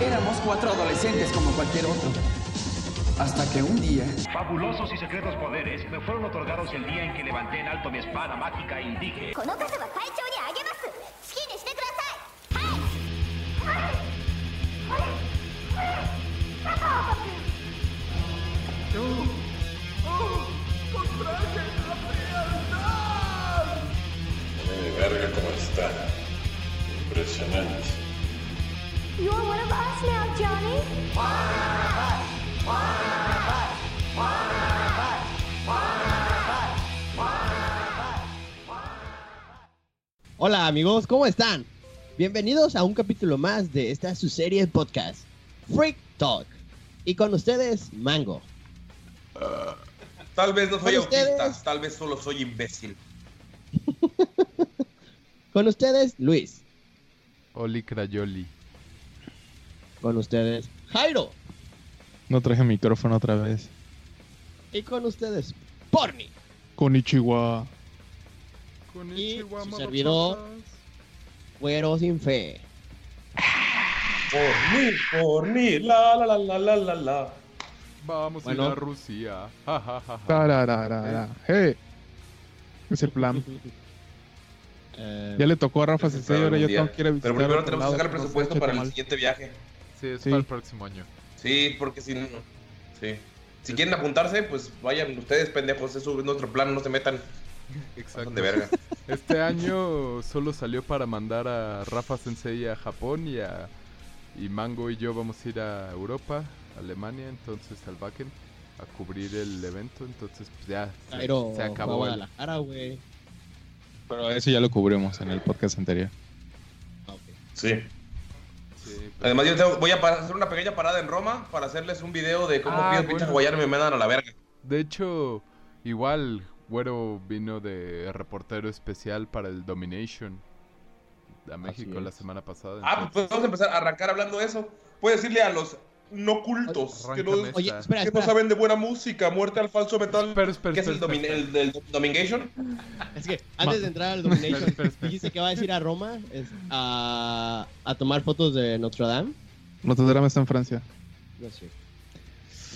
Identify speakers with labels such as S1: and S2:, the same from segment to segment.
S1: Éramos cuatro adolescentes como cualquier otro. Hasta que un día...
S2: Fabulosos y secretos poderes me fueron otorgados el día en que levanté en alto mi espada mágica e y dije...
S3: この数は会長にあげます好きにしてくださいはい
S4: Me verga cómo está. Impresionante.
S3: You're one of us now, Johnny.
S5: Hola amigos, ¿cómo están? Bienvenidos a un capítulo más de esta su serie de podcast, Freak Talk. Y con ustedes, Mango.
S6: Tal vez no soy
S5: Con ustedes.
S6: autista, tal vez solo soy imbécil.
S5: Con ustedes, Luis.
S7: Oli Crayoli.
S5: Con ustedes, Jairo.
S8: No traje micrófono otra vez.
S5: Y con ustedes, Porni.
S8: Konichiwa.
S7: Con
S5: Y su servidor. Güero sin fe.
S6: Por mí, por mí, la la la la la la la.
S7: Vamos
S5: Bueno.
S7: a ir a Rusia. Ja, ja, ja, ja.
S8: Tarararara.
S6: Eh.
S8: Hey. Es el plan.
S5: Eh,
S8: Ya le tocó a Rafa Sensei, ahora yo
S6: Algún día.
S8: tengo que ir a visitar.
S6: Pero primero
S8: otro
S6: tenemos que
S8: lado,
S6: sacar el
S8: no se
S6: presupuesto
S8: eche
S6: para el
S8: tamal.
S6: siguiente viaje.
S7: Sí, es
S8: Sí.
S7: para el próximo año.
S6: Sí, porque si no. Sí. Si quieren apuntarse, pues vayan ustedes, pendejos. Eso es nuestro plan, no se metan.
S7: Exacto.
S6: Andan de verga.
S7: Este año solo salió para mandar a Rafa Sensei a Japón y a y Mango y yo vamos a ir a Europa, a Alemania, entonces al Bakken a cubrir el evento, entonces pues ya se,
S5: Jairo,
S7: se
S5: fue a
S7: acabó. el-
S5: Guadalajara, güey.
S8: Pero eso ya lo cubrimos en el podcast anterior.
S5: Ah, ok.
S6: Sí.
S7: Sí, pues-
S6: Además, yo tengo- voy a pa- hacer una pequeña parada en Roma para hacerles un video de cómo
S7: Ah,
S6: pido
S7: bueno.
S6: pinche hawaiano y me mandan a la verga.
S7: pues, De hecho, igual Güero vino de reportero especial para el Domination a México la
S5: es.
S7: semana pasada.
S6: Ah,
S7: entonces-
S6: pues vamos a empezar a arrancar hablando de eso. Puedes decirle a los no cultos que no,
S7: Arráncame
S6: que
S5: Oye,
S7: esta.
S5: espera,
S6: no
S5: espera.
S6: saben de buena música, muerte al falso metal.
S7: Espera, espera,
S6: ¿Qué es
S7: espera,
S6: el,
S7: espera,
S6: domin- el, del Domination?
S5: Es que antes de entrar al Domination,
S7: Espera, espera, espera.
S5: dijiste que va a ir a Roma es, a, a tomar fotos de Notre Dame.
S8: Notre Dame está en Francia.
S5: No sé.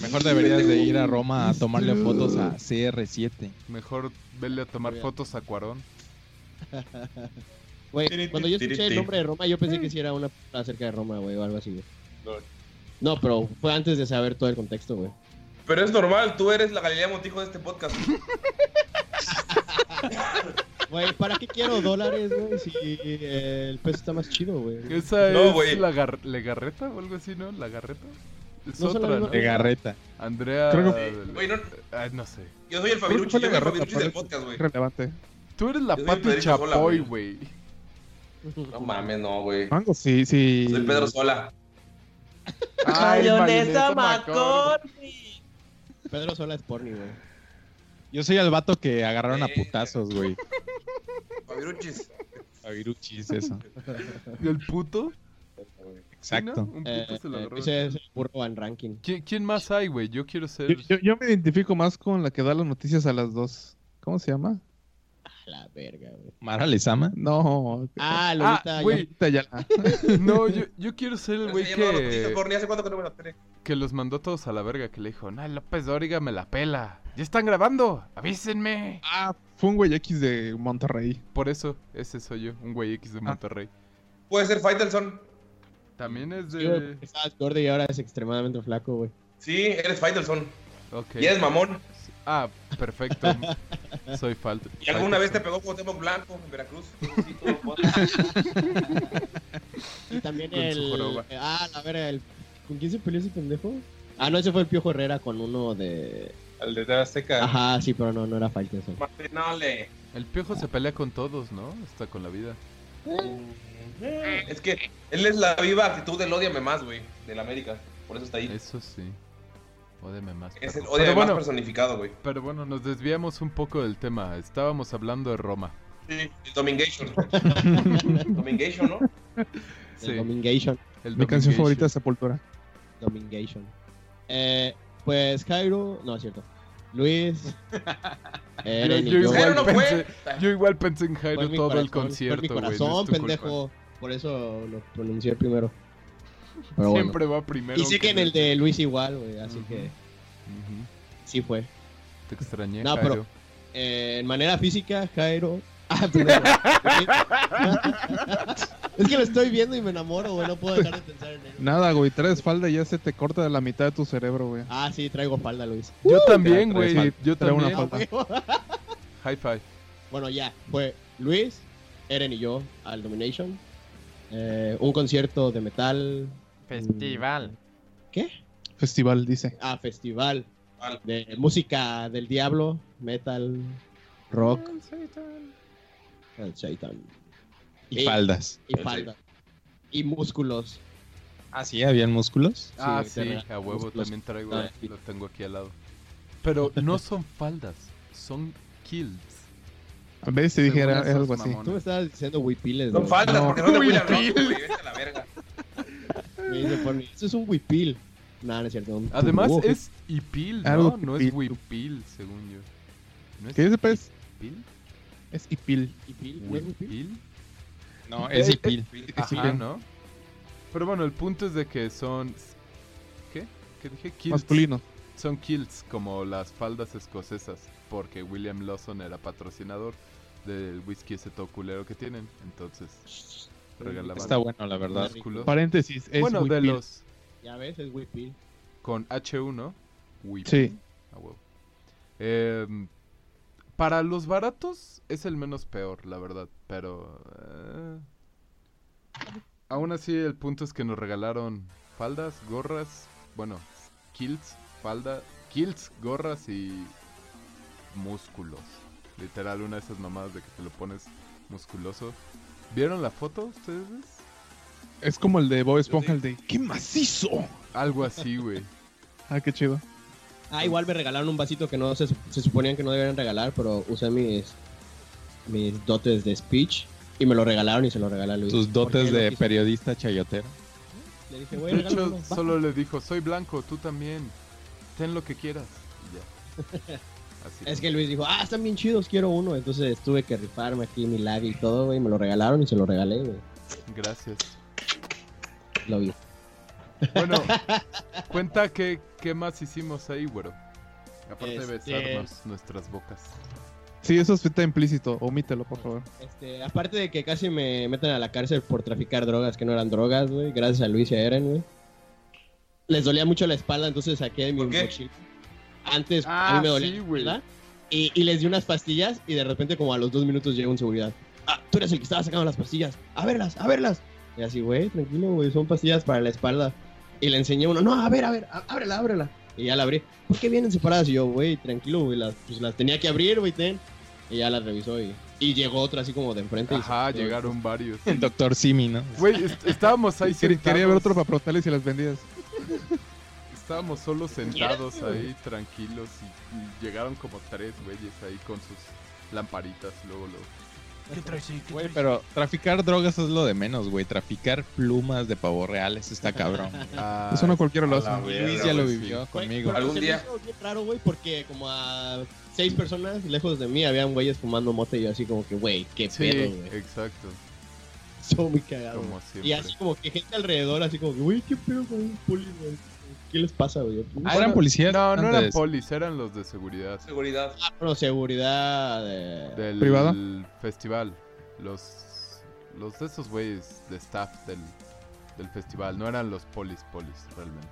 S8: Mejor deberías de ir a Roma a tomarle fotos a CR7.
S7: Mejor vele a tomar
S5: Muy bien.
S7: fotos a Cuarón.
S5: Güey,
S6: Tiri,
S5: cuando yo
S6: tiri,
S5: escuché el
S6: tiri.
S5: nombre de Roma, yo pensé que sí era una película acerca de Roma, güey, o algo así, güey. No, pero fue antes de saber todo el contexto, güey.
S6: Pero es normal, tú eres la Galilea Montijo de este podcast.
S5: Güey, ¿para qué quiero dólares, güey? Si eh, el peso está más chido, güey.
S7: Esa
S6: No,
S7: es
S6: güey.
S7: la gar- Legarreta o algo así, ¿no? ¿La Garreta? Es
S5: No son
S7: otra,
S5: las
S7: ¿no?
S5: mismas-
S8: De Garreta.
S7: Andrea...
S8: Creo
S6: Güey, no-
S7: Ay, no sé.
S6: Yo soy el
S8: Creo que
S6: Fabiruchi, yo
S8: fue
S6: soy
S8: la
S6: el
S8: Garreta,
S6: Fabiruchi del
S8: por eso
S6: podcast,
S8: es
S6: güey.
S8: Relevante.
S7: Tú eres la
S6: Yo soy
S7: Pati
S6: Pedrito Sola,
S7: Chapoy,
S6: güey.
S7: güey.
S6: No mames, no, güey.
S7: Ah,
S8: Mango, sí, sí.
S6: Soy Pedro Sola.
S7: Mayonesa Macor.
S5: Pedro Sola es porni, güey.
S8: Yo soy el vato que agarraron a
S6: Verga.
S8: putazos, güey.
S6: Fabiruchis.
S8: Fabiruchis, eso.
S7: ¿El puto? ¿Sí, no?
S8: Exacto.
S7: Un puto
S5: Eh,
S7: se lo
S5: eh,
S7: agarró.
S5: ese es el burro Van Ranking.
S7: ¿Qui- ¿Quién más hay, güey? Yo quiero
S8: Yo,
S7: ser...
S8: yo- yo me identifico más con la que da las noticias a las dos. ¿Cómo se llama?
S5: A la verga, güey.
S8: Mara Lezama. No.
S5: Ah,
S7: Ah,
S5: Lolita.
S7: güey.
S8: Lolita Ayala.
S7: No, yo, yo quiero ser el
S6: Pero
S7: güey
S6: se llama
S7: que,
S6: Noticias Borni, ¿hace cuánto que no me la tele?
S7: que los mandó todos a la verga, que le dijo, no, López Dóriga me la pela. Ya están grabando, avísenme.
S8: Ah, fue un güey X de Monterrey.
S7: Por eso, ese soy yo, un güey
S5: Ah.
S7: X de Monterrey.
S6: Puede ser Faitelson.
S7: También es
S5: ya- yo-
S7: de...
S5: Estabas gordo y ahora es extremadamente flaco, güey.
S6: Sí, eres Faitelson.
S7: Ok.
S6: Y eres mamón.
S7: Ah, perfecto. Soy falta.
S6: Y alguna vez te pegó Cuauhtémoc Blanco en Veracruz. Sí, todo guapo.
S5: Y también
S7: Con su
S5: el.
S7: joroba.
S5: Ah, la verga, el. ¿Con quién se peleó ese pendejo? Ah, no, ese fue el Piojo Herrera con uno de.
S6: Al de TV Azteca.
S5: Ajá, sí, pero no, no era falta eso.
S6: Martinale.
S7: El piojo se pelea con todos, ¿no? Está con la vida.
S6: Es que él es la viva actitud del odiame más, güey. Del América. Por eso está ahí.
S7: Eso sí. Ódeme más.
S6: Es el
S7: perro.
S6: odiame
S7: pero,
S6: más
S7: bueno,
S6: personificado, güey.
S7: pero bueno, nos desviamos un poco del tema. Estábamos hablando de Roma.
S6: Sí, el Domingation. Domingation, ¿no?
S7: Sí.
S5: El Domingation.
S7: el
S8: Mi canción
S7: Domingation.
S8: favorita es Sepultura.
S5: Domingation. Eh, pues Jairo. No, es cierto. Luis. Eren y
S7: Yo- yo
S5: yo.
S7: igual
S6: Jairo no
S5: Fue
S6: fue.
S7: Yo igual pensé en Jairo
S5: mi
S7: todo
S5: corazón,
S7: el
S5: fue
S7: concierto,
S5: mi
S7: güey. no es
S5: corazón,
S7: tu culpa.
S5: pendejo. Por eso lo pronuncié primero.
S8: Pero bueno.
S7: Siempre va primero.
S5: Y sé que en el de Luis igual, güey, así
S7: Ujú.
S5: que
S7: Ujú.
S5: sí fue.
S7: Te extrañé,
S5: No, pero-
S7: Jairo.
S5: Eh, en manera física, Jairo. Ah, perdón. es que lo estoy viendo y me enamoro, güey. No puedo dejar de pensar en él.
S8: Nada, güey, traes falda y ya se te corta de la mitad de tu cerebro, güey.
S5: Ah, sí, traigo falda, Luis. Ah,
S7: Yo también,
S8: Ya, traes
S7: güey.
S8: fal-
S7: Yo
S8: trae una
S7: también.
S8: falda.
S7: High five.
S5: Bueno, ya, fue Luis, Eren y yo al Domination. Eh, un concierto de metal. Mm.
S9: Festival.
S5: ¿Qué?
S8: Festival, dice.
S5: Ah, festival
S6: Al-
S5: de música del diablo, metal, rock, el Satan.
S8: Y faldas.
S5: Y falda. Y músculos.
S8: Ah, sí, habían músculos.
S7: ah,
S5: Sí,
S7: sí,
S5: te-
S7: a huevo
S5: los-
S7: también traigo.
S5: Ah, sí.
S7: Lo tengo aquí al lado. Pero no son faldas, son kilts.
S8: A veces te dije
S7: Según
S8: era, era
S7: esos
S8: algo así.
S7: mamones.
S5: Tú me estabas diciendo huipiles.
S6: Son
S5: güey.
S6: faldas
S8: No.
S6: porque son de William Rock, güey. Vete a la verga.
S5: Me dice por mí, Eso es un huipil. Nada, no es cierto. un
S7: Además
S5: tubo.
S7: es ipil, ¿no?
S8: Algo
S7: no es
S8: ipil.
S7: huipil, según yo. ¿No
S8: ¿Qué dice, pues?
S7: ipil?
S8: Es Ipil.
S5: ¿Huipil? ¿No es huipil?
S7: ¿Huipil?
S8: No, es Ipil.
S7: Ajá, ¿no? Pero bueno, el punto es de que son... ¿Qué? ¿Qué dije? Kilts.
S8: Masculino.
S7: Son kilts, como las faldas escocesas, porque William Lawson era patrocinador del whisky ese todo culero que tienen, entonces regalaban
S8: Está bueno, la verdad.
S7: músculos.
S8: Paréntesis, es
S7: Bueno, de
S8: huipil.
S7: los
S5: Ya ves, es huipil.
S7: con H1, Whip.
S8: Sí.
S7: A huevo. Em, para los baratos es el menos peor, la verdad, pero... eh, aún así el punto es que nos regalaron faldas, gorras, bueno, kilts, falda, kilts, gorras y músculos. Literal, una de esas mamadas de que te lo pones musculoso. ¿Vieron la foto ustedes?
S8: Es como el de Bob Esponja, el de ¡Qué macizo!
S7: Algo así, güey.
S8: Ah, qué chido.
S5: Ah, igual me regalaron un vasito que no se, se suponían que no deberían regalar, pero usé mis, mis dotes de speech y me lo regalaron y se lo regalé a Luis.
S8: Tus
S5: Porque
S8: dotes
S5: él lo
S8: de
S5: quiso.
S8: periodista chayotero.
S5: Le dije, güey,
S7: De hecho,
S5: regálame uno, va.
S7: solo le dijo, soy blanco, tú también. Ten lo que quieras. Y ya. Así.
S5: Es que Luis dijo, ah, están bien chidos, quiero uno. Entonces tuve que rifarme aquí mi lag y todo, güey. Me lo regalaron y se lo regalé, güey.
S7: Gracias.
S5: Lo vi.
S7: Bueno, cuenta que, qué más hicimos ahí, güero. Aparte de
S5: Este-
S7: besarnos nuestras bocas.
S8: Sí, eso está implícito. Omítelo, por favor.
S5: Este, aparte de que casi me meten a la cárcel por traficar drogas que no eran drogas, güey. Gracias a Luis y a Eren, güey. Les dolía mucho la espalda, entonces saqué de mi
S6: ¿Por qué?
S5: mochila. Antes
S7: Ah,
S5: a mí me dolía.
S7: sí,
S5: la
S7: güey.
S5: espalda, Y, y les di unas pastillas y de repente como a los dos minutos llega un seguridad. Ah, tú eres el que estaba sacando las pastillas. A verlas, a verlas. Y así, güey, tranquilo, güey. Son pastillas para la espalda. Y le enseñé uno. No, a ver, a ver, á- ábrela, ábrela. Y ya la abrí. ¿Por qué vienen separadas? Y yo, güey, tranquilo, güey. Las, pues las tenía que abrir, güey, ten. Y ya las revisó y, y llegó otra así como de enfrente. y-
S7: Ajá, llegaron varios.
S8: El doctor Simi, ¿no?
S7: Güey, est- estábamos ahí
S8: Quería,
S7: sentados.
S8: quería ver otro para preguntarle si las vendías.
S7: Estábamos solo sentados ahí, tranquilos. Y, y llegaron como tres güeyes ahí con sus lamparitas. Luego, luego.
S8: Güey, pero traficar drogas es lo de menos, güey. Traficar plumas de pavo reales está cabrón.
S7: Ah,
S8: Eso no cualquiera lo
S6: a
S8: hace.
S6: la verga,
S8: Luis ya lo
S7: güey,
S8: vivió
S5: Güey,
S8: conmigo.
S5: pero
S6: Algún
S5: Pues, se me
S6: día.
S5: hizo bien raro, güey, porque como a seis personas lejos de mí habían güeyes fumando mote y yo así como que, güey, qué
S7: Sí,
S5: pedo, güey.
S7: exacto.
S5: Estuvo muy cagado.
S7: Como
S5: Y
S7: siempre.
S5: así como que gente alrededor, así como que, güey, qué pedo con un poli, güey. ¿Qué les pasa, güey?
S8: Ah, eran policías.
S7: No, no eran
S8: antes.
S7: polis, eran los de seguridad.
S6: Seguridad.
S5: Bueno, seguridad. eh,
S7: Del
S8: ¿Privada?
S7: festival. Los, los de esos güeyes de staff del, del festival. No eran los polis polis realmente.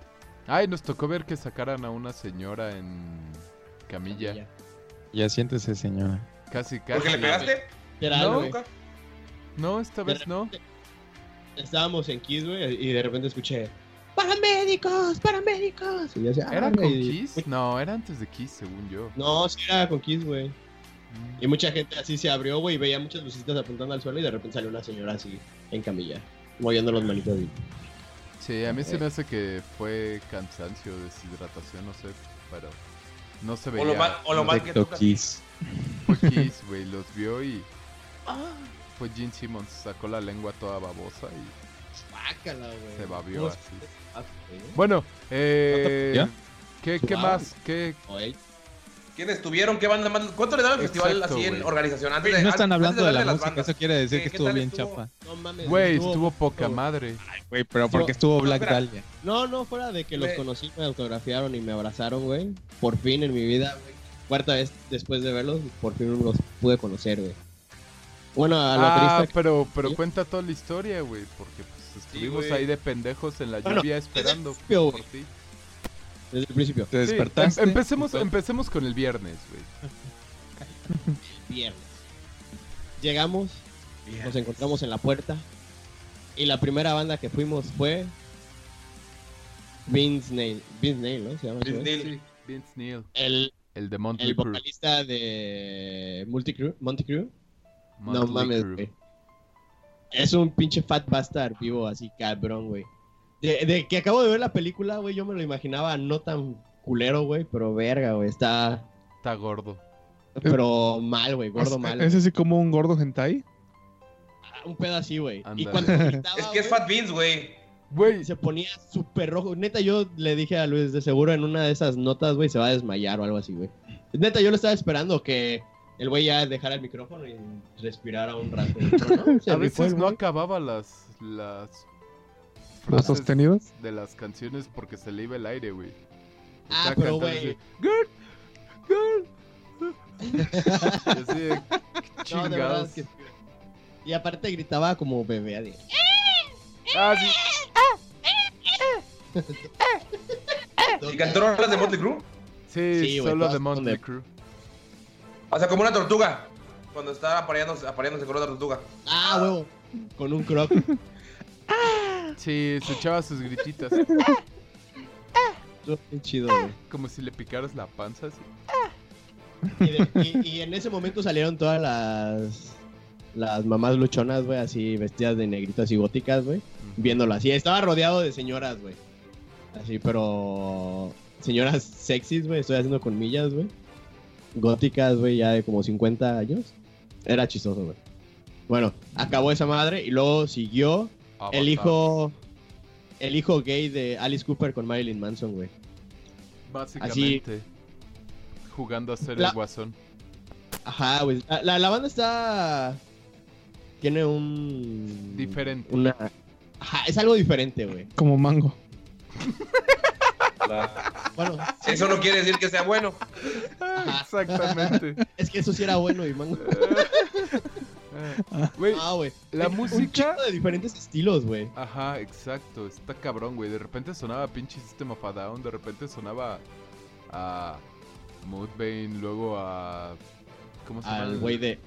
S7: Ay, nos tocó ver que sacaran a una señora en camilla.
S5: ya.
S8: Ya siéntese, señora.
S7: Casi, casi.
S6: ¿Por qué le pegaste?
S5: Literal,
S7: No,
S5: güey.
S6: Nunca.
S7: No, esta vez no.
S5: Estábamos en Kiss, güey, y de repente escuché: ¡Paramédicos! ¡Paramédicos! Y yo decía, ah,
S7: ¿Era con
S5: güey.
S7: Kiss? No, era antes de Kiss, según yo.
S5: No, sí era con Kiss, güey.
S7: Mm.
S5: Y mucha gente así se abrió, güey, y veía muchas lucecitas apuntando al suelo y de repente salió una señora así en camilla, moviendo los manitos. y-
S7: Sí, a mí
S6: eh.
S7: se me hace que fue cansancio, deshidratación, no sé, pero no se veía.
S6: O lo mal, o lo mal que tocas.
S8: Kiss.
S7: Fue Kiss, güey, los vio y. Ah. Fue Gene Simmons, sacó la lengua toda babosa y
S5: Guácala, güey.
S7: se babió
S5: ¿Cómo
S7: así.
S5: se- ah, güey?
S7: Bueno, eh.
S8: ¿Ya?
S7: ¿Qué, qué
S5: Wow.
S7: más? ¿Qué,
S5: O él.
S6: ¿Quiénes tuvieron? ¿Qué banda más? ¿Cuánto le dan al festival
S7: Exacto,
S6: así en
S7: güey.
S6: organización? Antes
S8: No están
S6: antes
S8: hablando de la
S6: hablar las
S8: música,
S6: bandas.
S8: eso quiere decir
S5: ¿Qué-
S8: que
S5: qué
S8: estuvo
S5: tal
S8: bien
S5: estuvo?
S8: chapa.
S5: No mames.
S7: Güey, estuvo poca
S5: güey.
S7: madre.
S8: Güey, pero porque estuvo
S6: Bueno,
S8: Black
S6: espera.
S8: Dahlia.
S5: No, no, fuera de que los
S6: Me-
S5: conocí, me autografiaron y me abrazaron, güey. Por fin en mi vida, güey. Cuarta vez después de verlos, por fin los pude conocer, güey. Bueno, a la
S7: Ah,
S5: triste-
S7: pero, pero
S5: ¿Sí?
S7: cuenta toda la historia, güey, porque pues, estuvimos
S6: güey.
S7: ahí de pendejos en la
S5: Bueno,
S7: lluvia esperando
S5: principio,
S7: por
S5: güey.
S7: ti.
S5: desde el principio.
S8: Te
S7: Sí,
S8: despertaste.
S7: em- empecemos,
S8: entonces-
S7: empecemos con el viernes, güey.
S5: Viernes. Llegamos,
S6: Bien.
S5: nos encontramos en la puerta. Y la primera banda que fuimos fue. Vince Nail. Vince Nail, ¿no? Se llama ese
S6: Vince
S5: güey.
S6: Neil.
S7: Sí, Vince Neil,
S5: El,
S7: el de Motley
S5: el
S7: Crue.
S5: vocalista de Multicrew, Monticrew. No
S7: Motley
S5: mames,
S7: Crue.
S5: güey. Es un pinche fat bastard vivo, así cabrón, güey. De, de que acabo de ver la película, güey, yo me lo imaginaba no tan culero, güey, pero verga, güey. Está.
S7: Está gordo. Eh,
S5: Pero mal, güey, gordo mal. Ah,
S9: ¿Es así como un gordo hentai?
S5: Un pedo así, güey. Y
S7: Ándale.
S5: cuando gritaba,
S6: Es que es
S5: güey,
S6: Fat Beans, güey.
S7: Güey,
S5: se ponía súper rojo. Neta, yo le dije a Luis, de seguro en una de esas notas, güey, se va a desmayar o algo así, güey. Neta, yo lo estaba esperando que el güey ya dejara el micrófono y respirara un rato. pero no, se
S7: a
S5: rifó el
S7: veces no
S5: güey.
S7: acababa las... las
S9: ¿Los
S7: frases
S9: sostenidos?
S7: de las canciones porque se le iba el aire, güey.
S5: Ah,
S7: Estaba
S5: pero,
S7: cantando
S5: güey.
S7: así, Good, good. Y así de,
S5: No, de verdad
S7: chingados.
S5: que sí. Y aparte gritaba como bebé. así.
S7: Ah, sí.
S6: ¿Y cantaron las de Motley Crue?
S7: Sí,
S5: Sí, güey,
S7: solo
S5: todas
S7: de
S5: son
S7: Motley
S5: de-
S7: Crue.
S6: O sea, como una tortuga. Cuando está apareándose, apareándose con otra tortuga.
S5: Ah, huevo. Con un croc.
S7: Sí, se echaba sus grititas.
S5: Estuvo bien chido, güey.
S7: Como si le picaras la panza. así.
S5: Y, de- y- y en ese momento salieron todas las las mamás luchonas, güey, así vestidas de negritas y góticas, güey, viéndolo así. Estaba rodeado de señoras, güey. Así, pero señoras sexys, güey, estoy haciendo colmillas, güey. Góticas, güey, ya de como 50 años. Era chistoso, güey. Bueno, acabó esa madre y luego siguió
S7: Avatar.
S5: el hijo el hijo gay de Alice Cooper con Marilyn Manson, güey.
S7: Básicamente. Jugando a ser
S5: La-
S7: el guasón.
S5: Ajá, güey. La, la- la banda está. Tiene un.
S7: Diferente.
S5: Una. Ajá, es algo diferente, güey.
S9: Como mango.
S5: Bueno,
S6: Eso no quiere decir que sea bueno.
S7: Ah, Exactamente.
S5: es que eso sí era bueno, y mango.
S7: Ah, Güey,
S5: Ah, güey.
S7: la
S5: Un
S7: música.
S5: chingo de diferentes estilos, güey.
S7: Ajá, exacto. Está cabrón, güey. De repente sonaba pinche System of a Down. De repente sonaba a Moodbane. Luego a. ¿Cómo se llama?
S5: Al
S7: el-
S5: güey de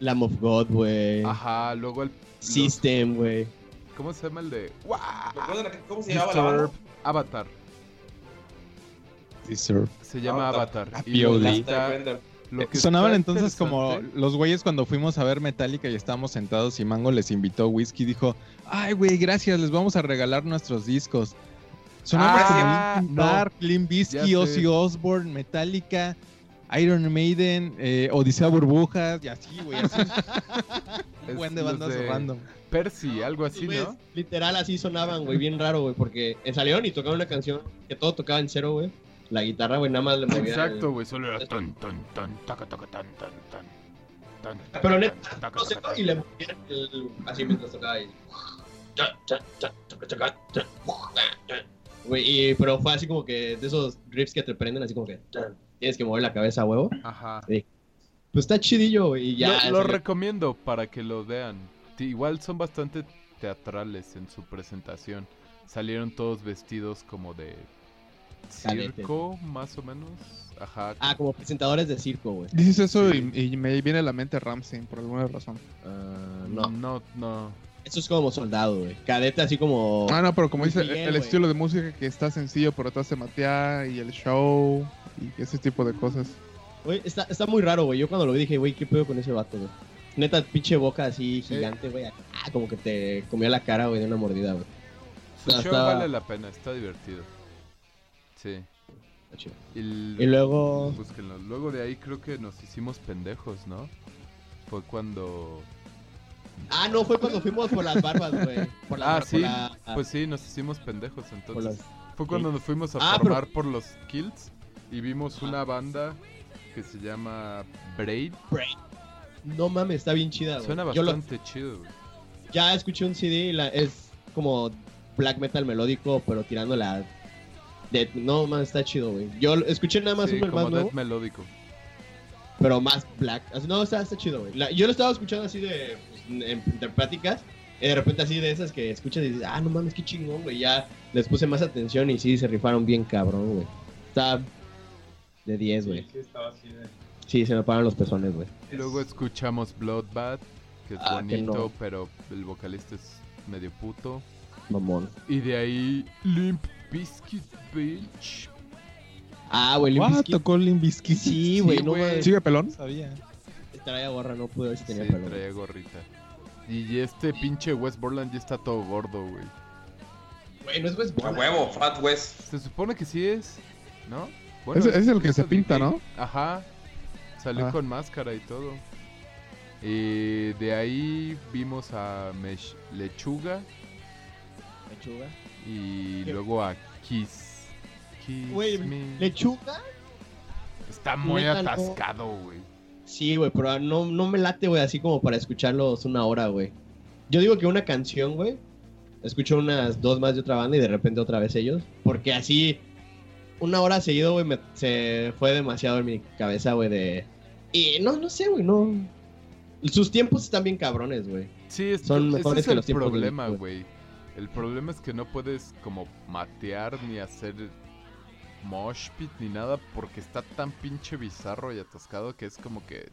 S5: Lamb of God, güey.
S7: Ajá, luego al.
S5: System, güey.
S7: los- ¿Cómo se llama el de.?
S6: ¿Me acuerdo de la que- ¿Cómo se llamaba la
S7: Disturb.
S6: banda?
S7: Avatar. Se llama
S6: Avatar.
S7: Avatar.
S5: Ah,
S7: Y luego
S8: POV.
S7: está- lo que
S8: Sonaban
S7: está
S8: entonces como
S7: interesante-
S8: los güeyes cuando fuimos a ver Metallica y estábamos sentados y Mango les invitó whisky y dijo, ay güey, gracias, les vamos a regalar nuestros discos. Sonaban
S7: Ah,
S8: como Linkin
S7: no.
S8: Park, Limp
S7: Ya
S8: Bizkit,
S7: sé.
S8: Ozzy Osbourne, Metallica, Iron Maiden, eh, Odisea Burbujas y así, güey, así un
S7: Es
S8: buen de
S7: los
S8: bandas
S7: de
S8: random.
S7: Percy, algo así,
S5: Sí, güey,
S7: ¿no?
S5: Literal, así sonaban, güey. Bien raro, güey. Porque salieron y tocaban una canción que todo tocaba en cero, güey. La guitarra, güey, nada más le movía.
S7: Exacto,
S5: el-
S7: güey, solo era tan, tan, tan, taca, taca, tan, tan, tan, tan, tan,
S5: neta,
S7: tan, taca,
S5: no sé,
S7: taca,
S5: y le movían el- así mientras tocaba ahí. Güey, y- pero fue así como que de esos riffs que te prenden, así como que tienes que mover la cabeza, huevo.
S7: tan. Ajá.
S5: Pues está chidillo, güey, y ya.
S7: lo, lo
S5: salió.
S7: recomiendo para que lo vean. Ti- Igual son bastante teatrales en su presentación. Salieron todos vestidos como de
S5: Cadete.
S7: circo, más o menos. Ajá.
S5: Ah, como presentadores de circo, güey.
S9: Dices eso
S7: Sí.
S9: y, y me viene a la mente Ramsey por alguna razón.
S5: Ah, no,
S7: no, no, no.
S5: eso es como soldado, güey. Cadete así como...
S8: Oh.
S9: Ah, no, pero como
S5: Luis
S9: dice,
S5: Miguel,
S9: el
S5: güey.
S9: estilo de música que está sencillo, pero te hace matear y el show y ese tipo de cosas.
S5: Güey, está, está muy raro, güey. Yo cuando lo vi dije, güey, ¿qué pedo con ese vato, güey? Neta, pinche boca así gigante, güey. Ah, como que te comió la cara, güey, de una mordida, güey.
S7: Su show
S5: Hasta-
S7: vale la pena, está divertido. Sí.
S5: Está chido.
S7: Y, l-
S5: Y luego...
S7: Búsquenlo. Luego de ahí creo que nos hicimos pendejos, ¿no? Fue cuando...
S5: Ah, no, fue cuando fuimos por las barbas, güey. Por la-
S7: Ah,
S5: por
S7: sí.
S5: la-
S7: Pues sí, nos hicimos pendejos
S5: por
S7: entonces.
S5: las-
S7: Fue cuando nos fuimos a
S5: Ah, pero-
S7: formar por los Kills y vimos
S5: Ajá.
S7: una banda que se llama Braid.
S5: No mames, está bien chida. güey.
S7: Suena
S5: Yo lo-
S7: bastante chido. güey.
S5: ya escuché un CD, y la- es como black metal melódico, pero tirando la... death- no mames, está chido, güey. Yo lo- escuché nada más
S7: Sí,
S5: uno, el
S7: como
S5: más
S7: death
S5: nuevo,
S7: melódico.
S5: pero más black. Así- No, está, está chido, güey. La- Yo lo estaba escuchando así de, pues, en, de pláticas, y de repente así de esas que escuchas y dices, ah, no mames, qué chingón, güey. Ya les puse más atención y sí, se rifaron bien cabrón, güey. Está de 10, güey.
S10: Sí, estaba así de...
S5: Sí, se me paran los pezones, güey.
S7: Luego escuchamos Bloodbath, que es
S5: Ah, que
S7: bonito,
S5: no.
S7: pero el vocalista es medio puto.
S5: Mamón.
S7: Y de ahí Limp Bizkit Bitch.
S5: Ah, güey, Limp
S8: Ah,
S5: Bizkit.
S8: tocó Limbiskit.
S5: Sí, güey, no
S7: güey.
S5: mames.
S9: ¿Sigue pelón?
S8: Sabía.
S5: Traía gorra, no pude ver si
S7: Sí,
S5: tenía pelo.
S7: traía gorrita. Y este pinche West Borland ya está todo gordo, güey.
S5: Güey, no es West
S6: A
S5: Borland.
S6: huevo, Fat West.
S7: Se supone que sí es, ¿no?
S9: Es- es el que
S7: eso
S9: se pinta,
S7: dije.
S9: ¿no?
S7: Ajá. Salió
S9: Ah.
S7: con máscara y todo. Y de ahí vimos a Mesh Lechuga Ah,
S5: Lechuga.
S7: y
S5: ¿Qué?
S7: luego a Kiss. Kiss
S5: Güey,
S7: me.
S5: ¿Lechuga?
S7: Está muy
S5: metal, ¿no?
S7: atascado, güey.
S5: Sí, güey, pero no, no me late, güey, así como para escucharlos una hora, güey. Yo digo que una canción, güey, escucho unas dos más de otra banda y de repente otra vez ellos. Porque así, una hora seguido, güey, me- se fue demasiado en mi cabeza, güey, de... Y no, no sé, güey, no... Sus tiempos están bien cabrones, güey.
S7: Sí, es,
S5: Son
S7: ese
S5: mejores
S7: es
S5: que
S7: el
S5: los tiempos de
S7: problema,
S5: Nick,
S7: güey. El problema es que no puedes como matear ni hacer mosh pit ni nada porque está tan pinche bizarro y atascado que es como que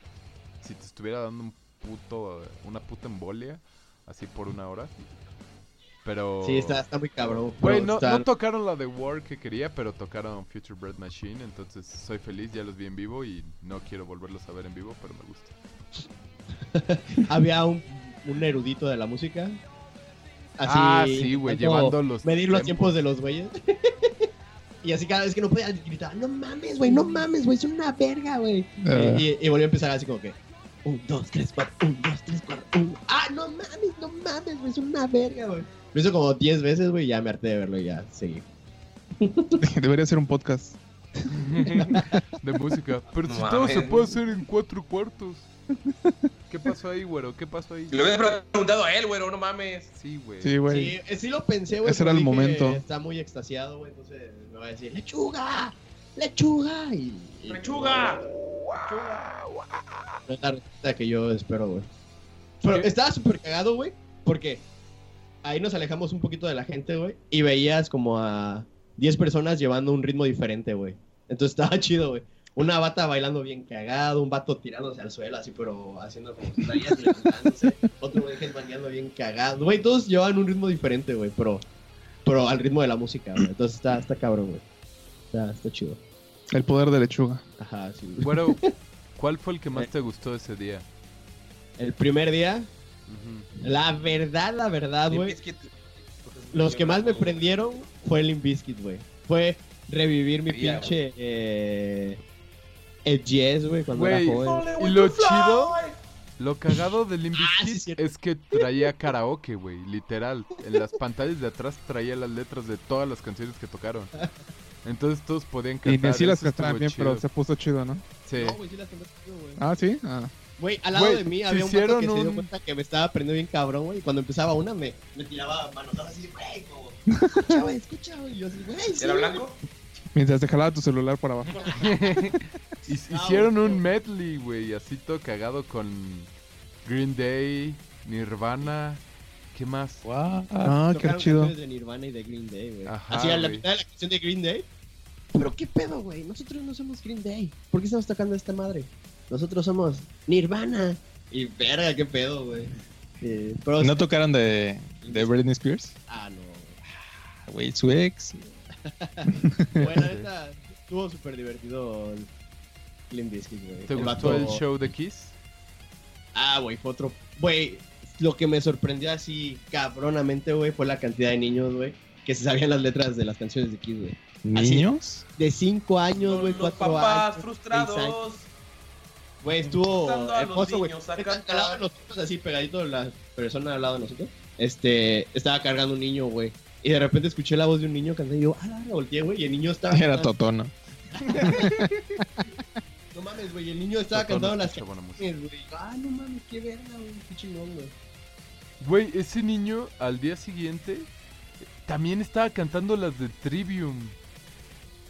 S7: si te estuviera dando un puto una puta embolia así por una hora. Pero
S5: Sí, está, está muy cabrón.
S7: Güey,
S5: pero
S7: no,
S5: está-
S7: no tocaron la de War que quería, pero tocaron Future Bread Machine, entonces soy feliz, ya los vi en vivo y no quiero volverlos a ver en vivo, pero me gusta.
S5: había un, un erudito de la música. Así,
S7: ah, sí, güey,
S5: intentando
S7: llevando los
S5: Medir los tiempos de los güeyes. y así cada vez que no podía gritar, no mames, güey, no mames, güey, es una verga, güey.
S9: Eh.
S5: Y, y- y volvió a empezar así como que, un, dos, tres, cuatro, un, dos, tres, cuatro, un. Ah, no mames, no mames, güey, es una verga, güey. Lo hizo como 10 veces, güey, y ya me harté de verlo y ya, sí.
S9: Debería ser un podcast.
S7: de música. Pero
S6: No
S7: si todo se
S6: mames.
S7: puede hacer en cuatro cuartos. ¿Qué pasó ahí, güero? ¿Qué pasó ahí?
S6: Le hubieras preguntado a él, güero, no mames.
S7: Sí, güey.
S9: Sí, güey.
S5: Sí, eh, sí lo pensé, güey.
S9: Ese
S5: pero
S9: era el
S5: dije,
S9: momento.
S5: Está muy extasiado, güey, entonces me va a decir, lechuga, lechuga. Y, y-
S6: ¡Lechuga!
S5: No es la receta que yo espero, güey. Pero estaba súper cagado, güey, porque ahí nos alejamos un poquito de la gente, güey, y veías como a 10 personas llevando un ritmo diferente, güey. Entonces estaba chido, güey. Una bata bailando bien cagado, un vato tirándose al suelo, así, pero haciendo como sentadillas y levantándose. Otro güey headbangueando bien cagado. Güey, todos llevan un ritmo diferente, güey, pero, pero al ritmo de la música, güey. Entonces está, está cabrón, güey. Está, está chido.
S9: El poder de lechuga.
S5: Ajá, sí. güey.
S7: Güero, ¿cuál fue el que más te gustó ese día?
S5: El primer día,
S7: Ujú.
S5: la verdad, la verdad,
S6: Limp
S5: güey.
S6: Bizkit.
S5: Los que más me prendieron fue el Inviskit, güey. Fue revivir mi
S6: Ya,
S5: pinche eh, Edges, güey, cuando
S7: Güey,
S5: era joven.
S7: y lo chido, lo cagado del
S5: Ah, sí,
S7: Inviskit
S5: es cierto.
S7: es que traía karaoke, güey, literal. En las pantallas de atrás traía las letras de todas las canciones que tocaron. Entonces todos podían
S9: Y
S7: cantar.
S9: ni si las
S7: eso estuvo
S9: cantaban bien, pero
S7: chido.
S9: se puso chido, ¿no?
S7: Sí.
S5: No, güey, sí las tengo, güey.
S9: Ah, sí. Ah.
S5: Güey, al lado
S7: Güey,
S5: de mí
S7: se
S5: había un vato que
S7: hicieron
S5: se dio
S7: un-
S5: cuenta que me estaba prendiendo bien cabrón, güey. Y cuando empezaba una, me, me tiraba manotadas así, güey, como, escucha, güey, escucha, güey. Y yo así, güey, sí,
S6: ¿Era
S5: güey.
S6: blanco?
S9: Mientras te jalaba tu celular por abajo.
S7: Hic- Hicieron un medley, güey, así todo cagado con Green Day, Nirvana, ¿qué más?
S9: Ah, qué
S5: Tocaron
S9: chido.
S5: canciones de Nirvana y de Green Day, güey.
S7: Ajá,
S5: Así a la
S7: güey.
S5: mitad de la canción de Green Day. Pero qué pedo, güey. Nosotros no somos Green Day. ¿Por qué estamos tocando esta madre? Nosotros somos Nirvana. Y verga, qué pedo, güey. Eh, pero-
S8: ¿No tocaron de, de Britney Spears?
S5: Ah, no.
S8: Güey, su ex.
S5: Bueno, neta, estuvo súper divertido el Limp Bizkit, güey.
S7: ¿Te
S5: El
S7: gustó
S5: vato-
S7: el show de Kiss?
S5: Ah, güey, fue otro. Güey, lo que me sorprendió así cabronamente, güey, fue la cantidad de niños, güey, que se sabían las letras de las canciones de Kiss, güey.
S8: ¿Niños?
S5: De 5 años,
S6: Con
S5: güey,
S6: los
S5: 4
S6: papás
S5: años. seis años.
S6: frustrados.
S5: Güey, estuvo
S6: Juntando a los
S5: hermoso, güey.
S6: niños a
S5: Neta,
S6: cantar.
S5: Al lado de nosotros, así pegadito, la persona al lado de nosotros, este, estaba cargando un niño, güey. Y de repente escuché la voz de un niño cantando y yo, ah, la verga", volteé, güey, y el niño estaba...
S8: Era Totono.
S5: No mames, mames, güey. El niño estaba
S7: Platón
S5: cantando las
S7: escucha buena música.
S5: canciones, güey. Ah, no mames, qué verga, güey. Qué chingón, güey.
S7: Güey, ese niño al día siguiente eh, también estaba cantando las de Trivium.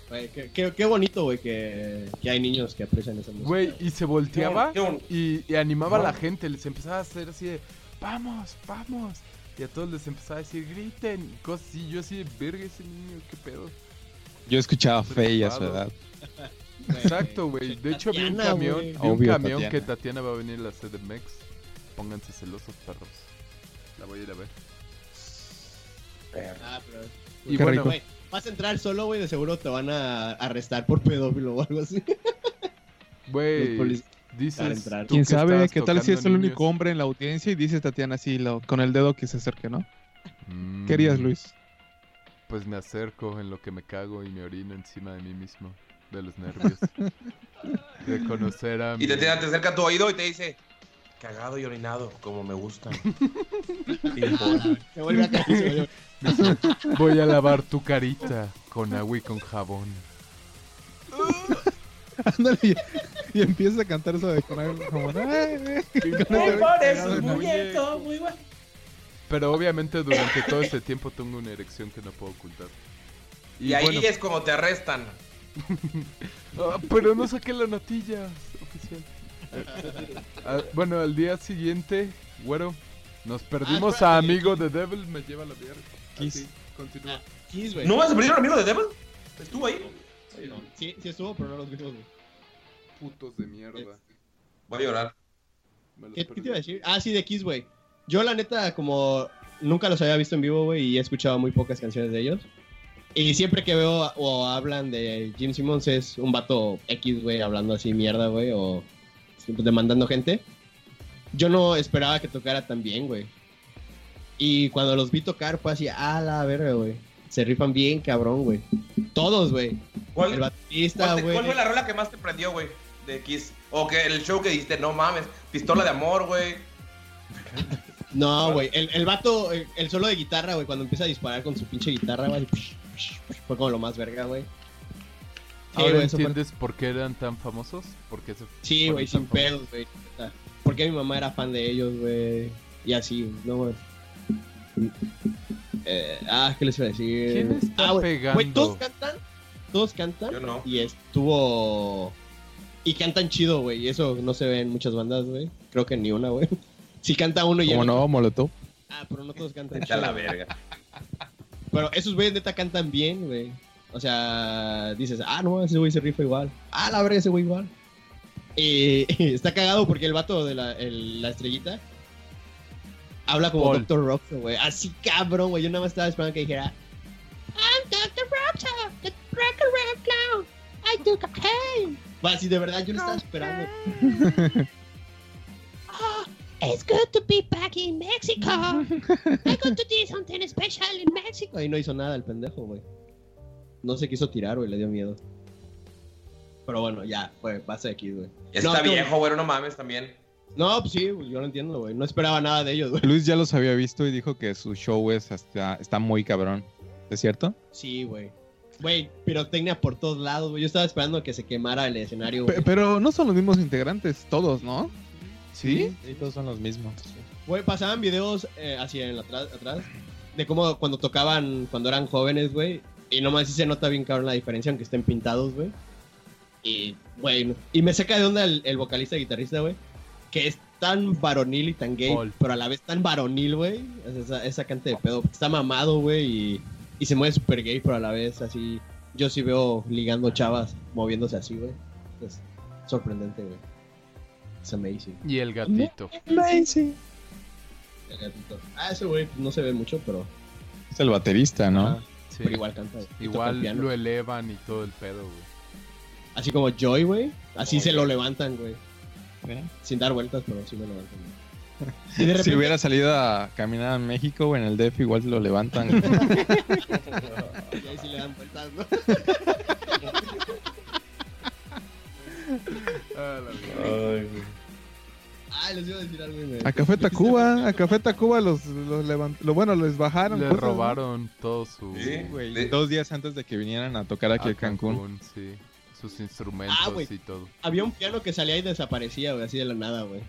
S5: Güey, qué, qué- qué bonito, güey, que, que hay niños que aprecian esa música.
S7: Güey, y se volteaba
S6: Qué bonito.
S7: y, y animaba a la gente. Les empezaba a hacer así de, vamos, vamos. Y a todos les empezaba a decir, griten. Y cosas así. Yo así de, verga ese niño, qué pedo.
S8: Yo escuchaba Fey a su edad.
S7: Preocupado.
S5: Güey,
S7: Exacto, güey. De hecho, vi un
S5: Tatiana,
S7: camión,
S5: güey.
S7: vi un
S8: Obvio,
S7: camión
S8: Tatiana.
S7: que Tatiana va a venir a la CDMX. Pónganse celosos, perros. La voy a ir a ver.
S5: Ah, pero.
S7: Y
S9: Qué
S7: bueno,
S9: rico.
S5: Güey, vas a entrar solo, güey, de seguro te van a arrestar por pedófilo o algo así. Los
S7: güey,
S5: polic- para
S7: dices.
S5: entrar.
S7: tú
S9: ¿Quién
S7: que
S9: sabe
S7: estabas
S9: qué tal si
S7: tocando
S9: es el
S7: niños.
S9: único hombre en la audiencia y dice Tatiana así lo- con el dedo que se acerque, ¿no?
S7: Mm,
S9: ¿Qué harías, Luis?
S7: Pues me acerco en lo que me cago y me orino encima de mí mismo. De los nervios. de conocer a mi...
S6: Y te, te acerca a tu oído y te dice, cagado y orinado, como me gusta.
S5: Se vuelve a caer. se vuelve a-
S7: Voy a lavar tu carita con agua y con jabón.
S9: Ándale y, y empieza a cantar eso de con algo como, "Ay,
S7: Pero obviamente durante todo ese tiempo tengo una erección que no puedo ocultar.
S6: y ahí
S7: bueno,
S6: es cuando te arrestan.
S7: Ah, pero no saqué la notilla oficial. Ah, bueno, al día siguiente, güero, nos perdimos
S5: Ah, espérate.
S7: a amigo de Devil, me lleva la mierda.
S8: Kiss.
S7: Así, continúa.
S5: Ah, Kiss, güey.
S6: ¿No vas a abrir un amigo de Devil? ¿Estuvo ahí?
S5: Sí, sí estuvo, pero no los vimos, güey.
S7: Putos de mierda.
S6: Voy a llorar.
S7: Me los
S5: ¿Qué, qué te iba a
S7: perdí.
S5: decir? Ah, sí, de Kiss, güey. Yo, la neta, como nunca los había visto en vivo, güey, y he escuchado muy pocas canciones de ellos. Y siempre que veo a- o hablan de Jim Simmons es un vato X, güey, hablando así mierda, güey, o siempre demandando gente. Yo no esperaba que tocara tan bien, güey. Y cuando los vi tocar fue así, ah, la verga, güey. Se rifan bien, cabrón, güey. Todos, güey. El
S6: ¿Cuál,
S5: baterista,
S6: cuál te-
S5: güey.
S6: cuál fue la rola que más te prendió, güey? De Kiss. O que el show que dijiste, no mames, pistola de amor, güey.
S5: No, güey. El, el vato, el, el solo de guitarra, güey, cuando empieza a disparar con su pinche guitarra, güey. psh, psh, psh, Fue como lo más verga, güey. Sí,
S7: Ahora
S5: güey, eso fue-
S7: entiendes por qué eran tan famosos, porque se
S5: Sí,
S7: fueron
S5: güey,
S7: tan
S5: sin
S7: famosos.
S5: pedos, güey. neta. Porque mi mamá era fan de ellos, güey. Y así, güey, no, güey. Eh, ah, ¿qué les iba a decir?
S7: ¿Quién está
S5: ah, güey,
S7: pegando?
S5: Güey, todos cantan. Todos cantan.
S6: Yo no.
S5: Y estuvo. Y cantan chido, güey. Y eso no se ve en muchas bandas, güey. Creo que ni una, güey. Si canta uno y
S8: Como
S5: el otro-
S8: no, Molotov.
S5: Ah, pero no todos cantan
S6: Está
S5: chido.
S6: la verga.
S5: Pero esos güeyes neta cantan bien, güey. O sea, dices, ah, no, ese güey se rifa igual. Ah, la verdad, ese güey igual. Y está cagado porque el vato de la, el- la estrellita habla como
S7: Paul.
S5: Dr. Roxo, güey. Así cabrón, güey. Yo nada más estaba esperando que dijera, I'm Dr. Roxo, the record red clown. I do cocaine. Va, así de verdad, yo lo estaba esperando.
S3: Oh, it's good to be back in Mexico. I'm going to do something special in Mexico.
S5: Ahí no hizo nada el pendejo, güey. No se quiso tirar, güey, le dio miedo. Pero bueno, ya, fue, pasa de aquí, güey.
S6: Ya
S5: No,
S6: está
S5: tú-
S6: viejo, güey, no mames también.
S5: No, pues sí, güey, yo no entiendo, güey. No esperaba nada de ellos, güey.
S8: Luis ya los había visto y dijo que su show es hasta, está muy cabrón. ¿Es cierto?
S5: Sí, güey. Güey, pirotecnia por todos lados, güey. Yo estaba esperando que se quemara el escenario, güey.
S9: Pe- pero no son los mismos integrantes, todos, ¿no? ¿Sí?
S8: Sí, todos son los mismos.
S5: Güey, pasaban videos eh, así en la atrás, atrás de cómo cuando tocaban, cuando eran jóvenes, güey. Y nomás sí se nota bien cabrón la diferencia, aunque estén pintados, güey. Y, güey, no- y me saca de onda el, el vocalista y guitarrista, güey. Que es tan varonil y tan gay,
S7: Paul.
S5: pero a la vez tan varonil, güey. Es esa, esa cante de pedo. porque Está mamado, güey, y, y se mueve súper gay, pero a la vez así. Yo sí veo ligando chavas moviéndose así, güey. Es sorprendente, güey. It's amazing.
S7: Y el gatito.
S5: El gatito. Ah, ese güey no se ve mucho, pero,
S8: Es el baterista, ¿no?
S5: Ah,
S7: sí.
S5: pero igual canta. güey. Toca
S7: Igual
S5: el piano.
S7: lo elevan y todo el pedo, güey.
S5: Así como Joy, güey. Así
S6: Oye.
S5: se lo levantan, güey.
S8: ¿Eh?
S5: Sin dar vueltas, pero sí lo levantan. güey. Y de repente,
S8: Si hubiera salido a caminar a México o en el DF, igual lo levantan.
S5: y ahí sí le dan vueltas, ¿no? Ah, les iba a decir algo, güey.
S9: A Café Tacuba, a Café Tacuba los, los levant- lo- bueno, les bajaron.
S7: Le
S9: cosas, Ah, ¿no?
S7: robaron todo su...
S6: Sí,
S8: Güey,
S6: De-
S8: Dos días antes de Ah, que vinieran a tocar aquí
S7: a
S8: a Cancún.
S7: sí. sus instrumentos
S5: Ah, güey.
S7: y todo.
S5: Había un piano que salía y desaparecía, güey, así de la nada, güey.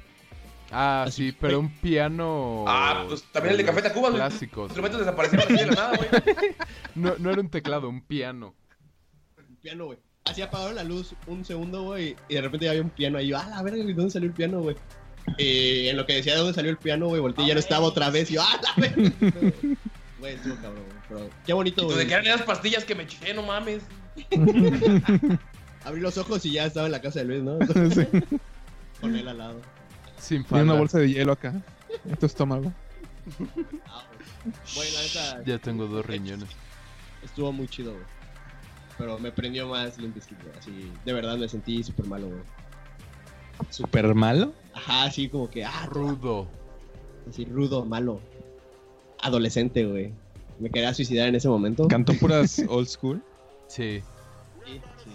S7: Ah,
S5: Así
S7: sí, pero un piano. eh,
S6: Ah, pues también el de Café Tacuba, güey. Los
S7: Clásicos.
S6: instrumentos desaparecieron así de la nada, güey.
S7: No, no era un teclado, un piano.
S5: Un piano, güey. Así apagaron la luz un segundo, güey, y de repente ya había un piano ahí. Yo, ah, la verga, ¿de dónde salió el piano, güey? Y en lo que decía de dónde salió el piano, güey, volteé y ya no estaba otra vez. Y yo, ah, la verga. Güey, estuvo cabrón, güey. pero Qué bonito, güey.
S6: Entonces, ¿De qué eran esas pastillas que me eché? No mames.
S5: Abrí los ojos y ya estaba en la casa de Luis, ¿no?
S9: Sí.
S5: Con él al lado.
S7: Sin
S9: Tiene una
S7: falda.
S9: bolsa de hielo acá. En tu estómago.
S5: Ah, güey. Güey, la neta.
S7: Ya tengo dos riñones.
S5: Estuvo muy chido, güey. Pero me prendió más Limp Bizkit, güey. Así, de verdad me sentí súper malo, güey.
S8: ¿Súper malo?
S5: Ajá, así como que, ah,
S7: Rudo.
S5: así rudo, malo. Adolescente, güey. Me quería suicidar en ese momento.
S8: ¿Cantó puras old school?
S7: Sí.
S5: Sí, sí.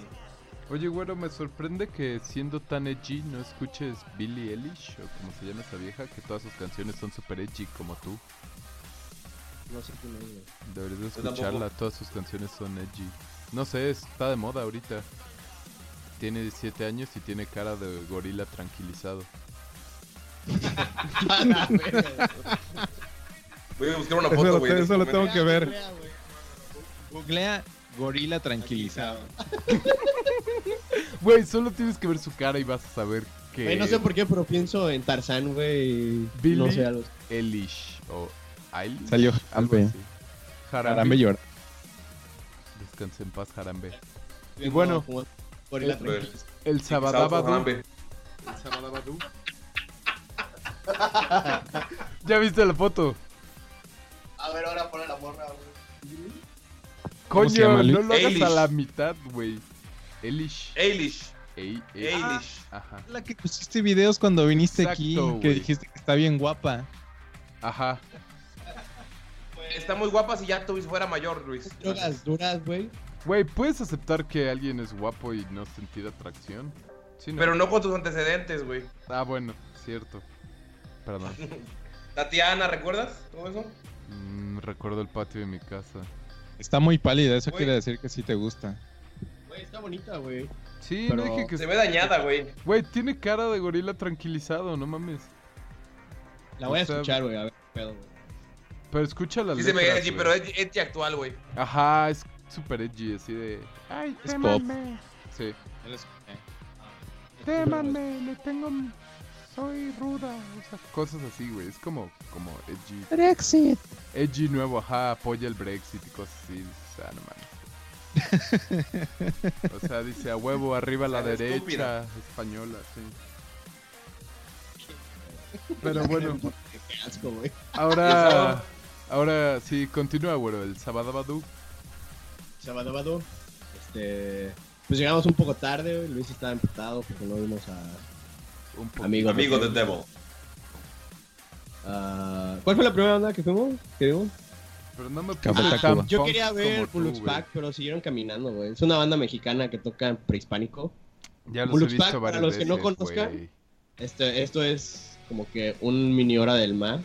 S7: Oye, güero, me sorprende que siendo tan edgy no escuches Billie Eilish o como se llama esa vieja, que todas sus canciones son super edgy como tú.
S5: No sé quién es, güey.
S7: Deberías de
S6: tampoco.
S7: escucharla, todas sus canciones son edgy. No sé, está de moda ahorita. Tiene 17 años y tiene cara de gorila tranquilizado.
S5: A la verga, güey.
S6: Voy a buscar una
S9: Eso
S6: foto,
S9: lo,
S6: güey. de
S9: eso lo
S6: ese
S9: tengo que ver.
S5: Googlea, güey.
S8: Googlea gorila tranquilizado.
S7: Güey, solo tienes que ver su cara y vas a saber que
S5: Güey, no sé por qué, pero pienso en Tarzán, güey. y
S7: Billy.
S5: No sé, algo.
S7: Eilish o Eilish.
S8: Salió
S7: algo
S8: Jarambe.
S7: así. Jarambe.
S8: Caramba, llora.
S7: Descanse en paz, Jarambe.
S5: Y
S7: bueno.
S5: Gorila
S6: momento.
S5: tranquila.
S7: El
S6: Sábado,
S7: Sabadabadú.
S6: Jarambe.
S7: El Sabadabadú. ¿Ya viste la foto?
S5: A ver, ahora pon a la morra, güey.
S8: ¿Cómo se llama,
S7: Coño, no
S8: Luis?
S7: lo hagas
S6: Eilish.
S7: a la mitad, güey. Elish.
S6: Eilish.
S7: Ey- ey-
S6: Eilish.
S7: Ah, Ajá.
S8: La que pusiste videos cuando viniste
S7: Exacto,
S8: aquí, que
S7: güey.
S8: dijiste que está bien guapa.
S7: Ajá.
S6: Está muy guapa si ya tuvis fuera mayor, Luis.
S5: Drogas duras, güey.
S7: Güey, ¿puedes aceptar que alguien es guapo y no sentir atracción? Sí, ¿no?
S6: Pero no con tus antecedentes, güey.
S7: Ah, bueno, cierto. Perdón.
S6: Tatiana, ¿recuerdas todo eso?
S7: Mm, recuerdo el patio de mi casa.
S8: Está muy pálida, eso
S6: Güey.
S8: quiere decir que sí te gusta.
S5: Güey, está bonita, güey.
S7: Sí,
S5: Pero-
S7: no dije que...
S6: Se ve dañada, güey.
S7: Güey, tiene cara de gorila tranquilizado, no mames.
S5: La voy a
S7: O sea,
S5: escuchar, güey. A ver, qué pedo, güey.
S7: Pero escucha la
S6: Sí, se
S7: letra.
S6: me ve así, pero es es actual, güey.
S7: Ajá, es súper edgy, así de... Ay,
S8: Es pop.
S7: Sí.
S6: eh, ah,
S5: Témanme,
S7: le tengo... Soy ruda, o sea, cosas así, güey. Es como, como edgy.
S8: Brexit.
S7: Edgy nuevo, ajá, apoya el Brexit y cosas así. O sea, no mames. O sea, dice a huevo, arriba a la
S6: O sea, la
S7: derecha,
S6: estúpida.
S7: española, sí. Pero bueno,
S5: Qué asco, güey.
S7: ahora. Ahora sí, continúa, güero, el Sabadabadú.
S5: Sabadabado. Este. Pues llegamos un poco tarde, güey. Luis estaba emputado porque no vimos a
S7: Un poco.
S5: amigos.
S6: Amigo
S5: de
S6: del Devil.
S5: Ah, ¿Cuál fue la primera onda que fuimos? ¿Qué digo?
S7: Pero no me
S8: Café
S7: puse
S8: Tacuba.
S7: tan
S5: Ah, Yo
S7: punk
S5: quería ver
S7: como tú,
S5: Pulux
S7: güey.
S5: Pack, pero siguieron caminando, güey. Es una banda mexicana que toca prehispánico.
S7: Ya los he
S5: Pulux
S7: visto
S5: Pack, para
S7: varias
S5: los que no
S7: veces,
S5: conozcan.
S7: güey.
S5: Este, esto es como que un mini hora del mar.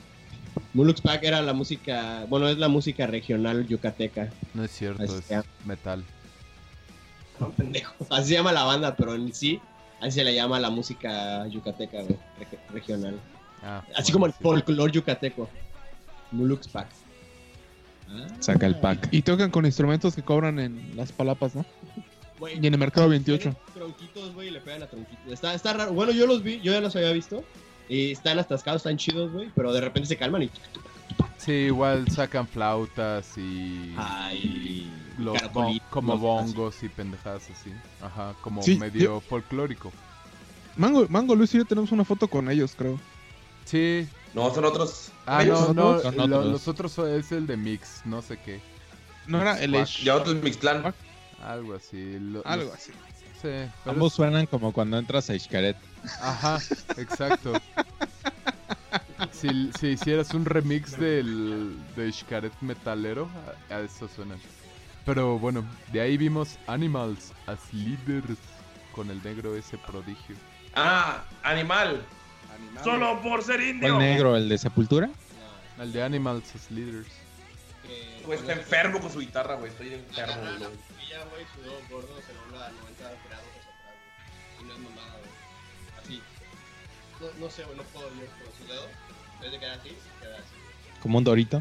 S5: Mulux Pack era la música, bueno, es la música regional yucateca.
S7: No es cierto,
S5: Así
S7: es
S5: sea.
S7: metal.
S5: No, pendejo. Así se llama la banda, pero en sí, así se le llama la música yucateca, güey, reg- regional.
S7: Ah,
S5: Así como
S7: bueno,
S5: el
S7: sí.
S5: folclore yucateco. Mulux Pack.
S8: Saca el pack.
S9: Y tocan con instrumentos que cobran en las palapas, ¿no?
S5: Güey,
S9: Y en el mercado 28.
S5: tienen Tronquitos, güey, y le pegan a tronquitos. Está, está raro. Bueno, yo los vi, yo ya los había visto. Y están atascados, están chidos, güey, pero de repente se calman y...
S7: Sí, igual sacan flautas y.
S5: Ay,
S7: Los
S5: caracolitos,
S7: bon- como
S5: Ah, así.
S7: bongos y pendejadas así. Ajá, como
S9: Sí,
S7: medio folclórico.
S9: Mango, Mango Luis y yo tenemos una foto con ellos, creo.
S7: Sí.
S6: No, son otros.
S7: Ah,
S9: ¿Ellos
S7: no,
S9: son
S7: no.
S9: otros?
S8: Son
S7: lo-
S8: otros.
S7: los otros son- es el de Mix, no sé qué.
S9: No era el
S7: Squash.
S6: Ya otros Mixclan.
S7: Algo así. lo-
S9: Algo
S7: los-
S9: así.
S7: Sí, pero
S8: Ambos suenan como cuando entras a Xcaret.
S7: Ajá, exacto. Si, si hicieras un remix del, de Xcaret Metalero, a, a eso suena. Pero bueno, de ahí vimos Animals as Leaders con el negro ese prodigio.
S6: Ah, Animal. Solo por ser
S8: ¿Cuál
S6: indio.
S8: negro? ¿El de Sepultura?
S7: El de Animals as Leaders.
S5: que.
S6: Güey, Pues está enfermo con su guitarra, güey. Estoy enfermo,
S5: Agarrar la
S6: güey.
S5: pastilla, güey, sudó gordo, se dobló a 90 grados hacia atrás, güey. Y no es mamada, güey. Así. No, no sé, güey, no puedo yo con su dedo. En vez de quedar así, queda así.
S8: Como un dorito.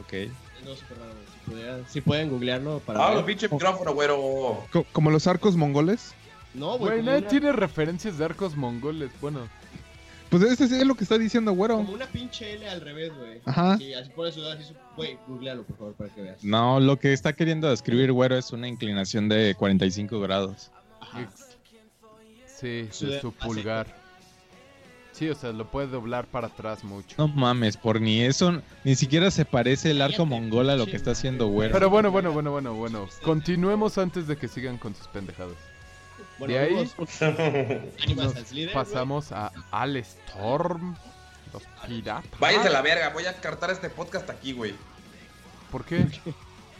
S8: Ok.
S5: Es no super raro, güey. Si, pudieran- si pueden googlearlo para.
S6: Ah,
S5: ver.
S6: los pinche micrófono, güero.
S9: Co- como los arcos mongoles.
S5: no, Oh, güey.
S7: Güey,
S5: como
S7: nadie
S5: una-
S7: tiene referencias de arcos mongoles. Bueno,
S9: Pues ese sí es lo que está diciendo, güero.
S5: Como una pinche L al revés, güey.
S7: Ah.
S9: Ajá.
S5: Sí, así pone su dedo así. su- Güey, googlealo, por favor, para que veas.
S8: No, lo que está queriendo describir Güero es una inclinación de 45 grados.
S5: Ajá.
S7: sí,
S5: Su
S7: de
S5: dedo
S7: su
S5: hace-
S7: pulgar. Sí, o sea, lo puede doblar para atrás mucho.
S8: No mames, por ni eso, ni siquiera se parece el arco
S5: Cállate,
S8: mongol a lo que
S5: pinche
S8: está
S5: madre.
S8: haciendo Güero.
S7: Pero bueno, bueno, bueno, bueno, bueno. Continuemos antes de que sigan con sus pendejadas.
S5: Bueno,
S7: De ahí-
S5: vimos Animal Sans Leader, güey.
S7: Pasamos a Al Storm. Los piratas.
S6: Váyanse a la verga, voy a cartar este podcast aquí, güey.
S7: ¿Por qué?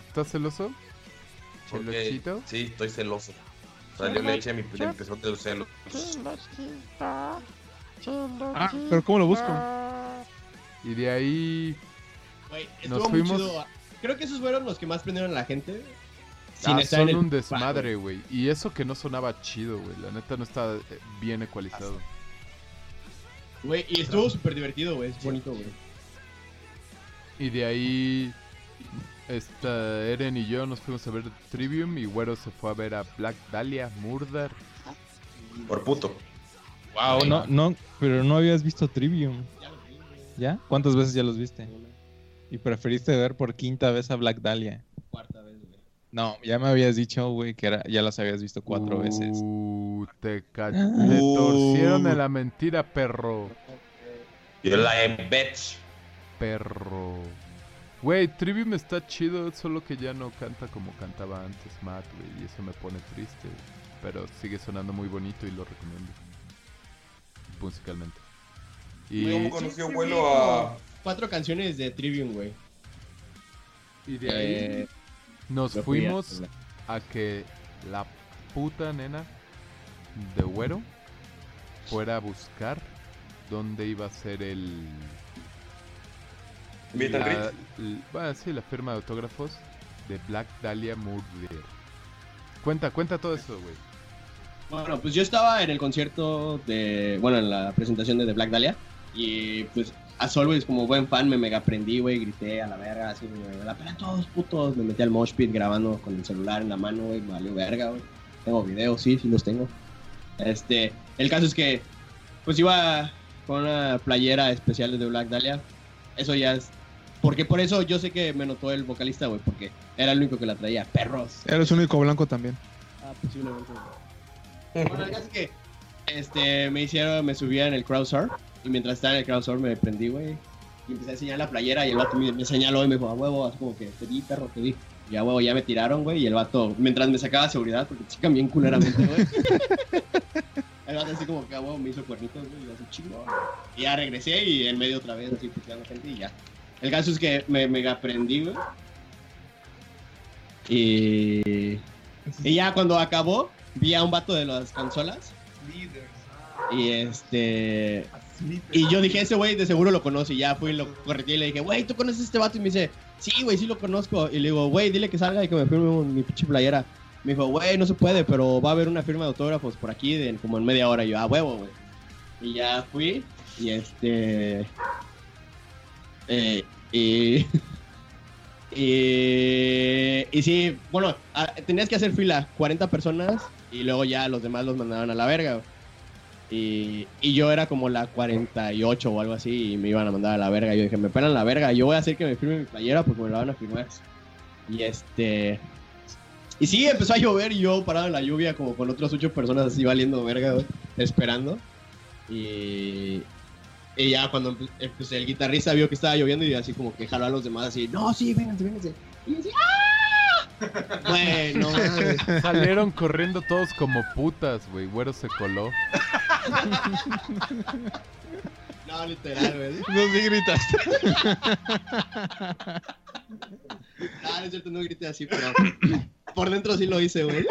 S7: ¿Estás celoso?
S6: Porque-
S7: ¿Celochito?
S6: Sí, estoy celoso. Salió leche a mi de mi pezón de celo.
S9: Ah, pero ¿cómo lo busco?
S7: Y de ahí.
S5: Güey,
S7: Nos
S5: estuvo muy
S7: fuimos.
S5: chido. Creo que esos fueron los que más prendieron a la gente. estar
S7: Ah,
S5: en
S7: son
S5: el-
S7: un desmadre, güey. Y eso que no sonaba chido, güey. La neta no está eh, bien ecualizado.
S5: Güey, y estuvo súper divertido, güey. Es bonito, güey.
S7: Y de ahí. Esta, Eren y yo nos fuimos a ver Trivium. Y Güero se fue a ver a Black Dahlia, Murder.
S6: Por puto.
S8: Wow, Ah, no, no, pero no habías visto Trivium,
S5: Ya lo vi, güey.
S8: ¿ya? ¿Cuántas veces ya los viste?
S5: Una
S8: Y preferiste ver por quinta vez a Black Dahlia.
S5: cuarta vez, güey.
S8: No, ya me habías dicho, güey, que era, ya las habías visto cuatro veces.
S7: Uh, Te, ca- te torcieron en la mentira, perro.
S6: Yo la en bitch.
S7: Perro. Güey, Trivium está chido, solo que ya no canta como cantaba antes Matt, güey, y eso me pone triste. güey. Pero sigue sonando muy bonito y lo recomiendo. Musicalmente. Y,
S6: ¿Cómo conoció vuelo a.?
S5: Cuatro canciones de Trivium, güey.
S7: y de ahí
S5: Eh,
S7: nos
S5: yo fui a-
S7: fuimos a que la puta nena de Güero fuera a buscar dónde iba a ser el.
S6: Meet and
S7: la-
S6: greet.
S7: l- bueno, sí, la firma de autógrafos de Black Dahlia Murder. Cuenta, cuenta todo eso, güey.
S5: Bueno, pues yo estaba en el concierto de. Bueno, en la presentación de The Black Dahlia. Y pues a Sol, güey, como buen fan, me mega prendí, güey. Grité a la verga, así, me la pela todos putos. Me metí al mosh pit grabando con el celular en la mano, güey. Me valió verga, güey. Tengo videos, sí, sí los tengo. Este, el caso es que, pues iba con una playera especial de The Black Dahlia. Eso ya es. Porque por eso yo sé que me notó el vocalista, güey, porque era el único que la traía. Perros.
S9: Eres el único blanco también.
S5: Ah, posiblemente. Bueno, el caso es que este, me hicieron, me subía en el crowdsurf y mientras estaba en el crowdsurf me prendí, güey. Y empecé a enseñar la playera y el vato me, me señaló y me dijo, a huevo, así como que te di, perro, te di. Y a huevo, ya me tiraron, güey. Y el vato, mientras me sacaba seguridad, porque chica bien culeramente, güey. el vato así como que a huevo me hizo cuernitos, güey. Y yo así chingo. Y ya regresé y en medio otra vez, así puteando gente y ya. El caso es que me, me aprendí, güey. Y y ya cuando acabó, vi a un vato de las consolas. Y este. Y yo dije, ese güey de seguro lo conoce. Y ya fui, lo corregí y le dije, güey, ¿tú conoces a este vato? Y me dice, sí, güey, sí lo conozco. Y le digo, güey, dile que salga y que me firme un- mi pinche playera. Me dijo, güey, no se puede, pero va a haber una firma de autógrafos por aquí de, como en media hora. Y yo, ah, huevo, güey. Y ya fui. Y este. eh, y. Eh, Y, y sí, bueno, a- tenías que hacer fila, 40 personas, y luego ya los demás los mandaban a la verga. Y, y yo era como la 48 o algo así, y me iban a mandar a la verga. Yo dije, me pelan la verga, yo voy a hacer que me firme mi playera porque me la van a firmar. Y este. Y sí, empezó a llover y yo parado en la lluvia, como con otras 8 personas así valiendo verga, güey, esperando. Y, y ya cuando empe- empecé, el guitarrista vio que estaba lloviendo y así como que jaló a los demás así, no, sí, vénganse, vénganse. Y yo así, ¡ah! Bueno, mames.
S7: Salieron corriendo todos como putas, güey. Güero se coló.
S5: no, literal, güey.
S8: No, sí gritaste.
S5: Ah, no es cierto, no grité así, pero por dentro sí lo hice, güey.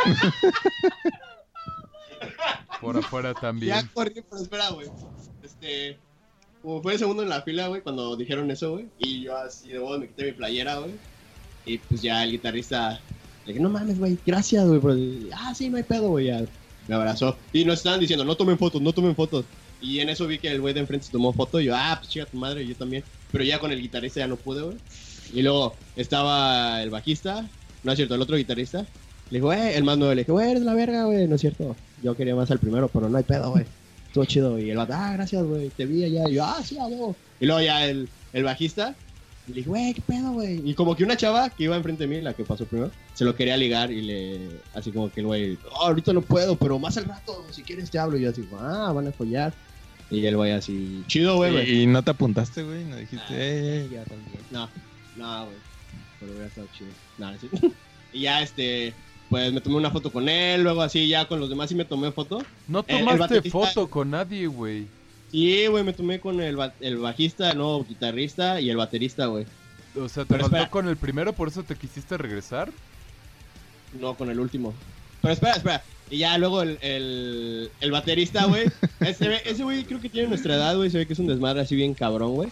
S7: Por afuera
S5: Ya
S7: también.
S5: corrí, pero espera, güey. Este, como fue el segundo en la fila, güey, cuando dijeron eso, güey. Y yo así de boda me quité mi playera, güey. Y pues ya el guitarrista le dije, no mames, güey, gracias, güey. por el- Ah, sí, no hay pedo, güey. ya. Me abrazó. Y nos estaban diciendo, no tomen fotos, no tomen fotos. Y en eso vi que el güey de enfrente se tomó foto. Y yo, ah, pues chica tu madre, yo también. Pero ya con el guitarrista ya no pude, güey. Y luego estaba el bajista, no es cierto, el otro guitarrista. Le dijo, eh, el más nuevo. Le dije, güey, eres la verga, güey, no es cierto. Yo quería más al primero, pero no hay pedo, güey. Estuvo chido. Y el vato, ah, gracias, güey, te vi allá. Y yo, ah, sí, a huevo. Y luego ya el, el bajista le dije, güey, qué pedo, güey. Y como que una chava que iba enfrente de mí, la que pasó primero, se lo quería ligar y le. Así como que el güey, "Oh, ahorita no puedo, pero más al rato, si quieres te hablo. Y yo así, ah, van a follar. Y el güey así, chido, güey, güey.
S8: Y, y no te apuntaste, güey. No dijiste,
S5: Ah.
S8: "Ey, ey, ya, Raúl, güey".
S5: No, no, güey. Pero hubiera estado chido. No, no es cierto. y ya, este, pues me tomé una foto con él, luego así ya con los demás sí me tomé foto.
S7: No
S5: Eh, El- el
S7: tomaste
S5: baterista-
S7: foto con nadie, güey.
S5: Sí, güey, me tomé con el, ba- el bajista, el nuevo guitarrista y el baterista, güey.
S7: O sea, te
S5: Pero
S7: faltó
S5: espera.
S7: con el primero, por eso te quisiste regresar.
S5: No, con el último. Pero espera, espera. Y ya luego el, el, el baterista, güey. Ese güey- ese güey creo que tiene nuestra edad, güey. Se ve que es un desmadre así bien cabrón, güey.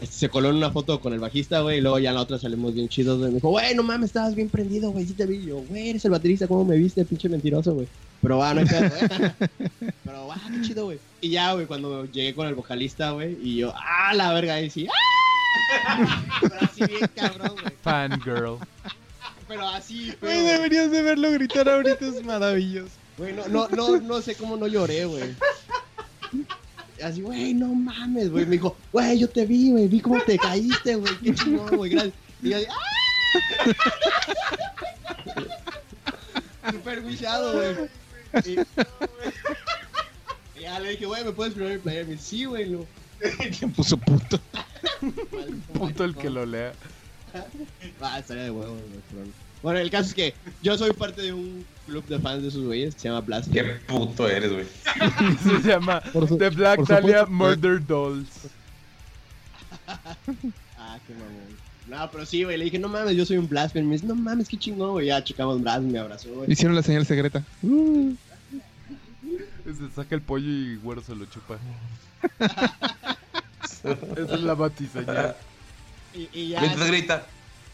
S5: Este, se coló en una foto con el bajista, güey. Y luego ya en la otra salimos bien chidos, güey. Me dijo, güey, no mames, estabas bien prendido, güey. Sí te vi. Y yo, güey, eres el baterista, ¿cómo me viste, pinche mentiroso, güey? Pero va, no hay pedo, güey. Pero va, qué chido, güey. Y ya, güey, cuando llegué con el vocalista, güey. Y yo, ah, la verga. Y sí, ah. Pero así bien cabrón, güey.
S7: Fangirl.
S5: Pero así,
S8: Güey,
S5: pero...
S8: deberías de verlo gritar ahorita, es maravilloso.
S5: Güey, no, no, no, no sé cómo no lloré, güey. Así, güey, no mames, güey. Me dijo, güey, yo te vi, güey. Vi cómo te caíste, güey. Qué chingón, güey. Gracias. Y yo, así, ¡ah! Super guillado, güey. Y- Y ya le dije, güey, ¿me puedes probar el player? Me dice, sí, güey. Lo...
S8: ¿Quién puso puto?
S7: Punto el que lo lea.
S5: Ah, estaría de huevo, güey. pero no. Bueno, el caso es que yo soy parte de un club de fans de esos güeyes que se llama Blast.
S6: Qué puto eres, güey.
S7: Se llama
S9: Por su-
S7: The Black
S9: por
S7: Dahlia
S9: supuesto.
S7: Murder Dolls.
S5: Ah, qué mamón. No, pero sí, güey, le dije, no mames, yo soy un Blasphemy. Me dice, no mames, qué chingón, güey. Ya checamos brazos, me abrazó, güey.
S9: Hicieron la señal secreta.
S7: Se saca el pollo y güero se lo chupa. Esa es la batiseñal.
S5: Y, y ya,
S6: Mientras grita.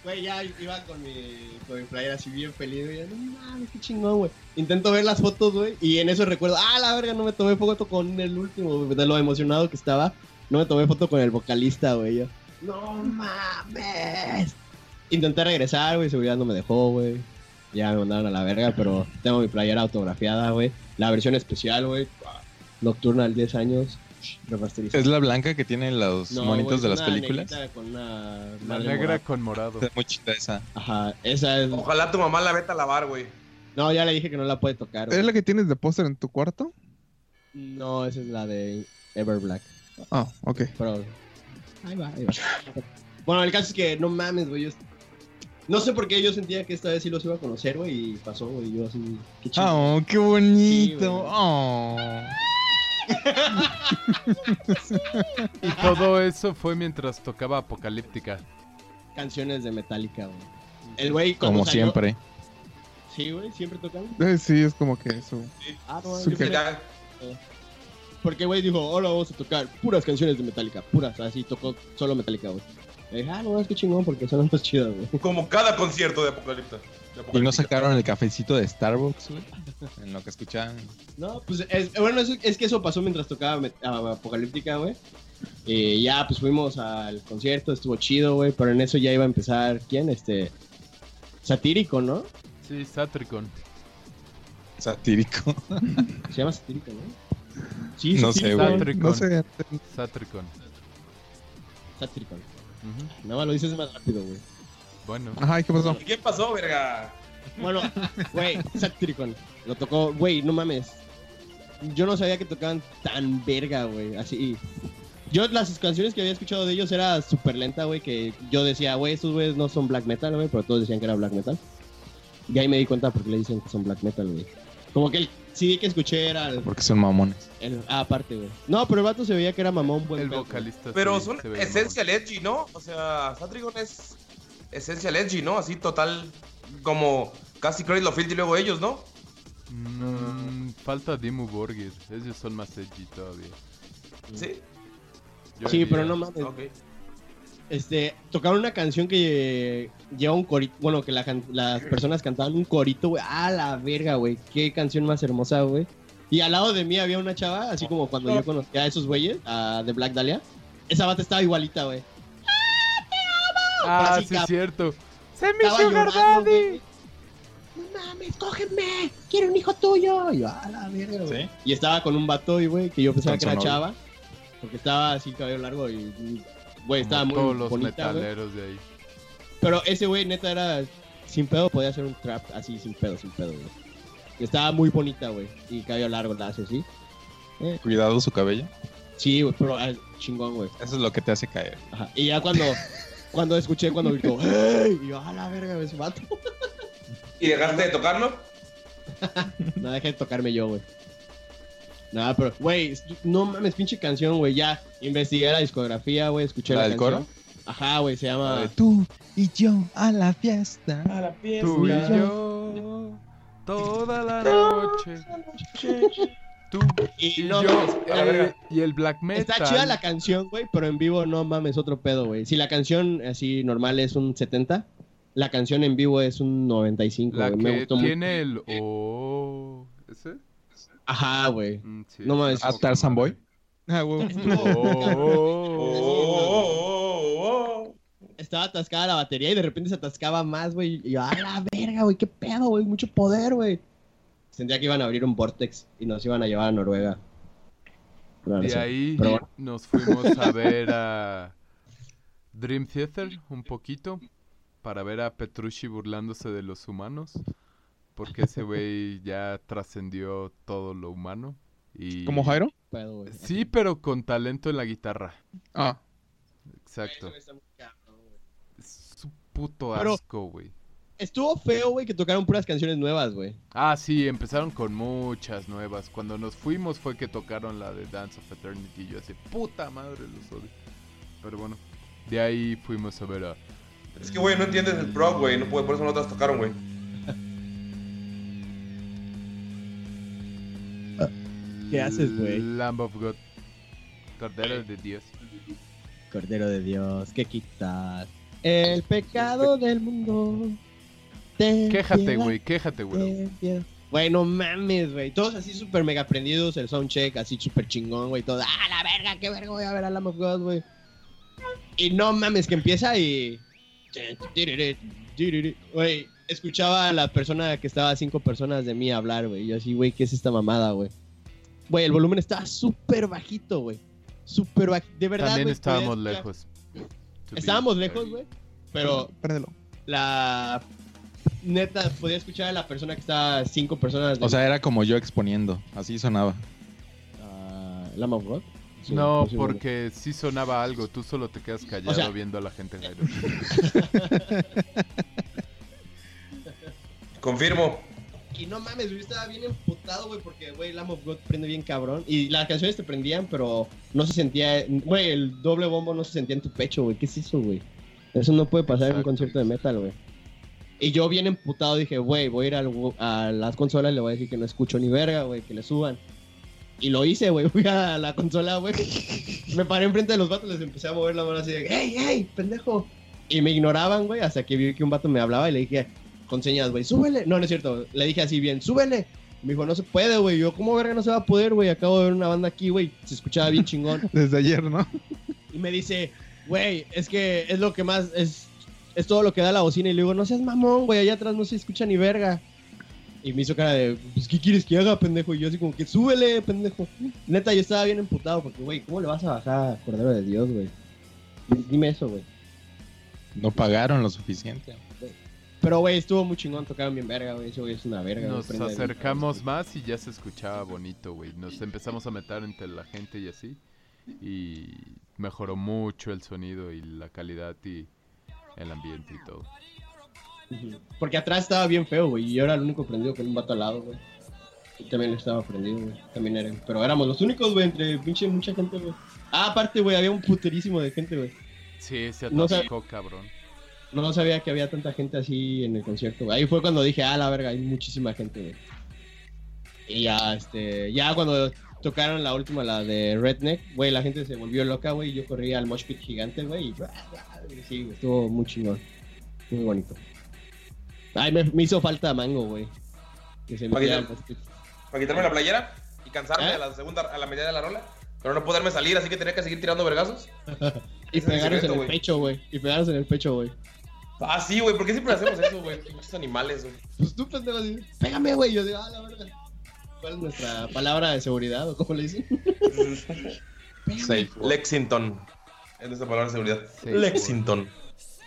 S5: güey, ya iba con mi, con mi player así bien feliz, güey. ya, No mames, qué chingón, güey. Intento ver las fotos, güey, y en eso recuerdo, ah, la verga, no me tomé foto con el último, güey, de lo emocionado que estaba. No me tomé foto con el vocalista, güey. yo, No mames. Intenté regresar, güey, seguridad no me dejó, güey. Ya me mandaron a la verga, pero tengo mi playera autografiada, güey. La versión especial, güey. Nocturnal 10 años. Remasterizada.
S8: ¿Es la blanca que tiene los
S5: No,
S8: monitos
S5: güey,
S8: de las
S5: una
S8: películas?
S5: negrita Con una
S7: La
S5: madre
S7: negra
S5: morada.
S7: con morado.
S8: Está muy chida esa.
S5: Ajá, esa es.
S6: Ojalá tu mamá la vete a lavar, güey.
S5: No, ya le dije que no la puede tocar. güey.
S9: ¿Es la que tienes de póster en tu cuarto?
S5: No, esa es la de Everblack.
S9: Ah, ok.
S5: Pero. Ahí va, ahí va. Bueno, el caso es que no mames, güey. yo- No sé por qué yo sentía que esta vez sí los iba a conocer, güey, y pasó, güey. Yo así. Qué
S9: Ah,
S5: chido.
S8: Oh, qué
S5: Sí, güey.
S8: bonito. Oh.
S7: Y todo eso fue mientras tocaba Apocalíptica.
S5: Canciones de Metallica, güey. El güey, cuando
S8: oh. Como
S5: salió-
S8: siempre.
S5: Sí, güey, siempre tocaban.
S9: Eh, sí, es como que eso.
S5: Ah, no,
S9: Sí,
S5: yo
S9: que-
S5: creo-
S6: Ya,
S5: Porque, güey, dijo, hola, vamos a tocar puras canciones de Metallica, puras. Así tocó solo Metallica, güey. Le dije, ah, no, es que chingón, porque son las más chidas, güey.
S6: como cada concierto de Apocalipto. De
S8: Y no
S6: Apocalíptica.
S8: sacaron el cafecito de Starbucks, güey. En lo que escuchaban.
S5: No, pues es, bueno, eso- es que eso pasó mientras tocaba Met- a- Apocalíptica, güey. Y ya, pues fuimos al concierto, estuvo chido, güey. Pero en eso ya iba a empezar, ¿quién? Este. Satírico, ¿no?
S7: Sí, Satricon.
S8: Satírico.
S5: Se llama Satírico, ¿no? Sí,
S8: No sé,
S5: Satírico.
S8: güey.
S7: Satricon.
S9: No sé.
S7: Satricon.
S5: Satírico.
S7: Ujú.
S5: Nada más lo dices más rápido, güey.
S7: Bueno.
S5: Ah,
S9: Ajá, ¿y qué pasó?
S6: ¿Y qué pasó, verga?
S5: Bueno, güey, Satyricon. Lo tocó, güey, no mames. Yo no sabía que tocaban tan verga, güey. Así. Yo las canciones que había escuchado de ellos era súper lenta, güey, que yo decía, güey, estos güeyes no son black metal, güey, pero todos decían que era black metal. Y ahí me di cuenta porque le dicen que son black metal, güey. Como que el CD que escuché era el,
S8: Porque son mamones.
S5: el- ah, aparte, güey. No, pero el vato se veía que era mamón, buen
S7: El
S5: pedo,
S7: vocalista.
S6: Pero
S7: sí,
S6: son
S7: se veía
S6: Essential Edgy, ¿no? O sea, Satrigon es Essential Edgy, ¿no? Así total, como casi Cradle of Filth y luego ellos, ¿no?
S7: mamón. Mm, falta Dimmu Borgir. Ellos son más edgy todavía.
S6: Sí.
S7: Yo
S5: Sí,
S7: diría-
S5: pero no mames.
S6: Ok.
S5: Este, tocaron una canción que lleva un corito, bueno, que la can- las personas cantaban un corito, güey. A la verga, güey. Qué canción más hermosa, güey. Y al lado de mí había una chava, así como cuando yo conocía a esos güeyes, a The Black Dahlia. Esa bata estaba igualita, güey.
S7: Ah,
S5: así
S7: sí,
S5: cap-
S7: cierto.
S10: ¡Se me
S5: Estaba
S10: hizo
S5: llorando,
S10: verdad!
S5: güey.
S3: No mames, cógeme.
S5: Quiero un hijo tuyo. Y yo, a la verga, güey.
S8: ¿Sí?
S5: Y estaba con un vato, y, güey, que yo pensaba
S8: Con
S5: que
S8: su
S5: era
S8: novio.
S5: chava. Porque estaba así, cabello largo, y, y, güey, estaba
S7: Como
S5: muy
S7: todos los
S5: bonita, güey.
S7: metaleros de ahí.
S5: Pero ese güey, neta, era sin pedo, podía hacer un trap así, sin pedo, sin pedo, güey. Y Estaba muy bonita, güey. Y cabello largo, la hace, ¿sí?
S8: Cuidado su cabello.
S5: Sí, güey, pero ah, chingón, güey.
S8: Eso es lo que te hace caer.
S5: Ajá. Y ya cuando, cuando escuché, cuando gritó, ¡Hey! Y yo, a la verga, güey, su vato.
S6: ¿Y dejaste de tocarlo?
S5: No dejé de tocarme yo, güey. Nada, pero, güey, es- no mames, pinche canción, güey. Ya investigué la discografía, güey, escuché
S8: ¿La
S5: la,
S8: del
S5: canción. Ajá, güey, se llama.
S8: Tú y yo a la fiesta.
S7: Tú y yo, toda la noche. Tú
S5: Y
S7: y
S5: no
S7: yo.
S5: mames,
S6: a la
S7: eh,
S6: verga.
S7: y el black metal.
S5: Está chida la canción, güey, pero en vivo no mames otro pedo, güey. Si la canción así normal es un 70, la canción en vivo es un 95,
S7: La
S5: güey. Me
S7: que
S5: gustó mucho.
S7: tiene el. Oh. ¿Ese?
S5: Ajá, güey.
S7: Mm, sí.
S5: No mames.
S7: Ah,
S8: ¿A Tarzan Boy? Ah, güey.
S7: Oh.
S6: Oh, oh, oh,
S5: Estaba atascada la batería y de repente se atascaba más, güey. Y yo, a la verga, güey, qué pedo, güey, mucho poder, güey. Sentía que iban a abrir un vortex y nos iban a llevar a Noruega. No, no
S7: De
S5: sé.
S7: ahí
S5: Pero bueno.
S7: nos fuimos a ver a Dream Theater un poquito para ver a Petrucci burlándose de los humanos. Porque ese güey ya trascendió todo lo humano. Y...
S9: ¿Como Jairo?
S5: Pedo, güey.
S7: Sí, pero con talento en la guitarra.
S9: Ah,
S7: Exacto.
S5: Eso está muy cabrón, güey.
S7: Es un puto
S5: Pero-
S7: asco, güey.
S5: Estuvo feo, güey, que tocaron puras canciones nuevas, güey.
S7: Ah, sí, empezaron con muchas nuevas. Cuando nos fuimos fue que tocaron la de Dance of Eternity. Y yo así, puta madre, los odio. Pero bueno, de ahí fuimos a ver a.
S6: oh. Es que, güey, no entiendes el prog, güey. No puede, por eso no te las tocaron, güey.
S5: ¿Qué haces, güey?
S7: Lamb of God. Cordero de Dios.
S5: Cordero de Dios, que quitas el pecado del mundo. Ten
S7: Quéjate,
S5: piedad,
S7: güey, quéjate, güey.
S5: ten piedad. Güey, no mames, güey. Todos así súper mega prendidos, el soundcheck así súper chingón, güey. Todo, ah, la verga, qué verga voy a ver a Lamb of God, güey. Y no mames, que empieza y... Güey, escuchaba a la persona que estaba a cinco personas de mí hablar, güey. Y Yo así, güey, ¿qué es esta mamada, güey? Güey, el volumen estaba súper bajito, güey. Súper bajito. De verdad,
S7: También
S5: güey,
S7: estábamos
S5: podías escuchar-
S7: lejos. To be
S5: Estábamos
S7: fair.
S5: lejos, güey. Pero
S9: préndelo.
S5: la neta podía escuchar a la persona que está cinco personas. de-
S8: O sea, era como yo exponiendo. Así sonaba.
S5: Ah, Lamb of God. Sí,
S7: No,
S5: posiblemente.
S7: porque sí sonaba algo. Tú solo te quedas callado
S5: O sea-
S7: viendo a la gente, Jairo.
S6: Confirmo.
S5: Y no mames, yo estaba bien emputado, güey, porque, güey, Lamb of God prende bien cabrón. Y las canciones te prendían, pero no se sentía. Güey, el doble bombo no se sentía en tu pecho, güey. ¿Qué es eso, güey? Eso no puede pasar en un
S7: Exacto.
S5: concierto de metal, güey. Y yo bien emputado dije, güey, voy a ir al wo- a las consolas y le voy a decir que no escucho ni verga, güey, que le suban. Y lo hice, güey, fui a la consola, güey. Me paré enfrente de los vatos, les empecé a mover la mano así de, hey, hey, pendejo. Y me ignoraban, güey, hasta que vi que un vato me hablaba y le dije, con señas, güey, súbele. No, no es cierto. Le dije así bien, súbele. Me dijo, no se puede, güey. Yo, ¿cómo verga no se va a poder, güey? Acabo de ver una banda aquí, güey. Se escuchaba bien chingón.
S9: Desde ayer, ¿no?
S5: Y me dice, güey, es que es lo que más, es, es todo lo que da la bocina. Y le digo, no seas mamón, güey, allá atrás no se escucha ni verga. Y me hizo cara de, pues, ¿qué quieres que haga, pendejo? Y yo así como que, súbele, pendejo. Neta, yo estaba bien emputado porque, güey, ¿cómo le vas a bajar a Cordero de Dios, güey? Dime eso, güey.
S8: No pagaron lo suficiente.
S5: Pero, güey, estuvo muy chingón, tocaron bien verga, güey. Ese güey es una verga. güey,
S7: Nos
S5: Eh, prende bien.
S7: acercamos más y ya se escuchaba bonito, güey. Nos empezamos a meter entre la gente y así. Y mejoró mucho el sonido y la calidad y el ambiente y todo.
S5: Ujú. Porque atrás estaba bien feo, güey. Y yo era el único prendido con un vato al lado, güey. Y también estaba prendido, güey. También era. Pero éramos los únicos, güey, entre pinche mucha gente, güey. Ah, aparte, güey, había un puterísimo de gente, güey.
S7: Sí, se
S5: No sé.
S7: atascó, cabrón.
S5: No sabía que había tanta gente así en el concierto, güey. Ahí fue cuando dije, ah, la verga, hay muchísima gente, güey. Y ya, este, ya cuando tocaron la última, la de Redneck, güey, la gente se volvió loca, güey, y yo corrí al mosh pit gigante, güey, y sí, güey, estuvo muy chingón, muy bonito. Ay, me, me hizo falta Mango, güey, que se metiera al mosh pit.
S6: Para quitarme la playera y cansarme
S5: ¿Eh?
S6: a la segunda, a la mitad de la rola. Pero no poderme salir, así que tenía que seguir tirando vergazos.
S5: Y
S6: Ese es el
S5: pegarnos en
S6: secreto,
S5: el
S6: güey.
S5: pecho, güey, y pegarnos en el pecho, güey.
S6: Ah, sí, güey, ¿por qué siempre hacemos eso, güey? Muchos animales, güey.
S5: Pues tú, pendejo, así, pégame, güey, yo digo, ah, la verga. ¿Cuál es nuestra palabra de seguridad o cómo le dicen?
S8: Safe.
S6: Lexington. Es nuestra palabra de seguridad.
S7: Sí,
S6: Lexington.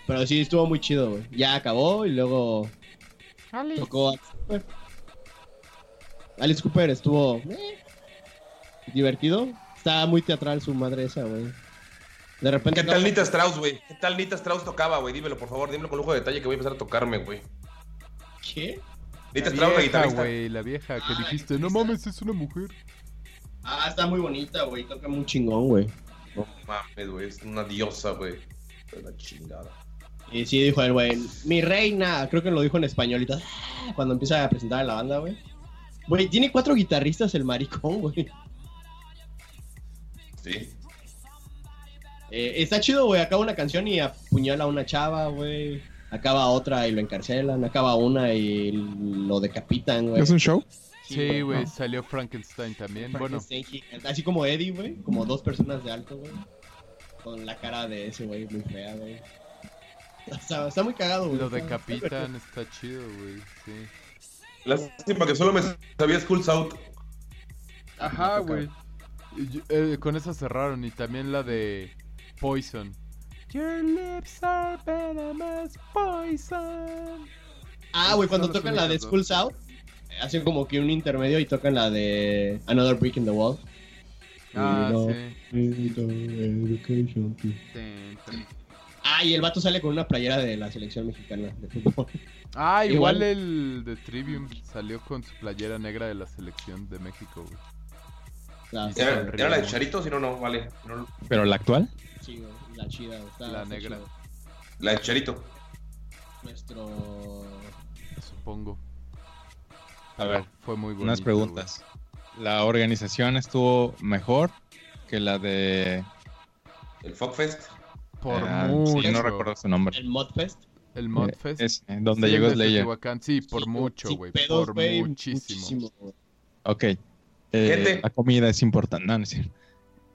S5: Pero sí, estuvo muy chido, güey. Ya acabó y luego
S10: Alex.
S5: tocó Alice Cooper. Alice Cooper estuvo eh, divertido. Estaba muy teatral su madre esa, güey. De repente.
S6: ¿Qué tal Nita Strauss, güey? ¿Qué tal Nita Strauss tocaba, güey? Dímelo, por favor, dímelo con lujo de detalle que voy a empezar a tocarme, güey.
S5: ¿Qué?
S6: Nita
S7: La
S6: Strauss, la
S7: vieja,
S6: guitarrista.
S7: güey, la vieja que
S5: Ah, la
S7: dijiste, no
S5: guitarrista.
S7: mames, es una mujer.
S5: Ah, está muy bonita, güey. Toca muy chingón, güey.
S6: No mames, güey, es una diosa, güey. Es una chingada.
S5: Y sí, dijo el güey, mi reina. Creo que lo dijo en español y tal. Cuando empieza a presentar a la banda, güey. Güey, tiene cuatro guitarristas el maricón, güey.
S6: Sí.
S5: Eh, está chido, güey. Acaba una canción y apuñala a una chava, güey. Acaba otra y lo encarcelan. Acaba una y lo decapitan, güey.
S9: ¿Es un show?
S7: Sí, güey,
S9: no.
S7: salió Frankenstein también. Bueno,
S5: Frankenstein gigante. Así como Eddie, güey. Como dos personas de alto, güey. Con la cara de ese, güey, muy fea, güey. Está, está muy cagado, güey.
S7: lo
S5: Está- está
S7: decapitan, está chido, güey. Sí.
S6: Lástima que solo me sabía School's Out.
S7: Ajá, güey. Y yo- eh, con esa cerraron y también la de Poison. Your lips are venomous poison.
S5: Ah, güey, cuando
S7: Son las
S5: tocan la de
S7: únicas dos.
S5: School's Out, eh, hacen como que un intermedio y tocan la de Another Brick in the Wall.
S7: Ah,
S5: no. Ah,
S7: sí. Ten, ten.
S5: y el vato sale con una playera de la selección mexicana de fútbol.
S7: Ah, igual,
S5: Igual-
S7: el de Trivium salió con su playera negra de la selección de México, güey.
S5: La,
S7: Sí,
S6: ¿Era,
S7: sonríe,
S6: era la de
S7: ¿no?
S6: Charito? Si no, no, vale. No,
S8: ¿Pero la actual?
S5: sí, güey, la chida. güey, está-
S7: La
S5: está
S7: negra.
S5: chido.
S6: la de Charito.
S5: Nuestro...
S7: Supongo.
S8: A ver,
S7: Fue muy bueno.
S8: unas preguntas. ¿La organización estuvo mejor que la de...
S6: El Fogfest.
S7: Por
S8: ah,
S7: mucho.
S8: sí, no recuerdo su nombre.
S5: El Modfest.
S7: El Modfest.
S8: Es, eh, donde
S7: Sí,
S8: llegó
S7: el de
S8: Slayer.
S7: Teotihuacán, Sí, por
S5: Sin-
S7: mucho,
S5: sin
S7: güey.
S5: pedos,
S7: Por
S5: güey,
S7: muchísimo.
S5: güey.
S8: Ok. Eh,
S6: Gente.
S8: La comida es importante. No, no es cierto.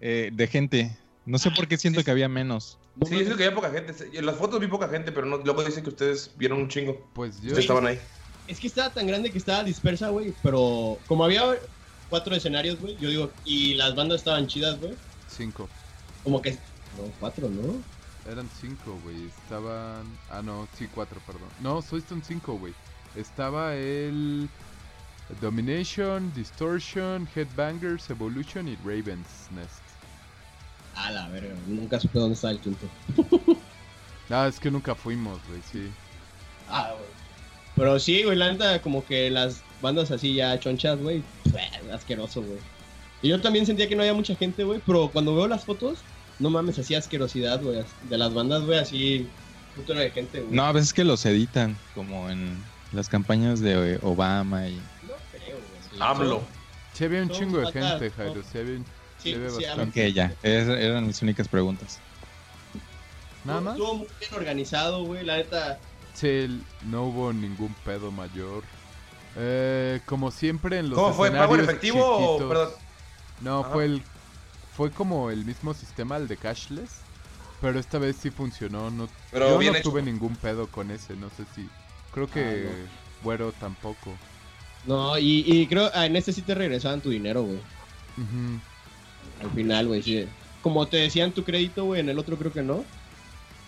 S8: Eh, de gente. No sé por qué siento que había menos.
S5: No
S6: Sí,
S5: mames,
S6: dice que había poca gente. Se- En las fotos vi poca gente, pero no, luego dice que ustedes vieron un chingo.
S7: Pues yo.
S6: Ustedes estaban ahí.
S5: Es que estaba tan grande que estaba dispersa, güey. Pero como había cuatro escenarios, güey, yo digo, y las bandas estaban chidas, güey.
S7: Cinco.
S5: Como que... No, cuatro, ¿no?
S7: Eran cinco, güey. Estaban. Ah, no, sí, cuatro, perdón. No, son cinco, güey. Estaba el. Domination, Distortion, Headbangers, Evolution y Raven's Nest.
S5: A la verga, güey, nunca supe dónde estaba el quinto.
S7: Ah, es que nunca fuimos, güey, sí.
S5: Ah, güey. Pero sí, güey, la neta, como que las bandas así ya chonchas, güey. pues, Asqueroso, güey. Y yo también sentía que no había mucha gente, güey. Pero cuando veo las fotos, no mames, así asquerosidad, güey. as- De las bandas, güey, así. Putero de gente, güey.
S8: No, a veces que los editan, como en las campañas de eh, Obama y...
S5: No creo, güey.
S6: AMLO.
S7: Sí, había un
S5: Todos
S7: chingo de
S5: fatal,
S7: gente,
S5: ¿no?
S7: Jairo. Sí, había un-
S5: Sí,
S7: Debe
S5: sí,
S7: bastante.
S8: Ok, ya. Es- eran mis únicas preguntas.
S7: Nada más.
S5: Estuvo muy bien organizado, güey. La neta,
S7: Sí, el- no hubo ningún pedo mayor. Eh, como siempre en los
S6: ¿Cómo fue? ¿Pago en
S7: escenarios
S6: efectivo o-
S7: chiquitos-
S6: perdón?
S7: No,
S6: Ajá.
S7: fue el fue como el mismo sistema el de cashless, pero esta vez sí funcionó, no
S6: Pero
S7: yo
S6: bien
S7: no
S6: hecho.
S7: tuve ningún pedo con ese, no sé si creo que
S5: Ah,
S7: Güero tampoco.
S5: no, y, y creo ah, en este sí te regresaban tu dinero, güey.
S7: Ujú.
S5: Al final, güey, sí. Como te decían tu crédito, güey, en el otro creo que no.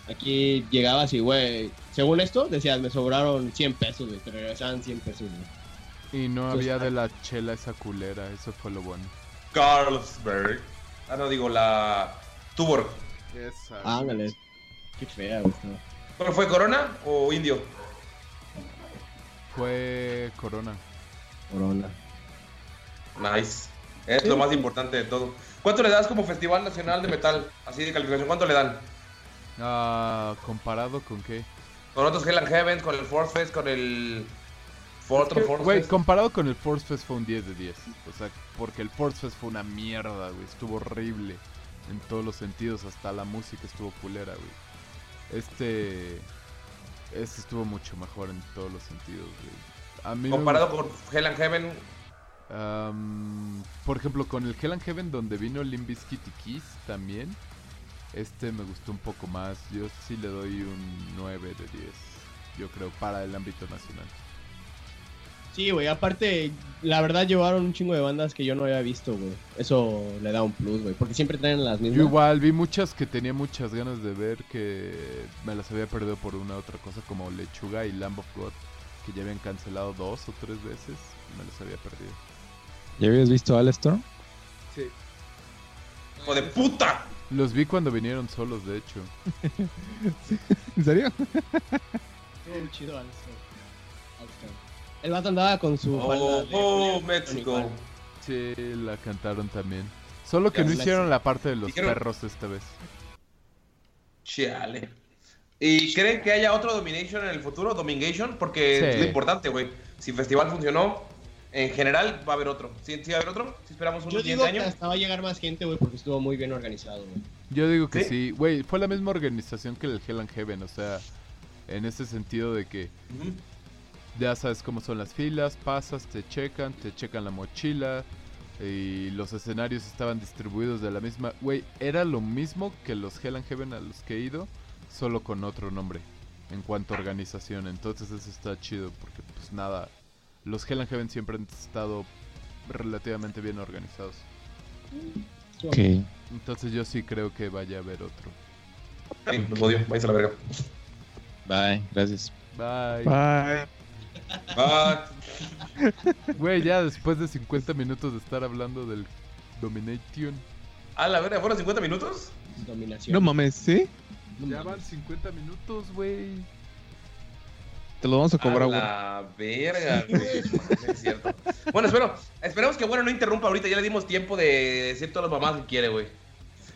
S5: Aquí llegabas y, güey, según esto, decías, me sobraron 100 pesos, güey. Te regresaban 100 pesos, güey.
S7: Y no
S5: Entonces,
S7: había de
S5: ah.
S7: la chela esa culera, eso fue lo bueno.
S6: Carlsberg. Ah, no, digo, la Tuborg.
S5: Ándale. Qué fea, güey. estaba.
S6: ¿Pero fue Corona o Indio?
S7: Fue Corona.
S5: Corona.
S6: Nice. Es lo más importante de todo. ¿Cuánto le das como Festival Nacional de Metal? Así de calificación, ¿cuánto le dan?
S7: Ah, comparado con qué?
S6: Con otros Hell and Heaven, con el Force Fest, con el Fue otro
S7: Que,
S6: Force
S7: Güey,
S6: Fest.
S7: comparado con el Force Fest fue un 10 de 10. O sea, porque el Force Fest fue una mierda, güey. Estuvo horrible en todos los sentidos. Hasta la música estuvo culera, güey. Este. Este estuvo mucho mejor en todos los sentidos, güey. A mí me
S6: Comparado con Hell and Heaven,
S7: Am, por ejemplo, con el Hell and Heaven, donde vino Limp Bizkit y Kiss también, este me gustó un poco más. Yo sí le doy un 9 de 10, yo creo, para el ámbito nacional.
S5: Sí, güey, aparte, la verdad llevaron un chingo de bandas que yo no había visto, güey. Eso le da un plus, güey, porque siempre traen las
S7: Yo
S5: mismas.
S7: igual vi muchas que tenía muchas ganas de ver que me las había perdido por una u otra cosa, como Lechuga y Lamb of God, que ya habían cancelado dos o tres veces, me las había perdido.
S8: ¿Ya habías visto Alistair?
S6: hijo de puta.
S7: Los vi cuando vinieron solos, de hecho.
S9: ¿En serio?
S5: Estuvo muy chido, Alistair. Alistair. El vato andaba con su falda
S6: Oh,
S5: de-
S6: oh, México.
S7: Sí, la cantaron también. Solo que
S6: Ya,
S7: no
S6: la
S7: hicieron la parte de los
S6: Dijeron-
S7: perros esta vez.
S6: Chale. ¿Y creen que haya otro Domination en el futuro? ¿Domination? Porque es
S7: Sí.
S6: lo importante, güey. Si el festival funcionó, en general va a haber otro. ¿Sí, sí va a haber otro? ¿Sí esperamos uno
S5: Yo
S6: el
S5: digo
S6: siguiente
S5: que
S6: año?
S5: hasta va a llegar más gente, güey, porque estuvo muy bien organizado, güey.
S7: Yo digo que
S6: ¿Sí?
S7: sí, güey, fue la misma organización que el Hell and Heaven, o sea, en ese sentido de que
S6: Ujú.
S7: ya sabes cómo son las filas, pasas, te checan, te checan la mochila y los escenarios estaban distribuidos de la misma, güey, era lo mismo que los Hell and Heaven a los que he ido, solo con otro nombre en cuanto a organización, entonces eso está chido porque pues nada, los Hell and Heaven siempre han estado relativamente bien organizados.
S8: Ok.
S7: Entonces yo sí creo que vaya a haber otro.
S6: Sí, los odio. Váyanse a la verga.
S8: Bye, gracias.
S7: Bye.
S9: Bye.
S6: Ah,
S7: Güey, ya después de 50 minutos de estar hablando del Domination.
S6: a la verga, ¿fueron 50 minutos?
S5: Dominación.
S9: No mames, ¿sí?
S7: Ya van 50 minutos, güey.
S9: Te lo vamos a cobrar,
S6: a
S9: güey.
S6: la verga, güey. No es cierto. Bueno, espero, esperemos que bueno no interrumpa ahorita. Ya le dimos tiempo de decir todas las mamás que quiere, güey.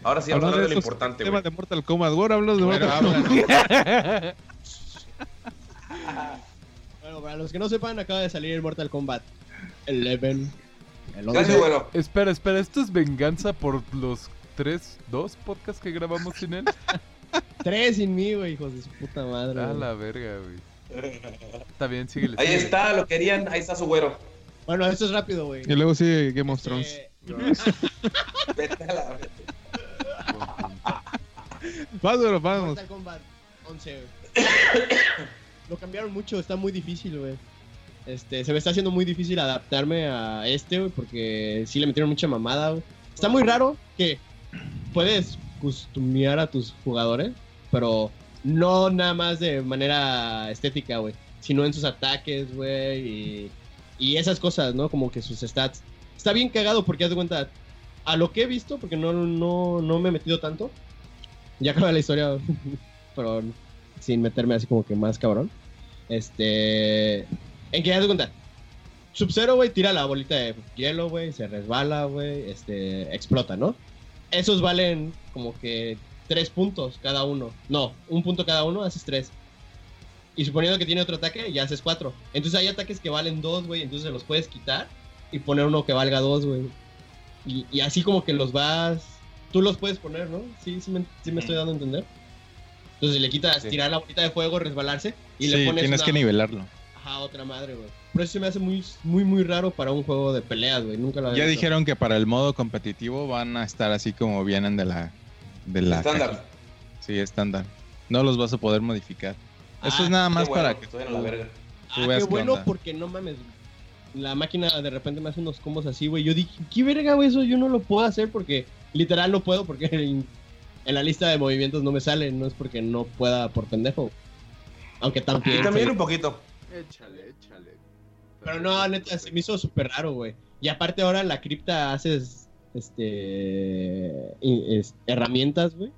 S6: Ahora sí vamos a hablar de lo
S9: esos
S6: importante,
S9: temas
S6: güey.
S9: de Mortal Kombat, güey. Hablas de
S6: Bueno,
S9: Mortal Kombat.
S6: hablan.
S5: Bueno, para los que no sepan, acaba de salir el Mortal Kombat 11. El 11.
S6: Gracias, bueno.
S7: Espera, espera, ¿esto es venganza por los 3, 2 podcasts que grabamos sin él?
S5: Tres sin mí, güey, hijos de su puta madre.
S7: A
S5: güey.
S7: la verga, güey. Está bien, síguele.
S6: Ahí
S7: síguele.
S6: está, lo querían, ahí está su güero.
S5: Bueno, esto es rápido, güey.
S9: Y luego sigue Game of Thrones.
S5: Eh,
S6: Vete a la verga.
S9: Vas, güey, vamos.
S5: Mortal Kombat 11, güey. Lo cambiaron mucho, está muy difícil, güey. Este, se me está haciendo muy difícil adaptarme a este, güey, porque sí le metieron mucha mamada, güey. Está muy raro que puedes customiar a tus jugadores, pero no nada más de manera estética, güey, sino en sus ataques, güey, y, y esas cosas, ¿no? Como que sus stats. Está bien cagado porque, haz de cuenta, a lo que he visto, porque no, no, no me he metido tanto, ya acaba la historia, pero sin meterme así como que más cabrón. Este. En que ya te cuenta. Sub-Zero, güey, tira la bolita de hielo, güey, se resbala, güey, este, explota, ¿no? Esos valen como que tres puntos cada uno. No, un punto cada uno, haces tres. Y suponiendo que tiene otro ataque, ya haces cuatro. Entonces hay ataques que valen dos, güey, entonces los puedes quitar y poner uno que valga dos, güey. Y, y así como que los vas. Tú los puedes poner, ¿no? Sí, sí me, sí me estoy dando a entender. Entonces le quitas
S6: Sí.
S5: tirar la bolita de fuego, resbalarse y
S8: sí,
S5: le pones.
S8: tienes
S5: una-
S8: que nivelarlo.
S5: Ajá, otra madre, güey. Pero eso se me hace muy, muy, muy raro para un juego de peleas, güey. Nunca lo había
S8: Ya
S5: visto.
S8: dijeron que para el modo competitivo van a estar así como vienen de la... De la
S6: Estándar.
S8: caja. Sí, estándar. No los vas a poder modificar. Eso
S5: Ah,
S8: es nada
S6: Qué
S8: más
S6: bueno,
S8: para que...
S6: estoy en la verga.
S8: tú
S5: Ah,
S8: veas
S5: qué
S8: qué
S5: bueno,
S8: onda.
S5: porque no mames. güey. La máquina de repente me hace unos combos así, güey. Yo dije, ¿qué verga, güey? Eso yo no lo puedo hacer porque literal no puedo porque en, en la lista de movimientos no me sale. No es porque no pueda por pendejo. güey. Aunque también.
S6: Y también un poquito.
S7: Échale, échale.
S5: Pero no, neta, se me hizo súper raro, güey. Y aparte ahora en la cripta haces este i- es- herramientas, güey.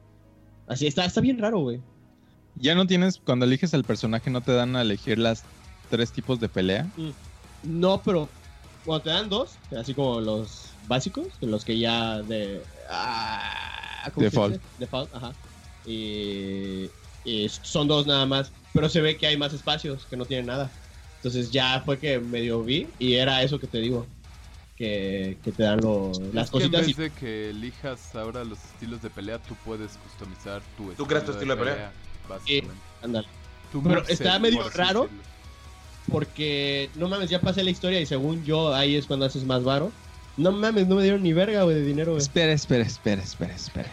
S5: Así está, está bien raro, güey.
S8: Ya no tienes... Cuando eliges al personaje no te dan a elegir las tres tipos de pelea.
S5: No, pero cuando te dan dos, así como los básicos, los que ya de. ah, ¿cómo se
S8: Default.
S5: dice? Default, ajá. Y, y son dos nada más, pero se ve que hay más espacios que no tienen nada. Entonces ya fue que medio vi y era eso que te digo. Que, que te dan lo- las
S7: Es que
S5: cositas
S7: en
S5: y
S7: vez de que elijas ahora los estilos de pelea, tú puedes customizar tu estilo.
S6: creas tu estilo de pelea.
S7: Básicamente.
S5: ándale.
S7: Tu
S5: Pero
S7: moveset,
S5: está medio
S7: por así
S5: raro.
S7: decirlo.
S5: Porque no mames, ya pasé la historia y según yo ahí es cuando haces más varo. No mames, no me dieron ni verga, güey, de dinero, güey.
S8: Espera, espera, espera, espera, espera.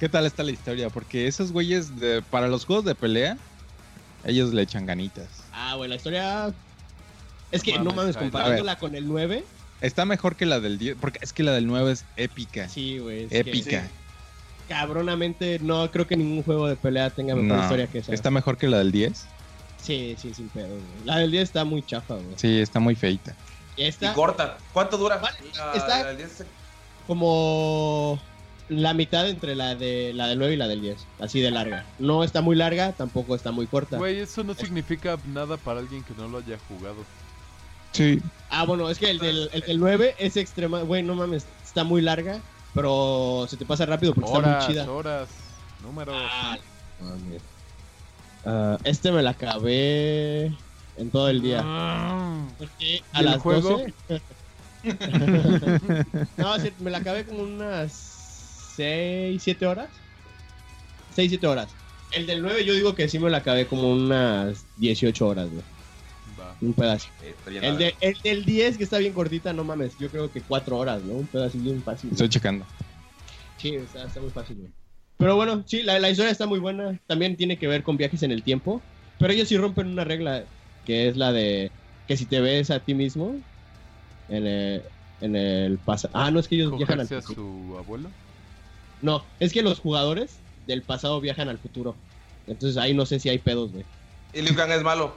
S8: ¿Qué tal está la historia? Porque esos güeyes, de- para los juegos de pelea, ellos le echan ganitas.
S5: Ah, güey, la historia... Es que
S7: No
S5: no
S7: mames,
S5: mames,
S7: ahí está.
S5: comparándola con el 9,
S8: Está mejor que la del 10, porque es que la del 9 es épica.
S5: sí, güey. es que
S8: épica.
S4: Sí.
S5: cabronamente, no creo que ningún juego de pelea tenga mejor
S8: No,
S5: historia que esa.
S8: ¿Está mejor que la del 10?
S5: Sí, sí, sin pedo, güey. La del 10 está muy chafa, güey.
S8: Sí, está muy feita.
S5: Esta,
S6: Y corta. ¿Cuánto dura?
S5: Vale,
S6: La-
S5: está-
S6: la- el diez- eh,
S5: como la mitad entre la de la del 9 y la del 10, así de larga. No está muy larga, tampoco está muy corta.
S7: Güey, eso no significa nada para alguien que no lo haya jugado.
S9: Sí.
S5: Ah, bueno, es que el del, el del 9 es extrema, güey, no mames, está muy larga, pero se te pasa rápido porque
S7: horas,
S5: está muy chida.
S7: horas, números.
S5: Ah, mames. Ah, este me la acabé en todo el día. Porque a
S7: Ah. ¿Y el
S5: las
S7: juego?
S5: 12. no, es cierto, me la acabé como unas 6, 7 horas. 6, 7 horas. El del 9 yo digo que sí me la acabé como unas 18 horas, güey.
S7: Va.
S5: Un pedacito.
S6: Eh, está bien,
S5: El,
S6: la-
S5: de, el del 10 que está bien cortita, no mames. Yo creo que 4 horas, ¿no? Un pedacito bien fácil. güey.
S8: Estoy checando.
S5: Sí, está, está muy fácil, güey. Pero bueno, sí, la, la historia está muy buena. También tiene que ver con viajes en el tiempo. Pero ellos sí rompen una regla, que es la de que si te ves a ti mismo en el, en el pasado... Ah, no, es que ellos viajan al
S7: ¿Cogerse a
S5: futuro.
S7: su abuelo?
S5: No, es que los jugadores del pasado viajan al futuro. Entonces ahí no sé si hay pedos, güey.
S6: Y Liu Kang es malo.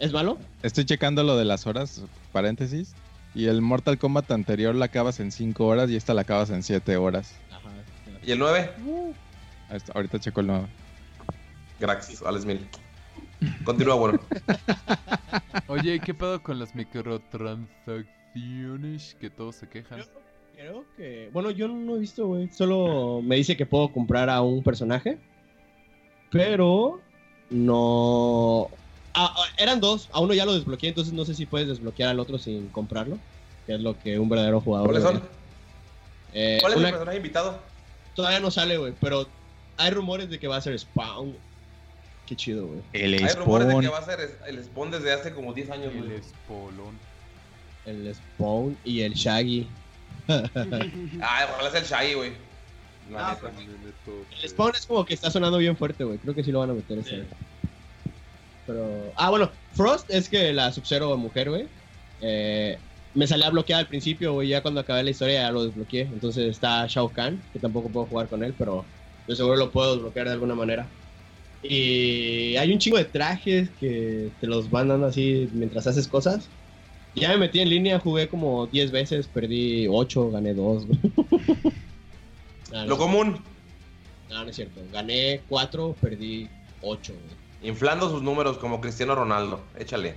S5: ¿Es malo?
S8: Estoy checando lo de las horas, paréntesis. Y el Mortal Kombat anterior la acabas en 5 horas y esta la acabas en 7 horas.
S5: Ajá.
S6: ¿Y el 9?
S8: Hasta- Ahorita checo el nuevo.
S6: Grax, Alex Mil. Continúa, bueno.
S7: Oye, ¿y qué pedo con las microtransacciones que todos se quejan?
S5: Creo que... Bueno, yo no he visto, güey. Solo me dice que puedo comprar a un personaje. Pero... No... Ah, ah, eran dos. A uno ya lo desbloqueé, entonces no sé si puedes desbloquear al otro sin comprarlo. Que es lo que un verdadero jugador...
S6: ¿Cuáles son?
S5: debería. Eh,
S6: ¿Cuál es
S5: una-
S6: el personaje invitado?
S5: Todavía no sale, güey. Pero hay rumores de que va a ser Spawn. Qué chido, güey.
S8: El
S6: Hay rumores de
S8: Spawn.
S6: que va a ser es- el Spawn desde hace como 10 años,
S7: El
S6: güey.
S7: espolón.
S5: El Spawn y el Shaggy.
S6: Ah, ojalá sea el Shai, güey.
S7: Ah,
S6: La neta.
S5: Ah,
S7: pues,
S5: El Spawn es como que está sonando bien fuerte, güey. Creo que sí lo van a meter ese. Pero. Ah, bueno, Frost es que la Sub-Zero mujer, güey. eh, me salía bloqueada al principio, güey. Ya cuando acabé la historia ya lo desbloqueé. Entonces está Shao Kahn, que tampoco puedo jugar con él, pero yo seguro lo puedo desbloquear de alguna manera. Y hay un chingo de trajes que te los van dando así mientras haces cosas. Ya me metí en línea, jugué como 10 veces, perdí 8, gané Ah, 2.
S6: Lo común,
S5: No, no es cierto. Gané 4, perdí 8,
S6: inflando sus números como Cristiano Ronaldo. Échale.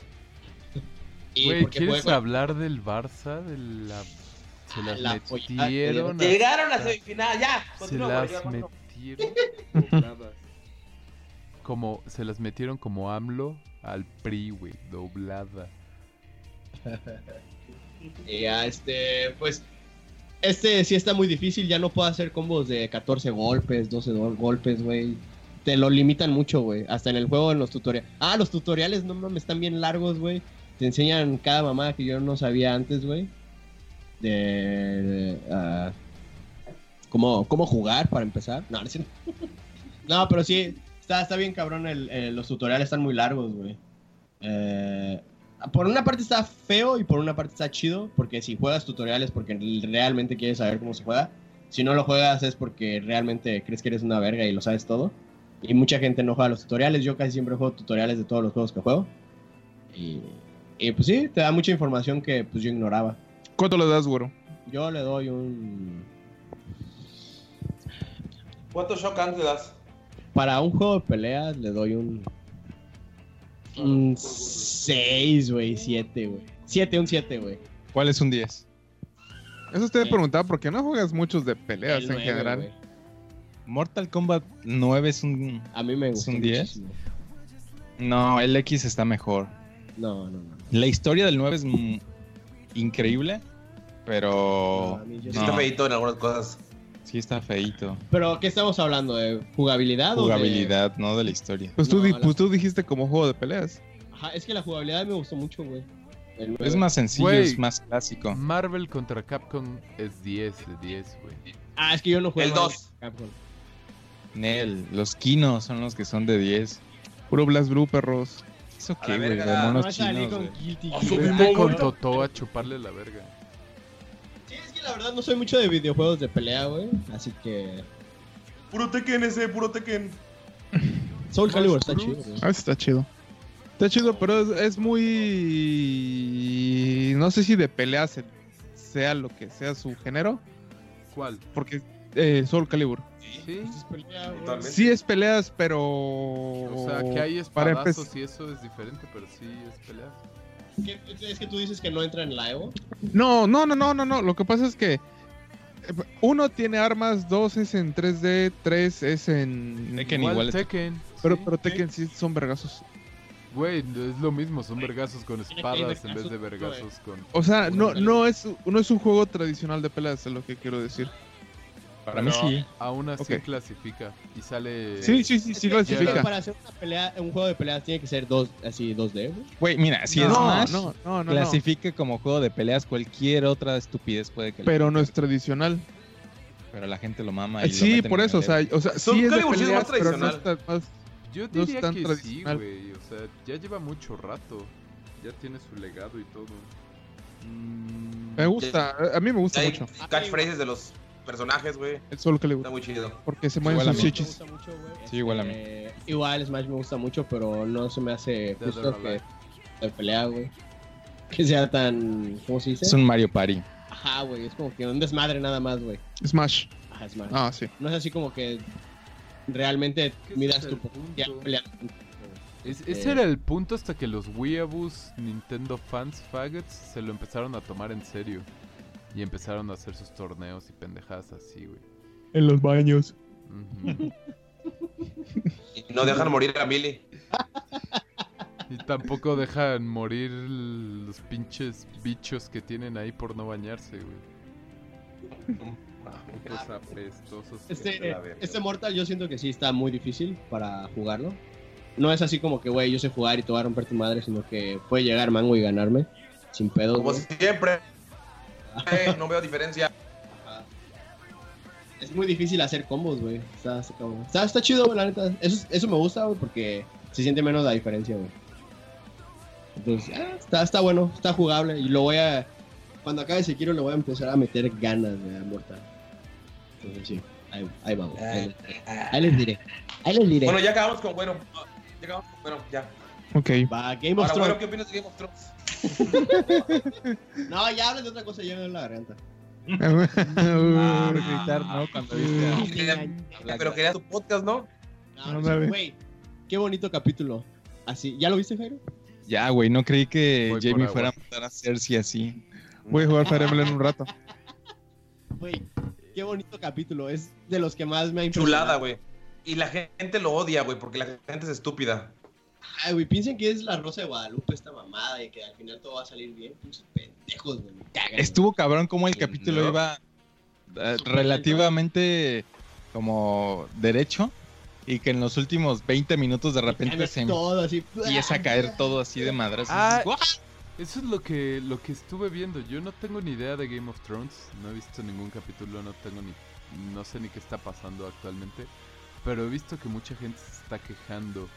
S5: Y
S7: Güey,
S5: porque
S7: ¿quieres
S5: fue-
S7: hablar del Barça? De la... Se
S5: Ah,
S7: las
S5: la follada que
S7: metieron. a-
S6: Llegaron a semifinal, ya.
S7: Se
S6: Continúa, güey,
S7: las
S6: ya, vámonos.
S7: metieron. dobladas. Como, se las metieron como AMLO al PRI, güey, doblada.
S5: y ya, este, pues, este sí está muy difícil. Ya no puedo hacer combos de 14 golpes, 12 do- golpes, güey. Te lo limitan mucho, güey. Hasta en el juego, en los tutoriales. Ah, los tutoriales, no mames, están bien largos, güey. Te enseñan cada mamada que yo no sabía antes, güey. De. ah, cómo, cómo jugar para empezar. No, no es cierto. No, pero sí, está, está bien cabrón. el- el- los tutoriales están muy largos, güey. Eh, por una parte está feo y por una parte está chido, porque si juegas tutoriales porque realmente quieres saber cómo se juega, si no lo juegas es porque realmente crees que eres una verga y lo sabes todo. Y mucha gente no juega los tutoriales, yo casi siempre juego tutoriales de todos los juegos que juego. Y, y, pues sí, te da mucha información que pues yo ignoraba.
S9: ¿Cuánto le das, güero?
S5: Yo le doy un...
S6: ¿Cuántos shotguns le das?
S5: Para un juego de peleas le doy un... Un 6, güey, 7, güey. 7, un 7, güey.
S8: ¿Cuál es un 10?
S9: Eso te he
S5: Eh.
S9: preguntado porque no juegas muchos de peleas
S5: El
S9: en
S5: nueve,
S9: general.
S5: güey.
S8: Mortal Kombat 9 es un.
S5: A mí me
S8: ¿Es
S5: gusta.
S8: un 10? No, el X está mejor.
S5: No, no, no.
S8: La historia del 9 es mm, increíble, pero.
S5: No, a mí yo-
S6: Sí está
S8: Oh. no,
S6: feito en algunas cosas.
S8: sí está feíto.
S5: Pero, ¿qué estamos hablando? ¿De
S6: Ah,
S5: jugabilidad, o
S8: Jugabilidad, no de la historia.
S9: Pues, tú, di-
S5: No, la-
S9: pues tú dijiste como juego de peleas.
S5: de.? Ajá, es que la jugabilidad me gustó mucho, güey. El
S8: Es
S5: nueve.
S8: más sencillo,
S7: Güey.
S8: es más clásico.
S7: Marvel contra Capcom es 10 de 10, güey.
S5: Ah, es que yo no jugué.
S6: El
S5: Marvel
S6: dos.
S5: Capcom.
S8: Nel, los Kinos son los que son de 10.
S9: Puro Blast Blue, perros.
S8: ¿Eso
S6: A
S8: qué,
S6: la
S8: güey?
S6: verga.
S8: De
S6: No,
S8: monos
S5: No salí
S8: Ah, chinos,
S5: con
S8: güey.
S5: Guilty
S6: Ah,
S5: Gear.
S6: su
S5: güey.
S7: Vete con Totó a chuparle la verga.
S5: Sí, es que la verdad no soy mucho de videojuegos de pelea, güey. Así que.
S6: Puro Tekken ese, puro Tekken.
S5: Soul Calibur está
S7: Bruce.
S5: chido, güey.
S9: Ah, está chido.
S8: Está chido,
S9: Pero es, es muy. No sé si de peleas en- sea lo que sea su género.
S7: ¿Cuál?
S9: Porque eh, Soul Calibur.
S7: Sí.
S5: Pues es pelea, güey.
S6: Totalmente.
S9: Sí es peleas, pero.
S7: O sea, que hay
S9: Oh, para
S7: espadazos
S9: empe-
S7: y eso es diferente, pero sí es pelea.
S5: ¿Qué- Es que tú dices que no entra en la Evo.
S9: No, no, no, no, no, no. Lo que pasa es que. eh, Uno tiene armas, dos es en 3D, tres es en.
S8: Tekken
S7: Igual
S8: igual está-
S7: Tekken.
S9: Pero,
S7: sí.
S9: pero Tekken sí son vergazos.
S7: Güey, es lo mismo, son vergazos con
S5: Tiene que ir
S7: espadas en vez de
S5: vergazos,
S7: vergazos con...
S9: O sea, no, no, es, no es un juego tradicional de peleas, es lo que quiero decir.
S8: Para mí
S7: Pero
S9: eh.
S8: sí.
S7: Aún así
S9: Ok.
S7: clasifica y sale...
S9: Sí, sí, sí, sí,
S5: Es que-
S9: clasifica.
S5: pero para hacer una pelea, un juego de peleas tiene que ser dos, así 2D, güey.
S8: Güey, mira, si
S9: no,
S8: es más,
S9: no, no, no, no.
S8: clasifica como juego de peleas cualquier otra estupidez puede que. le-
S9: Pero no es tradicional.
S8: pero la gente lo mama. Y lo
S9: Sí,
S8: meten
S9: por
S8: en
S9: eso, o
S8: el-
S9: sea, o sea
S6: Soul
S9: sí es de
S6: Calibur sí es
S9: peleas,
S6: más
S9: pero no
S6: tradicional.
S9: está más-
S7: Yo
S9: No es
S7: diría
S9: tan
S7: que sí,
S9: tradicional.
S7: güey. O sea, ya lleva mucho rato. Ya tiene su legado y todo. Mm,
S9: Me gusta, a- a mí me gusta
S6: Hay
S9: mucho
S6: catchphrases de los personajes, güey.
S9: el Soul
S6: Está
S9: Calibur,
S6: muy chido.
S9: porque se mueven
S8: Igual a
S9: sus
S8: mí.
S5: Me
S9: chichis.
S5: gusta mucho, güey.
S8: Sí, igual a mí.
S5: Este, Igual Smash me gusta mucho, pero no se me hace
S7: or
S5: justo que
S7: Alive.
S5: de pelea, güey. Que sea tan. ¿Cómo se dice?
S8: Es un Mario Party.
S5: Ajá, güey. Es como que un desmadre nada más, güey.
S9: Smash.
S5: Ajá, Smash.
S9: Ah, sí.
S5: No es así como que realmente
S7: ¿Qué
S5: miras
S7: es
S5: tu
S7: el
S5: potencial
S7: punto?
S5: peleando.
S7: es-
S5: este-
S7: ese era el punto hasta que los Weeaboos, Nintendo fans, faggots, se lo empezaron a tomar en serio. Y empezaron a hacer sus torneos y pendejadas así, güey.
S9: En los baños.
S7: Ujú.
S6: Y no dejan morir a Millie.
S7: y tampoco dejan morir los pinches bichos que tienen ahí por no bañarse, güey. Los apestosos.
S5: Este,
S6: La verga.
S5: este Mortal yo siento que sí está muy difícil para jugarlo. No es así como que, güey, yo sé jugar y te voy a romper tu madre, sino que puede llegar Mango y ganarme sin pedo.
S6: Como siempre. Eh, no veo diferencia.
S5: Es muy difícil hacer combos, güey. Está, está cabrón. Está- está chido, güey, la neta. Eso, eso me gusta, güey, porque se siente menos la diferencia, güey. Entonces, ah, está, está bueno, está jugable. Y lo voy a. Cuando acabe Sekiro, le voy a empezar a meter ganas, güey, a Mortal. Entonces, sí. Ahí, ahí vamos. Ahí, les- ahí les diré. Ahí les diré.
S6: Ah. Bueno, ya acabamos con bueno. Ya acabamos con bueno, ya.
S9: Ok.
S5: Va, Game of
S6: Ahora,
S5: Thrones.
S6: bueno, ¿qué opinas de Game of Thrones?
S5: No, ya hablen de otra cosa, ya me duele la garganta.
S9: Ah,
S8: gritar, ¿no? Cuando
S9: dice- "Ah".
S6: Eh, Pero querías tu podcast, ¿no?
S5: No, no,
S9: Ándale.
S5: güey, qué bonito capítulo. Así, ¿ya lo viste, Jairo?
S8: Ya, güey, no creí que
S7: Voy por
S8: Jamie
S7: agua.
S8: fuera a matar a Cersei así.
S9: Voy a jugar Fire Emblem en un rato.
S5: Güey, qué bonito capítulo. Es de los que más me ha impresionado.
S6: Chulada, güey. Y la gente lo odia, güey, porque la gente es estúpida.
S5: Ay, güey, piensen que es la Rosa de Guadalupe esta mamada y que al final todo va a salir bien. Pinches pendejos, güey. me cagan,
S8: Estuvo cabrón como el capítulo
S6: No.
S8: iba eh, relativamente como derecho y que en los últimos 20 minutos de
S5: güey.
S8: repente
S5: Cae
S8: se
S5: todo así. ¡ah!
S8: empieza a caer todo así de madras.
S7: Ah,
S8: Dices, "What?".
S7: Eso es lo que, lo que estuve viendo. Yo no tengo ni idea de Game of Thrones. No he visto ningún capítulo, no tengo ni. No sé ni qué está pasando actualmente. Pero he visto que mucha gente se está quejando.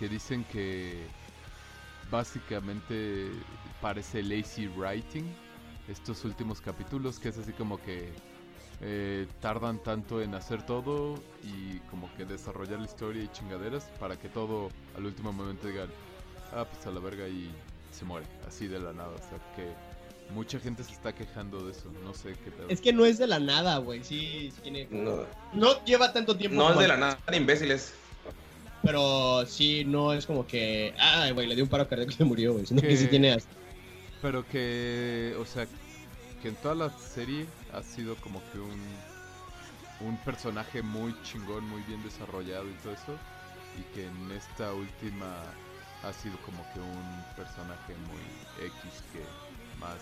S7: Que dicen que. Básicamente parece lazy writing. Estos últimos capítulos, que es así como que. eh, tardan tanto en hacer todo y como que desarrollar la historia y chingaderas para que todo al último momento digan, ah, pues a la verga y se muere, así de la nada. O sea, que mucha gente se está quejando de eso. No sé qué pedo.
S5: Es que no es de la nada, güey. Sí, sí tiene.
S6: No,
S5: No lleva tanto tiempo.
S6: no es
S5: como-
S6: de la nada, imbéciles.
S5: Pero sí, no es como que. Ay, güey, le dio un paro cardíaco y se murió, güey. Sino
S7: Que-
S5: que sí tiene. as-
S7: Pero que, o sea, que en toda la serie ha sido como que un, un personaje muy chingón, muy bien desarrollado y todo eso. Y que en esta última ha sido como que un personaje muy X que más...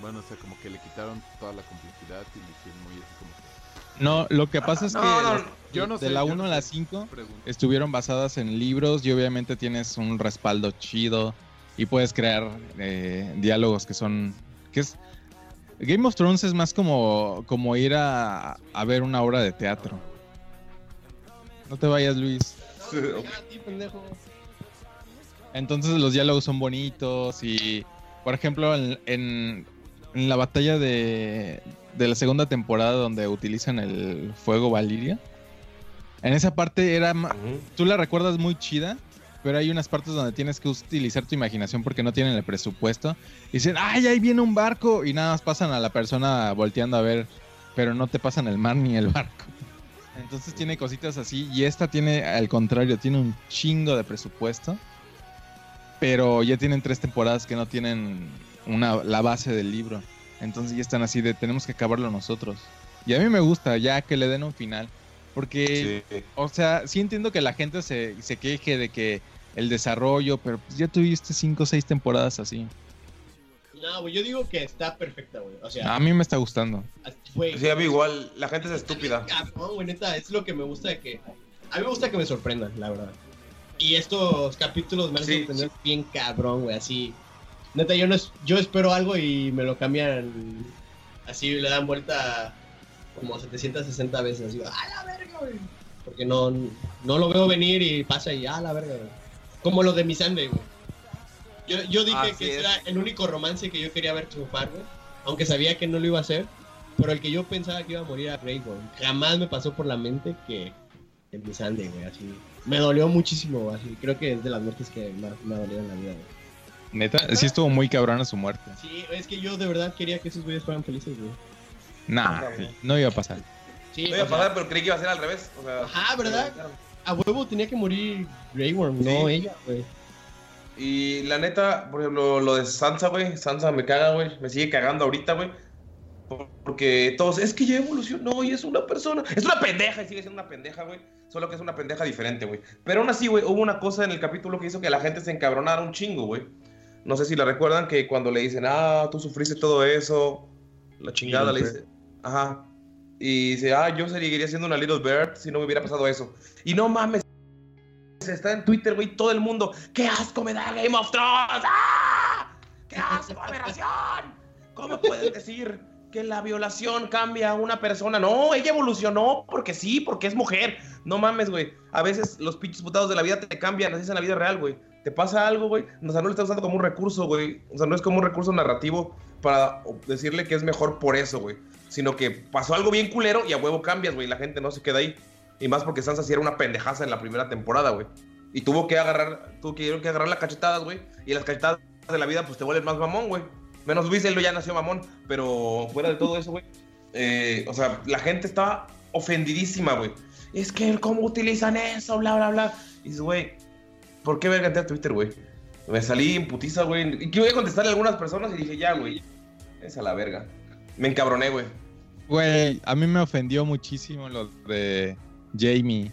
S7: Bueno, o sea, como que le quitaron toda la complejidad y le hicieron muy así como... que-
S8: No, lo que pasa es que
S6: No, no,
S8: las-
S7: Yo no
S8: de
S7: sé,
S8: la
S7: yo
S8: 1
S7: no
S8: a la
S7: sé.
S8: 5
S7: Pregunta.
S8: estuvieron basadas en libros y obviamente tienes un respaldo chido y puedes crear eh, diálogos que son que es Game of Thrones es más como como ir a, a ver una obra de teatro. No te vayas, Luis.
S5: "Ah,
S8: Entonces los diálogos son bonitos y por ejemplo en, en- en la batalla de de la segunda temporada donde utilizan el fuego Valiria. En esa parte era ma- tú la recuerdas muy chida, pero hay unas partes donde tienes que utilizar tu imaginación porque no tienen el presupuesto. Y dicen, ¡ay, ahí viene un barco! Y nada más pasan a la persona volteando a ver, pero no te pasan el mar ni el barco. Entonces tiene cositas así. Y esta tiene, al contrario, tiene un chingo de presupuesto. Pero ya tienen tres temporadas que no tienen una, la base del libro. Entonces ya están así de, tenemos que acabarlo nosotros. Y a mí me gusta ya que le den un final. Porque
S4: Sí.
S8: o sea, sí entiendo que la gente se, se queje de que el desarrollo, pero pues ya tuviste cinco o seis temporadas así.
S5: No, güey, yo digo que está perfecta, güey. O sea,
S8: A mí me está gustando.
S5: güey.
S6: Ah. Sí, a mí igual, la gente es estúpida.
S5: Cabrón, güey, neta, es lo que me gusta de que. A mí me gusta que me sorprendan, la verdad. Y estos capítulos me han
S6: Sí,
S5: sorprendido bien cabrón, güey, así. Neta, yo, no es- yo espero algo y me lo cambian. Así le dan vuelta como 760 veces. Así, a la verga, güey. Porque no, no lo veo venir y pasa y a la verga, güey. Como lo de Misande, güey. Yo, yo dije
S6: Así
S5: que ese
S6: es.
S5: era el único romance que yo quería ver triunfar, güey. Aunque sabía que no lo iba a hacer. Pero el que yo pensaba que iba a morir era Grey, güey. Jamás me pasó por la mente que el Misande, güey, así. Me dolió muchísimo, güey, así. Creo que es de las muertes que más me ha dolido en la vida, güey.
S8: Neta, sí estuvo muy cabrón a su muerte.
S5: Sí, es que yo de verdad quería que esos güeyes fueran felices, güey.
S8: Nah, no iba a pasar.
S5: Sí,
S6: No iba
S5: o
S6: a
S5: sea,
S6: pasar, pero creí que iba a ser al revés. O sea,
S5: Ajá, ¿verdad? a huevo tenía que morir Grey Worm,
S6: Sí.
S5: no ella, güey.
S6: Y la neta, por ejemplo, lo de Sansa, güey. Sansa me caga, güey. Me sigue cagando ahorita, güey. Por- Porque todos, es que ya evolucionó y es una persona. Es una pendeja y sigue siendo una pendeja, güey. Solo que es una pendeja diferente, güey. Pero aún así, güey, hubo una cosa en el capítulo que hizo que la gente se encabronara un chingo, güey. No sé si la recuerdan que cuando le dicen, ah, tú sufriste todo eso. La chingada le dice, ajá. Y dice, ah, yo seguiría siendo una Little Bird si no me hubiera pasado eso. Y no mames está en Twitter, güey, todo el mundo. ¡Qué asco me da Game of Thrones! ¡Ah! ¡Qué asco, aberración! ¿Cómo pueden decir que la violación cambia a una persona? No, ella evolucionó porque sí, porque es mujer. No mames, güey. A veces los pinches putados de la vida te cambian, así es en la vida real, güey. Te pasa algo, güey. O sea, no lo estás usando como un recurso, güey. O sea, no es como un recurso narrativo para decirle que es mejor por eso, güey. Sino que pasó algo bien culero y a huevo cambias, güey. La gente no se queda ahí. Y más porque Sansa sí era una pendejaza en la primera temporada, güey. Y tuvo que agarrar, tuvo que, tuvieron que agarrar las cachetadas, güey. Y las cachetadas de la vida, pues te vuelven más mamón, güey. Menos Luis, él ya nació mamón. Pero fuera de todo eso, güey. eh, o sea, la gente estaba ofendidísima, güey. Es que, ¿cómo utilizan eso? Bla, bla, bla. Y dices, güey, ¿por qué verga entré a Twitter, güey? Me salí en putiza, güey. Y que voy a contestarle a algunas personas y dije, ya, güey. Es a la verga. Me encabroné, güey.
S8: Güey, a mí me ofendió muchísimo lo de Jamie.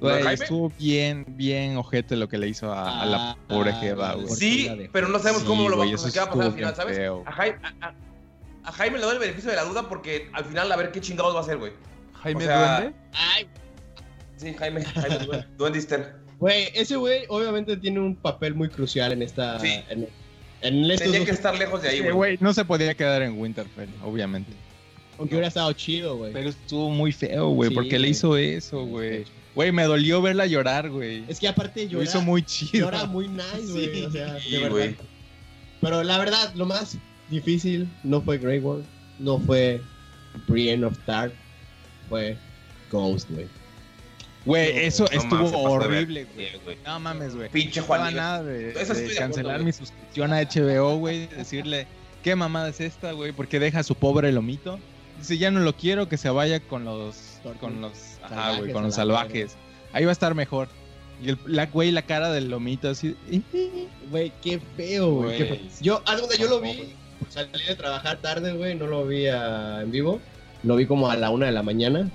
S6: ¿Lo de
S8: Güey,
S6: Jaime?
S8: estuvo bien, bien ojete lo que le hizo a, a la
S5: Ah,
S8: pobre
S5: ah,
S8: Jeva,
S5: lo de-
S8: güey.
S5: Porque la
S6: Sí,
S5: dejó.
S6: pero no sabemos
S8: Sí,
S6: cómo lo va,
S8: güey,
S6: o
S8: eso
S6: sea, qué va a pasar al
S8: estuvo
S6: final,
S8: bien
S6: ¿sabes?
S8: feo.
S6: A, Jaime, a- a- a Jaime le doy el beneficio de la duda porque al final a ver qué chingados va a hacer, güey.
S7: Jaime
S6: O sea,
S7: Duende.
S5: Ay,
S6: Sí, Jaime, Jaime Duende- Duendister.
S5: güey, ese güey obviamente tiene un papel muy crucial en esta.
S6: Sí.
S5: En, en estos
S6: Tenía
S5: dos,
S6: que estar lejos de ahí,
S8: Sí,
S6: güey.
S8: güey, no se podía quedar en Winterfell, obviamente.
S5: aunque hubiera estado chido, güey.
S8: Pero estuvo muy feo, güey.
S5: Sí,
S8: ¿Por qué le
S5: güey.
S8: hizo eso, güey? Güey, me dolió verla llorar, güey.
S5: Es que aparte
S8: Lo
S5: llora,
S8: hizo muy chido.
S5: llora muy nice, güey. o sea, de
S6: Sí,
S5: verdad.
S6: güey.
S5: Pero la verdad, lo más difícil no fue Grey Worm, no fue Brienne of Tarth, fue Ghost, güey.
S8: Güey, eso
S6: No
S8: estuvo
S6: mames, se pasó de
S8: horrible,
S6: ver-
S8: güey.
S6: Sí, güey.
S8: No mames, güey.
S6: Pinche
S8: No daba
S6: Juan.
S8: nada de,
S6: Eso
S8: de
S6: estoy de
S8: cancelar
S6: acuerdo,
S8: mi suscripción a HBO, güey. Decirle, ¿qué mamada es esta, güey? Porque deja a su pobre lomito. Dice, ya no lo quiero, que se vaya con los. Con los. Ajá, güey, con los
S5: Salvajes,
S8: salvajes. Ahí va a estar mejor. Y el la, güey, la cara del lomito así.
S5: Güey, qué feo, güey. qué
S8: Güey.
S5: feo. Yo, algo de yo lo
S8: No,
S5: vi,
S8: güey.
S5: salí de trabajar tarde, güey, no lo vi ah, en vivo. Lo vi como a la una de la mañana.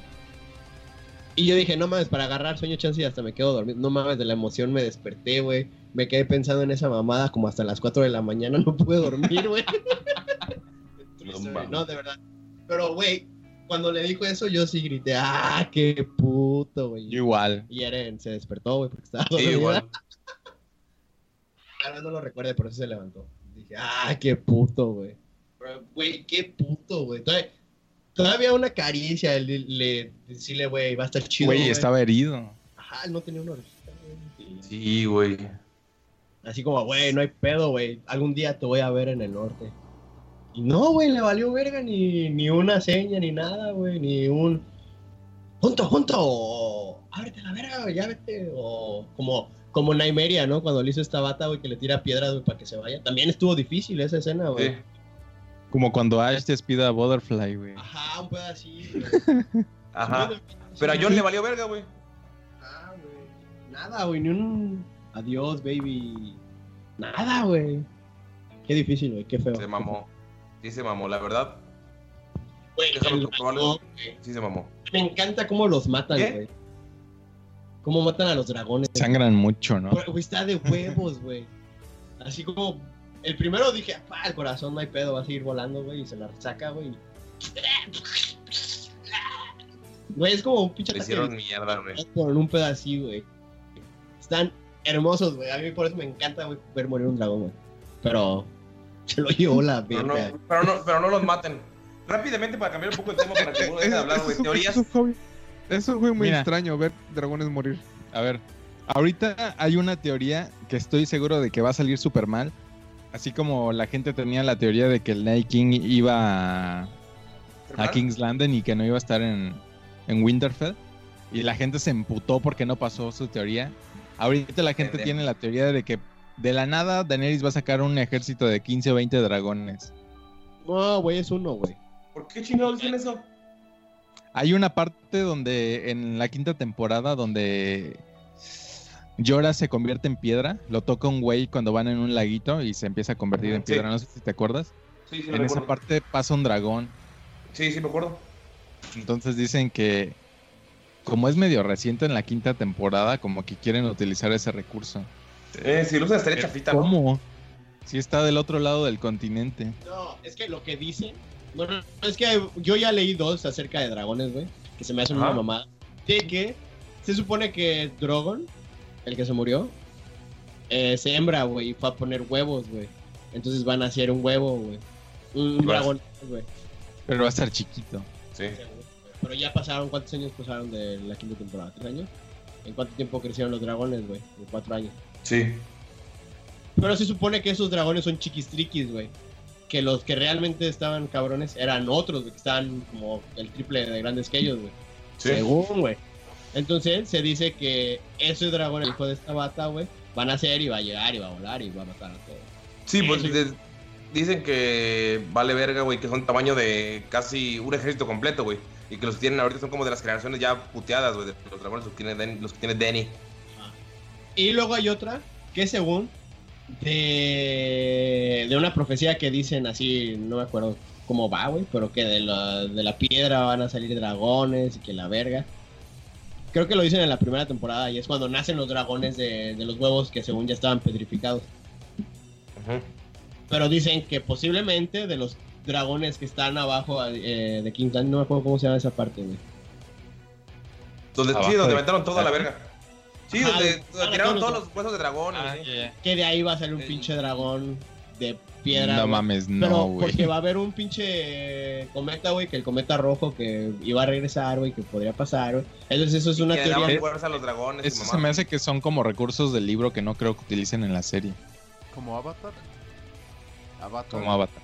S5: Y yo dije, no mames, para agarrar sueño chance y hasta me quedo dormido. No mames, de la emoción me desperté, güey. Me quedé pensando en esa mamada como hasta las 4 de la mañana. No pude dormir, güey.
S4: No
S5: Sorry,
S4: mames.
S5: no, de verdad. Pero, güey, cuando le dijo eso, yo sí grité, ah, qué puto, güey.
S8: Yo igual.
S5: Y Eren se despertó, güey, porque estaba
S6: Sí,
S5: dormida.
S6: igual.
S5: Ahora no lo recuerde, pero sí se levantó. Dije, ah, qué puto, güey. Pero, Güey, qué puto, güey. Todavía, todavía una caricia, le, le- decirle, güey, va a estar chido.
S8: Güey, estaba herido.
S5: Ajá, no tenía una orejita, güey.
S6: Sí, güey.
S5: Así como, güey, no hay pedo, güey. Algún día te voy a ver en el norte. Y no, güey, le valió verga ni, ni una seña, ni nada, güey, ni un... Junto, junto, o ábrete la verga, güey, ya vete. O como, como Naimeria, ¿no? Cuando le hizo esta bata, güey, que le tira piedras, güey, para que se vaya. También estuvo difícil esa escena, güey.
S6: Sí.
S8: Como cuando Ash despida a Butterfly, güey.
S5: Ajá, un pedo así. güey.
S6: Ajá. Pero a John le valió verga, güey.
S5: Ajá, Ah, güey. Nada, güey, ni un... Adiós, baby. Nada, güey. Qué difícil, güey, qué feo.
S6: Se mamó. Sí, se mamó, la verdad.
S5: Güey,
S6: Déjalo
S5: el
S6: comprobarlo.
S5: dragón, güey.
S6: Sí, se mamó.
S5: Me encanta cómo los matan,
S6: ¿Qué?
S5: güey. Cómo matan a los dragones.
S8: Sangran mucho, ¿no?
S5: Güey, está de huevos, güey. Así como... El primero dije, pa, el corazón no hay pedo, va a seguir volando, güey. Y se la saca, güey. Güey, es como un pinche
S6: Le
S5: ataque
S6: hicieron mierda, güey.
S5: con un pedo así, güey. Están hermosos, güey. A mí por eso me encanta, güey, ver morir un dragón, güey. Pero se lo llevó la
S6: Pero
S5: verga.
S6: no, pero, no, pero no los maten. Rápidamente, para cambiar un poco el tema, para que no deje de hablar, güey. Teorías.
S9: un hobby, es un hobby muy
S8: Mira.
S9: extraño ver dragones morir.
S8: A ver, ahorita hay una teoría que estoy seguro de que va a salir súper mal. Así como la gente tenía la teoría de que el Night King iba a, a King's Landing y que no iba a estar en, en Winterfell. Y la gente se emputó porque no pasó su teoría. Ahorita la gente
S6: Pendejo.
S8: tiene la teoría de que de la nada Daenerys va a sacar un ejército de 15 o 20 dragones.
S5: No, güey, es uno, güey.
S6: ¿Por qué chingados dicen eso?
S8: Hay una parte donde en la quinta temporada donde Llora se convierte en piedra, lo toca un güey cuando van en un laguito y se empieza a convertir en
S6: Sí.
S8: piedra, no sé si te acuerdas.
S6: Sí, sí,
S8: En
S6: me
S8: esa
S6: acuerdo.
S8: parte pasa un dragón,
S6: Sí, sí, me acuerdo.
S8: entonces dicen que como es medio reciente en la quinta temporada, como que quieren utilizar ese recurso.
S6: Eh, si lo usan, estaría chafita, ¿no?
S8: ¿Cómo? Si está del otro lado del continente.
S5: No, es que lo que dicen. No, no, no, es que yo ya leí dos acerca de dragones, güey. Que se me hacen una
S6: Ajá.
S5: mamada. De que se supone que Drogon, el que se murió, eh, se hembra, güey, y fue a poner huevos, güey. Entonces van a hacer un huevo, güey. Un
S6: Y va-
S5: dragón, güey.
S8: Pero va a estar chiquito.
S6: Sí.
S5: Pero ya pasaron, ¿cuántos años pasaron de la quinta temporada? ¿Tres años? ¿En cuánto tiempo crecieron los dragones, güey? En cuatro años.
S6: Sí.
S5: Pero se supone que esos dragones son chiquistriquis, güey. Que los que realmente estaban cabrones eran otros, güey, que estaban como el triple de grandes que ellos, güey.
S6: Sí.
S5: Según, güey. Entonces se dice que ese dragón, el hijo de esta bata, güey, van a ser y va a llegar y va a volar y va a matar a todos.
S6: Sí, pues
S5: Sí.
S6: de- dicen que vale verga, güey, que son tamaño de casi un ejército completo, güey. Y que los que tienen ahorita son como de las generaciones ya puteadas, güey, de los dragones los que tiene Danny. Los que tiene Danny.
S5: Y luego hay otra que según de, de una profecía que dicen así, no me acuerdo cómo va, güey, pero que de la, de la piedra van a salir dragones y que la verga. Creo que lo dicen en la primera temporada y es cuando nacen los dragones de, de los huevos que según ya estaban petrificados.
S6: Ajá.
S5: Pero dicen que posiblemente de los dragones que están abajo eh, de King's Landing, no me acuerdo cómo se llama esa parte, güey.
S6: Donde,
S8: Abajo
S6: sí, donde
S8: de-
S6: aventaron toda la verga. Sí,
S5: Ajá,
S6: donde,
S5: donde
S6: donde
S5: todos
S6: tiraron todos
S5: los- Ah,
S6: los huesos de ¿eh? dragón. güey.
S5: Que de ahí va a salir un
S6: Ah, Eh,
S5: pinche dragón de piedra.
S8: no
S5: güey.
S8: mames, no,
S5: Pero
S8: güey.
S5: porque va a haber un pinche eh, cometa, güey, que el cometa rojo que iba a regresar, güey, que podría pasar, güey. Entonces eso es una
S6: que le daban
S5: teoría.
S6: fuerza a los dragones. y
S8: Eso se
S6: mamá.
S8: me hace que son como recursos del libro que no creo que utilicen en la serie,
S7: Como Avatar. Avatar.
S8: como Avatar.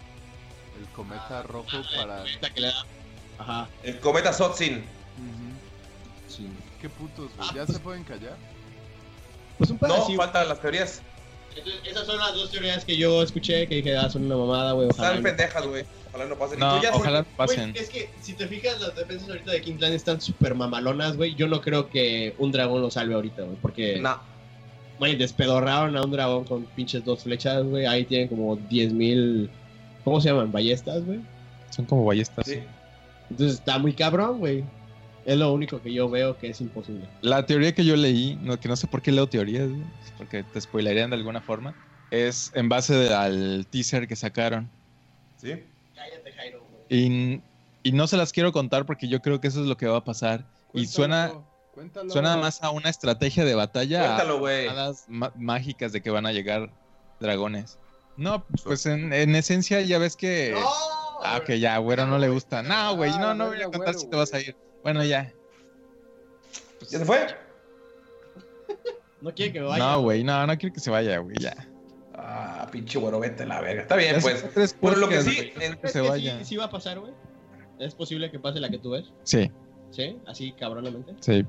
S7: El cometa rojo para.
S5: cometa que le da- Ajá,
S6: El cometa Sotsin.
S7: Ujú.
S5: sí.
S7: Qué putos, güey.
S5: Ah,
S7: ¿Ya
S5: pues-
S7: se pueden callar?
S5: Pues un pedo
S6: No,
S5: así, güey.
S6: faltan las teorías.
S5: Entonces, Esas son las dos teorías que yo escuché que dije, ah, son una mamada, güey, ojalá.
S6: Están
S5: no.
S6: pendejas, güey. Ojalá no pasen. Y
S8: No,
S6: tú ya-
S8: ojalá pasen.
S5: Güey, es que si te fijas, las defensas ahorita de Kingland están súper mamalonas, güey. Yo no creo que un dragón lo salve ahorita, güey. Porque,
S6: No.
S5: güey, despedorraron a un dragón con pinches dos flechas, güey. Ahí tienen como 10.000. ¿Cómo se llaman? ¿Ballestas, güey?
S8: Son como ballestas.
S6: Sí.
S5: Entonces está muy cabrón, güey. Es lo único que yo veo que es imposible.
S8: La teoría que yo leí, no, que no sé por qué leo teorías, güey, porque te spoilerían de alguna forma, es en base de- al teaser que sacaron.
S6: ¿Sí?
S5: Cállate, Jairo, güey.
S8: Y, y no se las quiero contar porque yo creo que eso es lo que va a pasar. y suena,
S7: Cuéntalo.
S8: suena más a una estrategia de batalla. a-
S6: Cuéntalo, güey.
S8: espadas ma- mágicas de que van a llegar dragones. No, pues en, en esencia ya ves que. Ah, que ya, güero, no le gusta. No, güey, no, no voy a contar si te vas a ir. Bueno, ya.
S6: ¿Ya se fue?
S5: No quiere que me vaya.
S8: No, güey, no, no quiero que se vaya, güey, ya.
S6: Ah, pinche güero, vete a la verga. Está bien,
S8: Ya
S6: pues.
S8: son tres
S6: Pero lo que
S8: podcasts,
S6: sí,
S8: güey,
S6: en-
S8: que
S5: ¿Crees
S8: se
S5: que
S8: vaya.
S5: Sí, sí va a pasar, güey. Es posible que pase la que tú ves.
S8: Sí,
S5: Sí, así cabronamente.
S8: sí,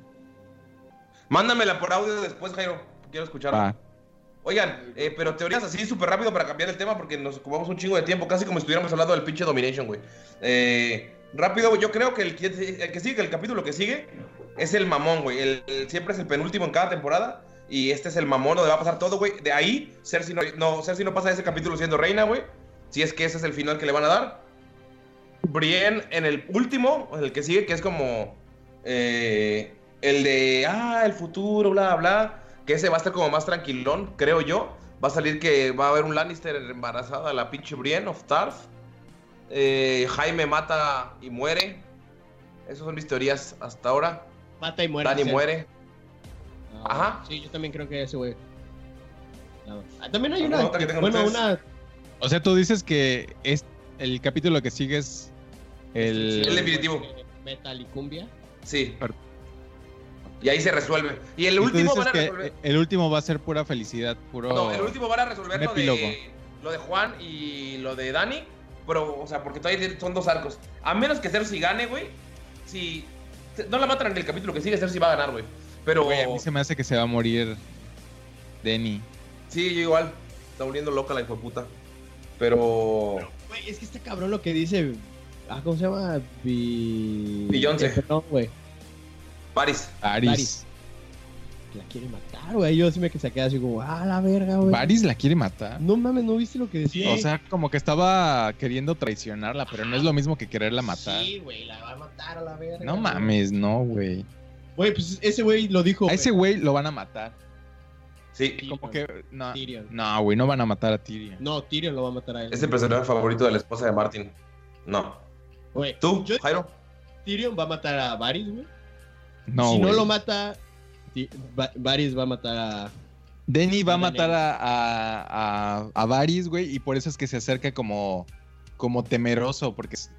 S6: mándamela por audio después, Jairo. Quiero escucharla.
S8: va.
S6: Oigan, eh, pero teorías así súper rápido para cambiar el tema porque nos ocupamos un chingo de tiempo, casi como si estuviéramos hablando del pinche Domination, güey. Eh, rápido, güey, yo creo que el, que- el que sigue, el capítulo que sigue, es el mamón, güey. El- el- siempre es el penúltimo en cada temporada y este es el mamón donde va a pasar todo, güey. De ahí, Cersei no, no, Cersei no pasa ese capítulo siendo reina, güey. Si es que ese es el final que le van a dar. Brienne en el último, o en el que sigue, que es como eh, el de, ah, el futuro, bla, bla, que ese va a estar como más tranquilón, creo yo. Va a salir que va a haber un Lannister embarazada, la pinche Brienne of Tarth. Eh, Jaime mata y muere. Esas son mis teorías hasta ahora.
S5: Mata y muere.
S6: Dani
S5: sí.
S6: muere.
S5: Ah,
S6: Ajá.
S5: Sí, yo también creo que ese, güey. Ah, también hay
S6: ¿Alguna
S5: una.
S6: otra que tengan
S5: bueno,
S6: ustedes?
S5: una.
S8: O sea, tú dices que es el capítulo que sigue es el.
S6: El definitivo.
S5: Metal y cumbia.
S6: Sí.
S8: Perfecto.
S6: Y ahí se resuelve. Y el
S8: y tú
S6: último
S8: dices
S6: van a
S8: que eh,
S6: resolver.
S8: el último va a ser pura felicidad, puro.
S6: No, el último van a resolver
S8: un
S6: lo de,
S8: epílogo.
S6: lo de Juan y lo de Dani. Pero, o sea, porque todavía son dos arcos. A menos que Cersei gane, güey. Si. No la matan en el capítulo que sigue, Cersei va a ganar, güey. Pero.
S8: Güey, a mí se me hace que se va a morir Denny.
S6: Sí, yo igual. Está volviendo loca la hijo de puta. Pero.
S5: Güey, es que está cabrón lo que dice. Ah, ¿cómo se llama? Bi...
S6: Beyoncé.
S5: Eh, No, güey.
S6: Paris.
S8: Paris.
S5: que La quiere matar, güey. Yo sí me que se queda así como, ah, la verga, güey.
S8: Paris la quiere matar.
S5: No mames, ¿no viste lo que decía?
S8: O sea, como que estaba queriendo traicionarla, pero no es lo mismo que quererla matar.
S5: Sí, güey, la va a matar a la verga.
S8: no
S5: güey.
S8: mames, no, güey.
S5: Güey, pues ese güey lo dijo.
S8: A ese güey lo van a matar.
S6: Sí.
S8: Como que. No,
S5: Tyrion.
S8: no, güey, no van a matar a Tyrion.
S5: No, Tyrion lo va a matar a él.
S6: Es el
S5: güey.
S6: personaje favorito de la esposa de Martin. No.
S5: Güey,
S6: ¿Tú,
S5: yo-
S6: Jairo?
S5: Tyrion va a matar a Varys, güey.
S8: No,
S5: si
S8: güey.
S5: no lo mata, Ti- Va- Varys va a matar a.
S8: Dany va a
S5: Dany.
S8: matar a, a, a, a Varys, güey, y por eso es que se acerca como, como temeroso, porque es-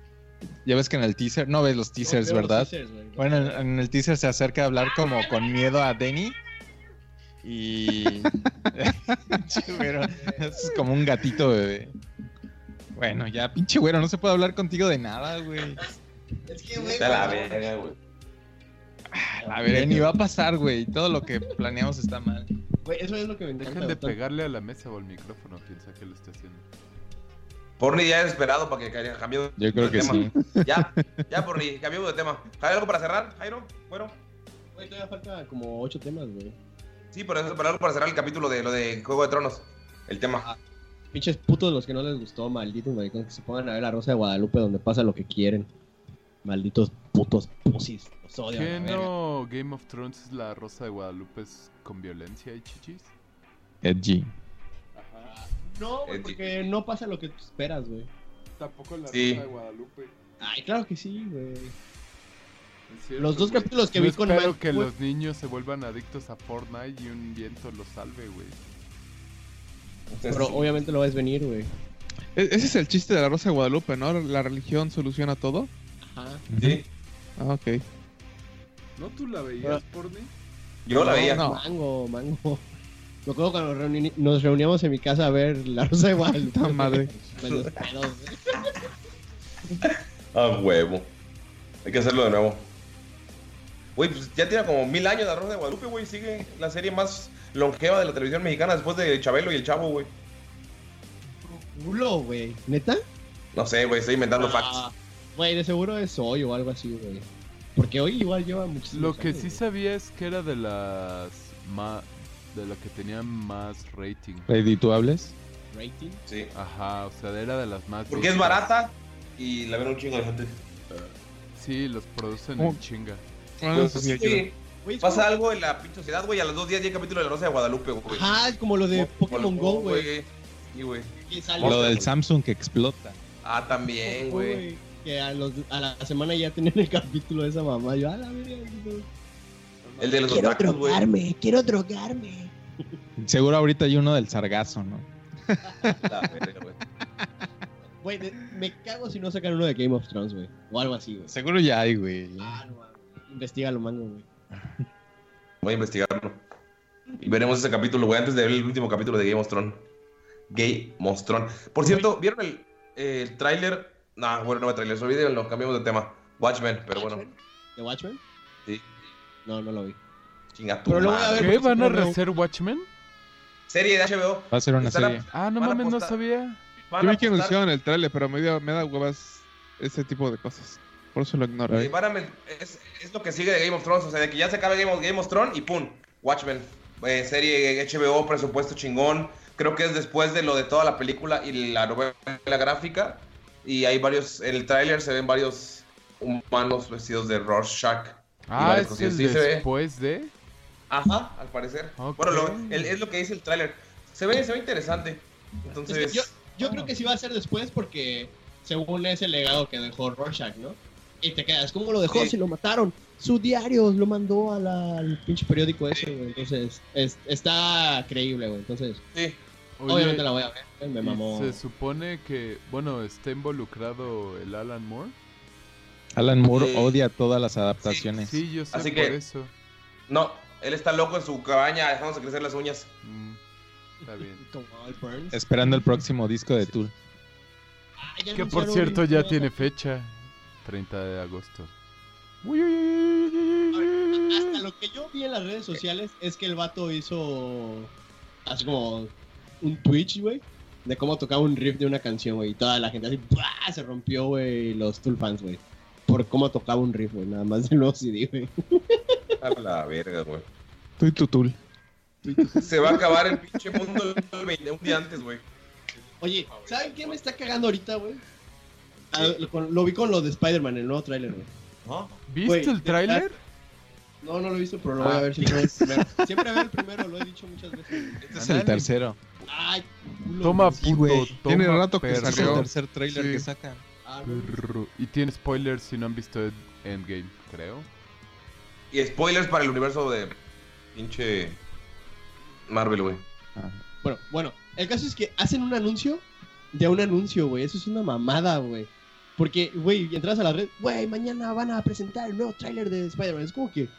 S8: ya ves que en el teaser, no ves los teasers,
S5: No, pero
S8: ¿verdad?
S5: teasers, güey.
S8: Bueno, en, en el teaser se acerca a hablar como con miedo a Denny. Y. pinche güero. Es como un gatito bebé. Bueno, ya, pinche güero, no se puede hablar contigo de nada, güey.
S5: Es que, güey.
S6: Está la verga, güey.
S8: A ver, ni va a pasar, güey. Todo lo que planeamos está mal.
S5: güey, Eso es lo que me encanta.
S7: Dejen de
S5: bastante.
S7: pegarle a la mesa o al micrófono, piensa que lo está haciendo.
S6: Porni ya desesperado para que caiga- cambie de
S8: Yo creo que
S6: tema.
S8: sí.
S6: Ya, ya, Porni, cambiamos de tema. ¿Hay algo para cerrar, Jairo? Bueno.
S5: Güey, todavía falta como ocho temas, güey.
S6: Sí, pero eso para algo para cerrar el capítulo de lo de Juego de Tronos. El
S5: Ah,
S6: tema.
S5: Pinches putos los que no les gustó, malditos maricones, que se pongan a ver la Rosa de Guadalupe donde pasa lo que quieren. Malditos putos pusis. Los odio. a la
S7: ¿Qué
S5: verga.
S7: no Game of Thrones es la Rosa de Guadalupe es con violencia y chichis?
S8: Edgy.
S5: No, güey,
S6: Eh,
S5: porque no pasa lo que tú esperas, güey.
S7: Tampoco la
S6: Sí. Rosa de
S7: Guadalupe.
S5: Ay, claro que sí, güey. Los dos capítulos que
S7: Yo
S5: vi con
S7: espero
S5: Mike,
S7: que
S5: güey,
S7: los niños se vuelvan adictos a Fortnite y un viento los salve, güey.
S5: Pero obviamente lo vas a venir, güey.
S9: E- Ese es el chiste de la Rosa de Guadalupe, ¿no? La religión soluciona todo.
S5: Ajá.
S6: Sí,
S9: Ah, ok.
S7: ¿No tú la veías, Fortnite?
S6: yo la veía.
S8: No.
S5: Mango, mango. Me acuerdo cuando reuni- nos reuníamos en mi casa a ver la Rosa de Guadalupe.
S9: Puta madre.
S5: Con los pedos, güey.
S6: A Ah, huevo. Hay que hacerlo de nuevo. Güey, pues ya tiene como mil años la Rosa de Guadalupe, güey. Sigue la serie más longeva de la televisión mexicana después de Chabelo y el Chavo, güey.
S5: Culo, güey. ¿Neta?
S6: No sé, güey, estoy inventando
S5: Ah,
S6: facts.
S5: Güey, de seguro es hoy o algo así, güey. Porque hoy igual lleva muchísimo.
S7: Lo que sí sabía es que era de las ma- de la que tenía más rating.
S8: Redituables.
S5: Rating.
S6: Sí.
S7: Ajá, o sea, era de las más
S6: Porque es
S7: vistas.
S6: barata y la ven un chingo de gente.
S7: Sí, los producen
S9: Oh.
S7: en chinga.
S9: Ah, no
S6: Pues,
S9: sabía que
S6: sí,
S5: Güey, es
S6: pasa
S5: como-
S6: algo en la pinche sociedad, güey. A las dos días llega el capítulo de la Rosa de Guadalupe, güey.
S5: Ajá, es como lo de Pokémon Go, güey.
S6: Sí, güey.
S5: que sale-
S8: Lo del Samsung que explota.
S6: Ah, también, güey.
S5: Güey, Que a, los- a la semana ya tenían el capítulo de esa mamá. Yo, a la verga. güey.
S6: El de los
S3: Quiero
S6: otakus, güey.
S3: drogarme, quiero drogarme.
S8: Seguro ahorita hay uno del sargazo, ¿no?
S6: La verga, Ah, güey.
S5: Güey, de- me cago si no sacan uno de Game of Thrones, güey. O algo así, güey.
S8: Seguro ya hay, güey.
S5: Ah, no, mames. Investígalo, mango, güey.
S6: Voy a investigarlo. Y veremos ese capítulo, güey, antes de ver el último capítulo de Game of Thrones. Gay Mostrón. Por cierto, ¿vieron el, el tráiler? Nah, bueno, no me tráiler, olvídenlo, cambiamos de tema. Watchmen, pero bueno,
S5: ¿The Watchmen?
S6: Sí.
S5: No, no lo vi.
S6: chinga tu
S5: Pero lo voy a
S6: madre.
S5: ver.
S7: ¿Qué? ¿Van a
S5: no, no.
S7: rehacer Watchmen?
S6: Serie de HBO.
S8: Va a ser una
S6: Está la-
S8: serie.
S7: Ah, no
S6: Van a
S7: mames, no
S6: apostar.
S7: sabía.
S6: Van
S9: Yo
S6: a
S9: vi que
S6: apostar-
S9: anunciaron el trailer, pero me, dio- me da huevas ese tipo de cosas. Por eso lo ignoro.
S6: Eh, van a men- es, es lo que sigue de Game of Thrones, o sea, de que ya se acaba Game of, Game of Thrones y ¡pum! Watchmen. Eh, serie HBO, presupuesto chingón. Creo que es después de lo de toda la película y la novela gráfica. Y hay varios, en el tráiler se ven varios humanos vestidos de Rorschach.
S7: Ah,
S6: vale,
S7: es
S6: porque
S7: el
S6: sí se ve.
S7: después de.
S6: Ajá, al parecer.
S7: Ok.
S6: Bueno, lo- el- es lo que dice el tráiler. Se ve, se ve interesante. Entonces,
S5: Es que yo, yo creo que sí va a ser después porque según ese legado que dejó Rorschach, ¿no? Y te quedas, ¿cómo lo dejó
S6: Sí.
S5: si lo mataron? Su diario lo mandó a la- al pinche periódico ese, güey. Entonces, es- está creíble, güey. Entonces,
S6: sí.
S7: Oye,
S5: obviamente la voy a ver. güey, Me
S7: y
S5: mamó.
S7: Se supone que, bueno, está involucrado el Alan Moore.
S8: Alan Moore
S6: Sí.
S8: odia todas las adaptaciones.
S7: Sí, yo sé
S6: Así
S7: por
S6: que-
S7: eso.
S6: No, él está loco en su cabaña dejándose crecer las uñas.
S7: Mm, está bien.
S5: Como Al Burns.
S8: Esperando el próximo disco de Tool.
S5: Ah, ya
S7: Que por
S5: anunciaron
S7: cierto ya
S5: nueva-
S7: tiene fecha. 30 de agosto. Uy, uy, uy, uy, uy, uy, uy,
S5: Hasta
S7: uy.
S5: lo que yo vi en las redes sociales es que el vato hizo así como un Twitch, güey, de cómo tocaba un riff de una canción, güey, y toda la gente así ¡buah! se rompió, güey, los Tool fans, güey, por cómo tocaba un riff, güey, nada más de nuevo CD, güey.
S6: A la verga, güey.
S9: Tú y tu Tool.
S6: Se va a acabar el pinche mundo el 20 un día antes, güey.
S5: Oye, ¿saben qué me está cagando ahorita, güey? Ah, lo, con- lo vi con lo de Spider-Man, el nuevo tráiler, güey.
S7: ¿Viste
S5: Güey,
S7: el
S5: de
S7: tráiler?
S5: No, no lo he visto, pero lo voy a
S7: Ah.
S5: ver si no es primero. Siempre veo el primero, lo he dicho muchas veces.
S8: Este es
S7: Ándale.
S8: el tercero.
S5: Ay, culo,
S7: Toma
S5: güey.
S8: Sí,
S7: puto,
S8: güey.
S7: toma
S9: Tiene rato que
S7: perro.
S8: Este es el
S9: Salió.
S8: tercer trailer
S9: Sí.
S8: que sacan.
S5: Ah, no.
S7: Perro. Y tiene spoilers si no han visto Ed- Endgame, creo.
S6: Y spoilers para el universo de pinche Marvel, güey.
S5: Bueno, bueno, el caso es que hacen un anuncio de un anuncio, güey. Eso es una mamada, güey. Porque, güey, entras a la red, güey, mañana van a presentar el nuevo tráiler de Spider-Man. Es como que,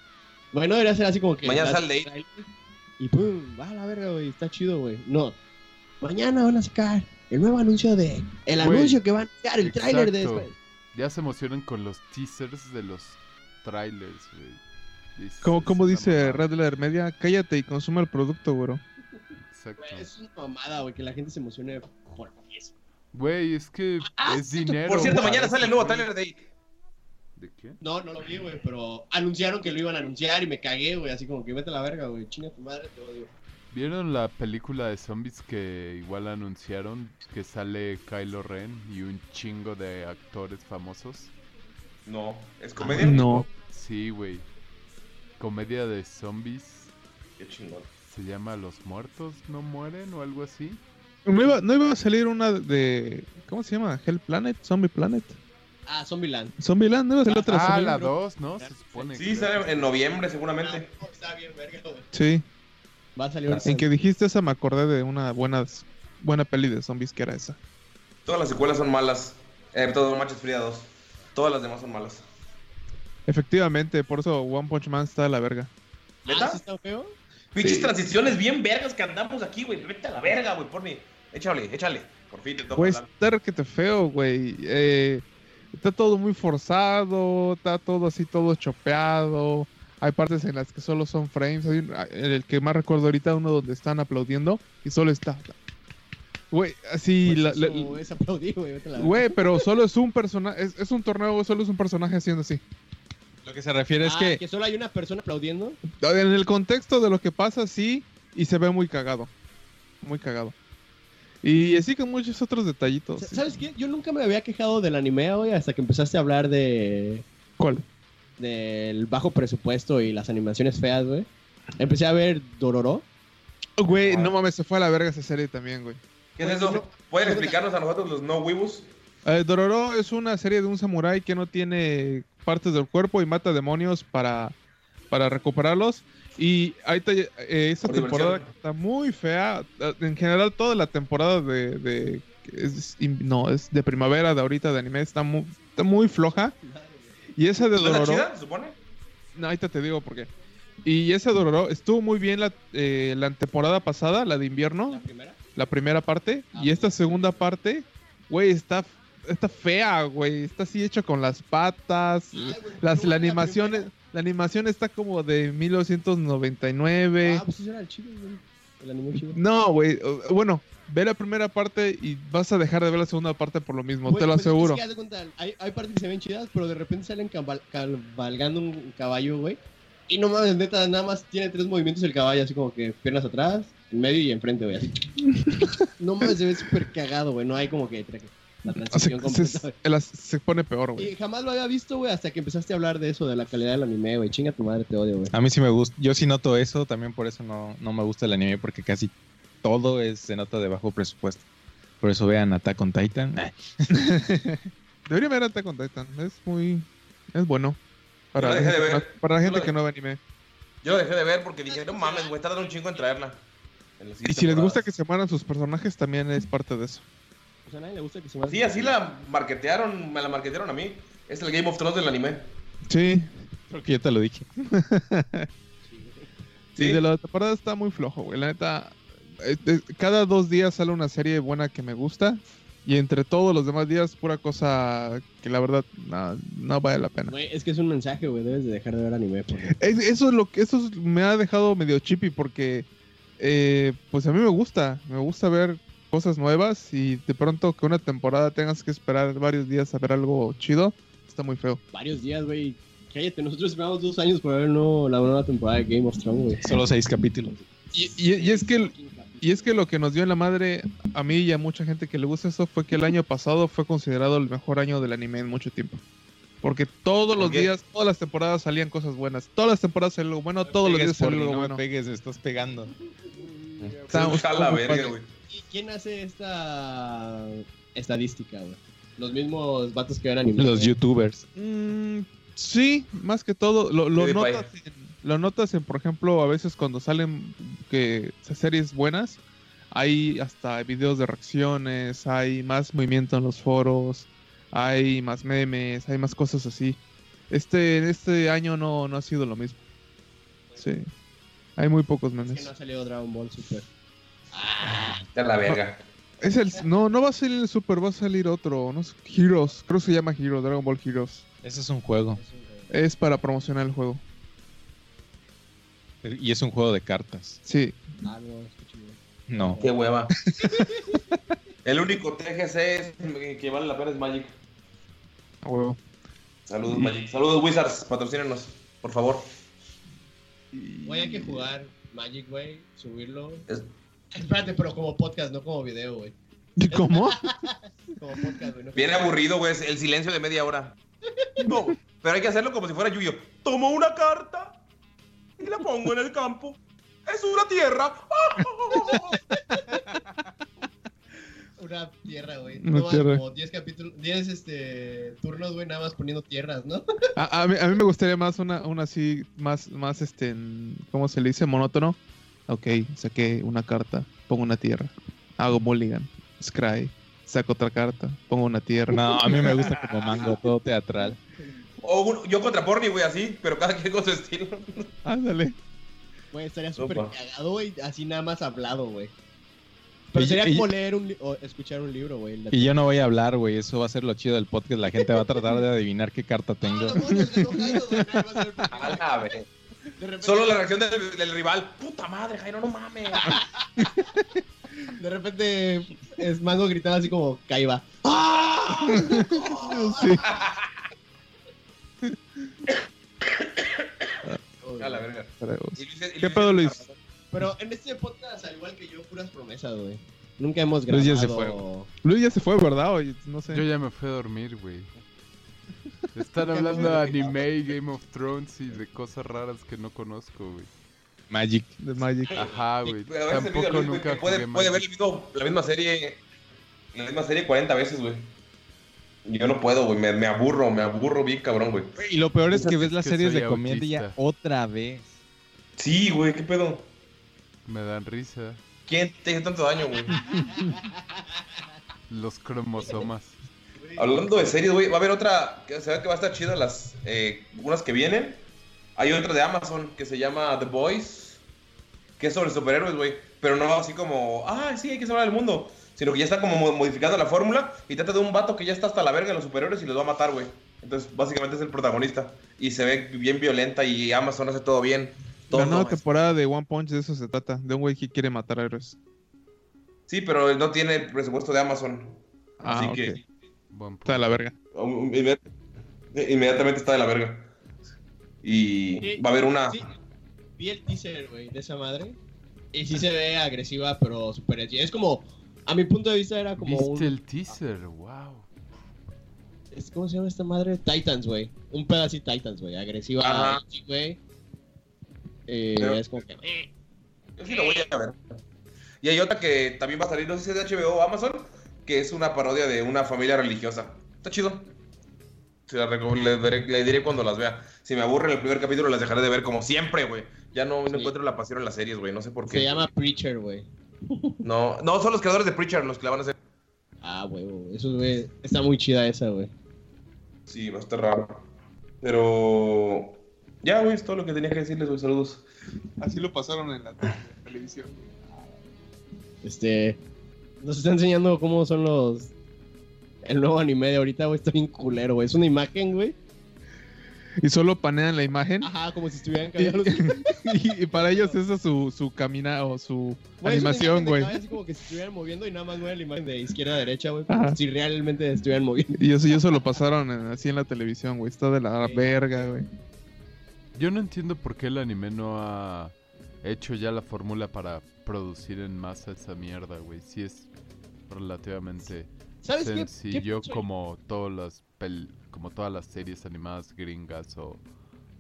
S5: güey, no debería ser así como que.
S6: Mañana
S5: das
S6: sale ahí.
S5: tráiler Y pum, va a la verga, güey. Está chido, güey. No. Mañana van a sacar el nuevo anuncio de. El
S7: Güey,
S5: anuncio que van a sacar, el tráiler de
S7: exacto.
S5: Spider-Man.
S7: Ya se emocionan con los teasers de los trailers, güey. Dices,
S9: Como, como
S7: "Es una
S9: dice
S7: mamada".
S9: Red Letter Media, cállate y consuma el producto, güero.
S7: Exacto.
S5: Güey, Es una mamada, güey, que la gente se emocione por eso.
S7: Güey, es que
S5: Ah,
S7: es
S5: cierto.
S7: dinero.
S6: Por cierto,
S7: para
S6: mañana
S7: eso,
S6: sale el nuevo
S7: güey.
S6: tráiler de It.
S7: ¿De qué?
S5: No, no lo vi, güey, pero anunciaron que lo iban a anunciar y me cagué, güey. Así como que vete a la verga, güey. Chinga tu madre, te odio.
S7: ¿Vieron la película de zombies que igual anunciaron que sale Kylo Ren y un chingo de actores famosos?
S6: No, es comedia.
S9: No.
S7: Sí, güey. Comedia de zombies.
S6: Qué chingón.
S7: Se llama Los Muertos No Mueren o algo así.
S9: ¿No iba, no iba a salir una de. ¿Cómo se llama? Hell Planet, Zombie Planet.
S5: Ah, Zombieland.
S9: Zombieland, no iba a salir otra.
S7: Ah,
S9: Zombie-
S7: la 2, ¿no? Se supone.
S6: Sí,
S7: creo.
S6: sale en noviembre seguramente.
S5: Ah, Está bien, verga, güey.
S9: Sí.
S5: Va a salir una
S9: En que dijiste esa, me acordé de una buena, buena peli de zombies que era esa.
S6: Todas las secuelas son malas. Eh, todo Manchas Fría 2. Todas las demás son malas.
S9: Efectivamente, por eso One Punch Man está de la verga.
S5: ¿Neta?
S6: ¿Neta?
S5: Ah, está feo?
S6: Pinches
S9: Sí.
S6: transiciones bien vergas que andamos aquí, güey. Vete a la verga, güey, porni. Échale, échale. Por fin te toca
S9: Güey,
S6: hablar.
S9: está requete feo, güey. Eh, está todo muy forzado, está todo así, todo chopeado. Hay partes en las que solo son frames. Hay un- el que más recuerdo ahorita, uno donde están aplaudiendo y solo está. Güey, así. la- la-
S5: Pues Eso es aplaudir, güey. Vete a la verga.
S9: Güey, pero solo es un personaje. Es, es un torneo, solo es un personaje haciendo así.
S8: Lo que se refiere es
S5: Ah,
S8: que,
S5: que solo hay una persona aplaudiendo.
S9: En el contexto de lo que pasa, sí, y se ve muy cagado. Muy cagado. Y así con muchos otros detallitos.
S5: ¿Sabes qué? Yo nunca me había quejado del anime, güey, hasta que empezaste a hablar de
S8: ¿Cuál?
S5: del bajo presupuesto y las animaciones feas, güey. Empecé a ver Dororo.
S8: Güey,
S9: Ah.
S8: no mames, se fue a la verga esa serie también, güey.
S6: ¿Qué es
S9: pues,
S6: eso? ¿Pueden explicarnos a nosotros los no huevos?
S8: Eh, Dororo es una serie de un samurái que no tiene partes del cuerpo y mata demonios para, para recuperarlos. Y ahorita eh, esta
S6: Por
S8: temporada
S6: diversión.
S8: está muy fea. Eh, En general, toda la temporada de. de- es- in- no, es de primavera, de ahorita, de anime, está muy, está muy floja. Y esa
S6: ¿No
S8: de
S6: está
S8: Dororo.
S6: chida, se supone?
S8: No, ahorita te digo por qué. Y esa Dororo estuvo muy bien la, eh, la temporada pasada, la de invierno,
S5: primera?
S8: la primera parte.
S5: Ah,
S8: y esta segunda parte, güey, está, está fea, güey. Está así hecho con las patas. las, la, animación, es- la animación está como de 1999.
S5: Ah, pues eso era el chido, güey. El anime chido.
S8: no, güey. o- Bueno, ve la primera parte y vas a dejar de ver la segunda parte por lo mismo,
S5: Güey,
S8: te lo
S5: pues es que
S8: aseguro.
S5: sí, haz de cuenta, hay, hay partes que se ven chidas, pero de repente salen cabal- cabalgando un caballo, güey. Y no mames, neta, nada más tiene tres movimientos el caballo, así como que piernas atrás, en medio y enfrente, güey. Así. no mames, se ve súper cagado, güey. No hay como que tra- la
S8: O sea,
S5: transición
S8: se,
S5: completa, güey.
S8: se- las- se pone peor, güey.
S5: Y jamás lo había visto, güey, hasta que empezaste a hablar de eso, de la calidad del anime, güey. Chinga tu madre, te odio, güey.
S7: A mí sí me gusta. Yo sí noto eso. También por eso no, no me gusta el anime. Porque casi todo es, se nota de bajo presupuesto. Por eso vean Attack on Titan. Eh,
S8: Debería ver Attack on Titan. Es muy. Es bueno. Para,
S6: Yo la
S8: la
S6: dejé
S8: gente,
S6: de
S8: que
S6: ver.
S8: no- para la
S6: Yo
S8: gente
S6: la-
S8: que no ve anime.
S6: Yo lo dejé de ver porque dije, no mames, güey, tardan un chingo en traerla. En las siguientes
S8: Y si les gusta
S6: temporadas.
S8: que se mueran sus personajes, también es parte de eso.
S5: O sea, Pues a nadie le gusta que se muera.
S6: Sí, así la marketearon, me la marketearon a mí. Es el Game of Thrones del anime.
S8: Sí.
S7: porque yo te lo dije.
S8: Sí.
S6: Sí.
S8: de la temporada está muy flojo, güey. La neta. eh, eh, Cada dos días sale una serie buena que me gusta. Y entre todos los demás días, pura cosa que la verdad no, no vale la pena.
S5: Güey, es que es un mensaje, güey. Debes de dejar de ver anime, porque...
S8: Es- eso es lo que eso es- me ha dejado medio chippy porque eh, pues a mí me gusta, me gusta ver cosas nuevas y de pronto que una temporada tengas que esperar varios días a ver algo chido, está muy feo.
S5: Varios días, güey. Cállate, nosotros esperamos dos años para ver el nuevo- la nueva temporada de Game of Thrones, güey.
S7: Solo seis capítulos.
S8: Y, y- y es que y es que lo que nos dio en la madre a mí y a mucha gente que le gusta eso fue que el año pasado fue considerado el mejor año del anime en mucho tiempo. Porque todos los
S6: Ok.
S8: días, todas las temporadas salían cosas buenas. Todas las temporadas salía algo bueno, todos los días
S7: Pegues por
S8: salía
S7: mí,
S8: algo
S7: no me
S8: bueno.
S7: pegues, me estás pegando.
S8: Está-
S6: Está la
S8: está muy
S6: verga,
S8: padre.
S6: güey.
S5: ¿Y quién hace esta estadística, güey? Los mismos vatos que ven anime.
S7: Los
S5: güey.
S7: youtubers.
S8: Mm, sí, más que todo. Lo, lo
S6: PewDiePie.
S8: notas en, lo notas en, por ejemplo, a veces cuando salen que series buenas, hay hasta videos de reacciones, hay más movimiento en los foros, hay más memes, hay más cosas así. Este, este año no, no ha sido lo mismo. Sí. Hay muy pocos
S5: Es que no
S8: memes.
S5: ha salido Dragon Ball Super.
S6: Está la verga.
S8: Es el, no, no va a salir el Super, va a salir otro. No sé, Heroes, creo que se llama Heroes, Dragon Ball Heroes.
S7: Eso es un juego.
S8: Es para promocionar el juego.
S7: Eh, Y es un juego de cartas.
S8: Sí,
S5: Ah, no, es que chido.
S7: No.
S6: Qué hueva. el único TGC es- eh, que vale la pena es Magic.
S8: a huevo.
S6: Saludos, Magic. Saludos, Wizards. Patrocínenos, por favor.
S5: Güey, hay que jugar Magic, güey. Subirlo.
S6: Es-
S5: Espérate, pero como podcast, no como video, güey.
S8: ¿Cómo?
S5: Como podcast, güey. no-
S6: Bien aburrido, güey. El silencio de media hora. No, pero hay que hacerlo como si fuera lluvia. Tomo una carta y la pongo en el campo. Es una tierra.
S5: Una tierra, güey.
S8: Una
S5: Tomas
S8: tierra.
S5: como 10 capítulos, 10 este, turnos, güey, nada más poniendo tierras, ¿no?
S8: A, a mí, a mí me gustaría más una, una así, más, más este, en- ¿cómo se le dice? Monótono. Ok, saqué una carta, pongo una tierra, hago mulligan, scry, saco otra carta, pongo una tierra.
S7: No, a mí me gusta como mango, todo teatral.
S6: O un- yo contra Porni, güey, así, pero cada quien con su estilo.
S8: Ándale.
S5: Güey, estaría súper
S6: Opa.
S5: cagado, güey, así nada más hablado, güey. Pero
S7: Y-
S5: sería
S7: y-
S5: como leer un li- o escuchar un libro, güey. La-
S7: Y yo no voy a hablar, güey. Eso va a ser lo chido del podcast. La gente va a tratar de adivinar qué carta
S5: Ah,
S7: tengo.
S5: los monos de los gallos, güey, nada más ver por qué,
S6: A
S5: güey.
S6: la verga.
S5: De repente-
S6: Solo la reacción del, del rival. Puta madre, Jairo, no mames.
S5: De repente es Mango gritaba así como Caiba.
S6: A la verga.
S8: Pero-
S6: Y Luis- y
S8: ¿Qué pedo, Luis?
S5: Pero en este podcast, al igual que yo, puras promesas, güey. Nunca hemos grabado.
S7: Pues ya se
S8: Luis ya se fue, ¿verdad? Oye, no sé.
S11: Yo ya me fui a dormir, güey.
S7: Están hablando de anime, Game of Thrones y de cosas raras que no conozco, güey.
S4: Magic.
S8: de Magic.
S7: Ajá, güey.
S6: Pero a veces el video,
S7: Tampoco
S6: güey,
S7: nunca
S6: puede,
S7: jugué
S6: puede haber
S7: Magic.
S6: visto la misma serie la misma serie 40 veces, güey. Yo no puedo, güey. Me, me aburro, me aburro bien cabrón, güey.
S4: Y lo peor es que ves
S7: Es
S4: las
S7: que
S4: series
S7: soy
S4: de comedia
S7: autista.
S4: otra vez.
S6: Sí, güey, ¿qué pedo?
S7: Me dan risa.
S6: ¿Quién te hizo tanto daño, güey?
S7: Los cromosomas.
S6: Hablando de series, güey, va a haber otra, que se ve que va a estar chida las, eh, unas que vienen. Hay otra de Amazon que se llama The Boys, que es sobre superhéroes, güey. Pero no así como, ah, sí, hay que salvar el mundo. Sino que ya está como mo- modificando la fórmula y trata de un vato que ya está hasta la verga de los superhéroes y los va a matar, güey. Entonces, básicamente es el protagonista. Y se ve bien violenta y Amazon hace todo bien. Todo
S8: La nueva
S6: es-
S8: temporada de One Punch de eso se trata, de un güey que quiere matar a héroes.
S6: Sí, pero no tiene presupuesto de Amazon.
S8: Ah,
S6: así
S8: ok.
S6: que
S7: Buen punto.
S8: Está de la verga.
S6: um, um, inmediat- inmediatamente está de la verga. Y
S5: Sí,
S6: va a haber una...
S5: Ah. Sí, vi el teaser, güey, de esa madre. Y sí se ve agresiva, pero super edgy. Es como, a mi punto de vista era como
S7: Viste
S5: un...
S7: el teaser, wow.
S5: es- ¿Cómo se llama esta madre? Titans, güey. Un pedacito Titans, güey. Agresiva,
S6: Ajá.
S5: edgy, güey. Eh,
S6: Pero-
S5: es como que... eh,
S6: Yo sí lo voy a ver. Y hay otra que también va a salir, no sé si es de HBO o Amazon, que es una parodia de una familia religiosa. Está chido. Se la reco- le, daré- le diré cuando las vea. Si me aburre el primer capítulo, las dejaré de ver como siempre, güey. Ya no, no
S5: Sí.
S6: encuentro la pasión en las series, güey. No sé por qué.
S5: se llama Preacher, güey.
S6: No, no, son los creadores de Preacher los que la van a hacer.
S5: Ah, güey, güey. Eso, güey. Está muy chida esa, güey.
S6: Sí, va a estar raro. Pero. Ya, güey, es todo lo que tenía que decirles, güey. Saludos.
S8: Así lo pasaron en la televisión.
S5: Este... Nos está enseñando cómo son los... El nuevo anime de ahorita, güey, está bien culero, güey. Es una imagen, güey.
S8: Y solo panean la imagen.
S5: Ajá, como si estuvieran
S8: Y,
S5: cambiando los...
S8: y- y para ellos esa es su, su camina o
S5: Güey,
S8: su
S5: es una
S8: animación,
S5: imagen de
S8: güey.
S5: cabeza, Así como que se estuvieran moviendo y nada más mueven la imagen de izquierda a derecha, güey.
S8: Ajá.
S5: como Si realmente se estuvieran moviendo.
S8: Y eso, y eso lo pasaron en- así en la televisión, güey. Está de la verga, güey.
S7: Yo no entiendo por qué el anime no ha hecho ya la fórmula para producir en masa esa mierda, güey. Si es relativamente
S5: ¿Sabes qué?
S7: sencillo
S5: qué-
S7: como todas las pel- como todas las series animadas gringas o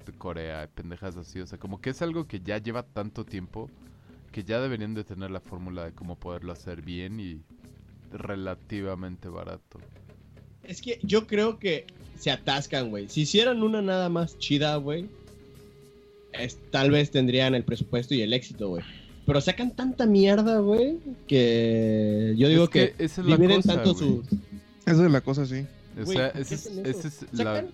S7: de Corea, pendejas así, o sea, como que es algo que ya lleva tanto tiempo que ya deberían de tener la fórmula de cómo poderlo hacer bien y relativamente barato.
S5: Es que yo creo que se atascan, güey. Si hicieran una nada más chida, güey, es- tal vez tendrían el presupuesto y el éxito, güey. Pero sacan tanta mierda, güey, que yo digo
S7: Es
S5: que,
S7: esa es la
S5: dividen
S7: cosa,
S5: tanto
S7: güey.
S5: sus...
S8: Esa es la cosa, sí.
S7: O
S5: Güey,
S7: sea,
S5: ¿por qué
S7: esa es,
S5: hacen eso?
S7: esa es la...
S5: Sacan-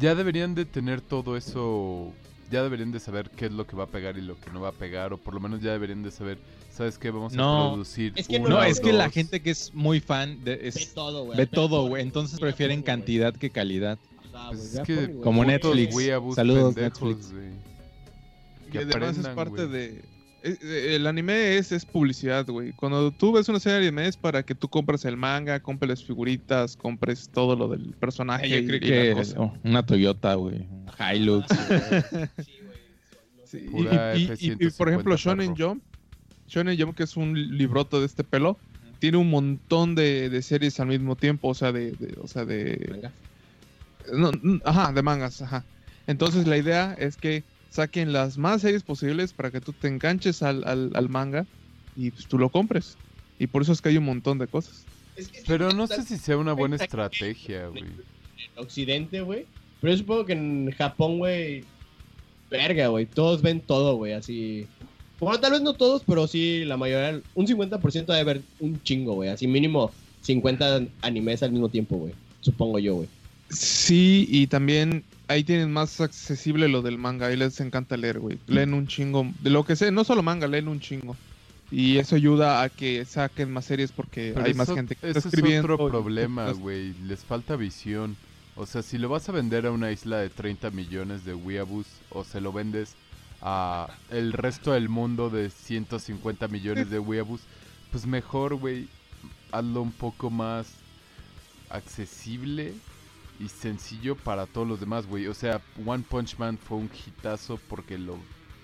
S7: Ya deberían de tener todo eso, ya deberían de saber qué es lo que va a pegar y lo que no va a pegar, o por lo menos ya deberían de saber, ¿sabes qué? Vamos a
S4: No,
S7: producir.
S5: es que
S7: uno
S4: No,
S7: o
S4: es que la
S7: dos.
S4: gente que es muy fan de,
S5: Ve
S4: es,
S5: todo, güey.
S4: ve
S5: Ve
S4: todo,
S5: todo,
S4: güey. Entonces
S5: Ve
S4: prefieren
S5: todo, güey.
S4: cantidad que calidad.
S5: Ajá,
S7: Pues
S5: güey,
S7: es
S5: ya
S7: que
S5: ponen, güey.
S4: como
S5: Putos,
S7: Putos
S4: Netflix.
S5: güey.
S7: weeabús
S4: Saludos,
S7: pendejos,
S4: Netflix.
S7: güey.
S8: Y
S7: Que
S8: además es
S7: aprendan,
S8: parte
S7: güey.
S8: de... es- eh, El anime es, es publicidad, güey. Cuando tú ves una serie de anime es para que tú compres el manga, compres las figuritas, compres todo lo del personaje.
S4: Yo
S8: y-
S4: creo
S8: y la
S4: que
S8: cosa.
S4: oh, una Toyota, güey. un Hilux.
S8: Sí, y,
S7: Pura
S8: y- y- y, por ejemplo,
S7: F-150
S8: Shonen
S7: perro.
S8: Jump, Shonen Jump, que es un libroto de este pelo, tiene un montón de, de series al mismo tiempo, o sea, de, de- o sea, de,
S5: Venga.
S8: no, n- ajá, de mangas, ajá. Entonces la idea es que saquen las más series posibles para que tú te enganches al, al- al manga y pues, tú lo compres. Y por eso es que hay un montón de cosas.
S5: Es que-
S7: Pero no sé si sea una buena
S5: Está-
S7: estrategia, güey.
S5: occidente, güey. Pero yo supongo que en Japón, güey, verga, güey. Todos ven todo, güey, así. Bueno, tal vez no todos, pero sí la mayoría, un 50% debe ver un chingo, güey. Así mínimo 50 animes al mismo tiempo, güey. Supongo yo, güey.
S8: Sí, y también ahí tienen más accesible lo del manga. Ahí les encanta leer, güey.
S7: Mm.
S8: Leen un chingo. De lo que sea, no solo manga, leen un chingo. Y eso ayuda a que saquen más series porque
S7: Pero
S8: hay más
S7: eso-
S8: gente que
S7: ese
S8: está escribiendo.
S7: es otro
S8: y- pues,
S7: problema, güey. Les falta visión. O sea, si lo vas a vender a una isla de 30 millones de weeaboos o se lo vendes a el resto del mundo de 150 millones de weeaboos, pues mejor, güey, hazlo un poco más accesible y sencillo para todos los demás, güey. O sea, One Punch Man fue un hitazo porque lo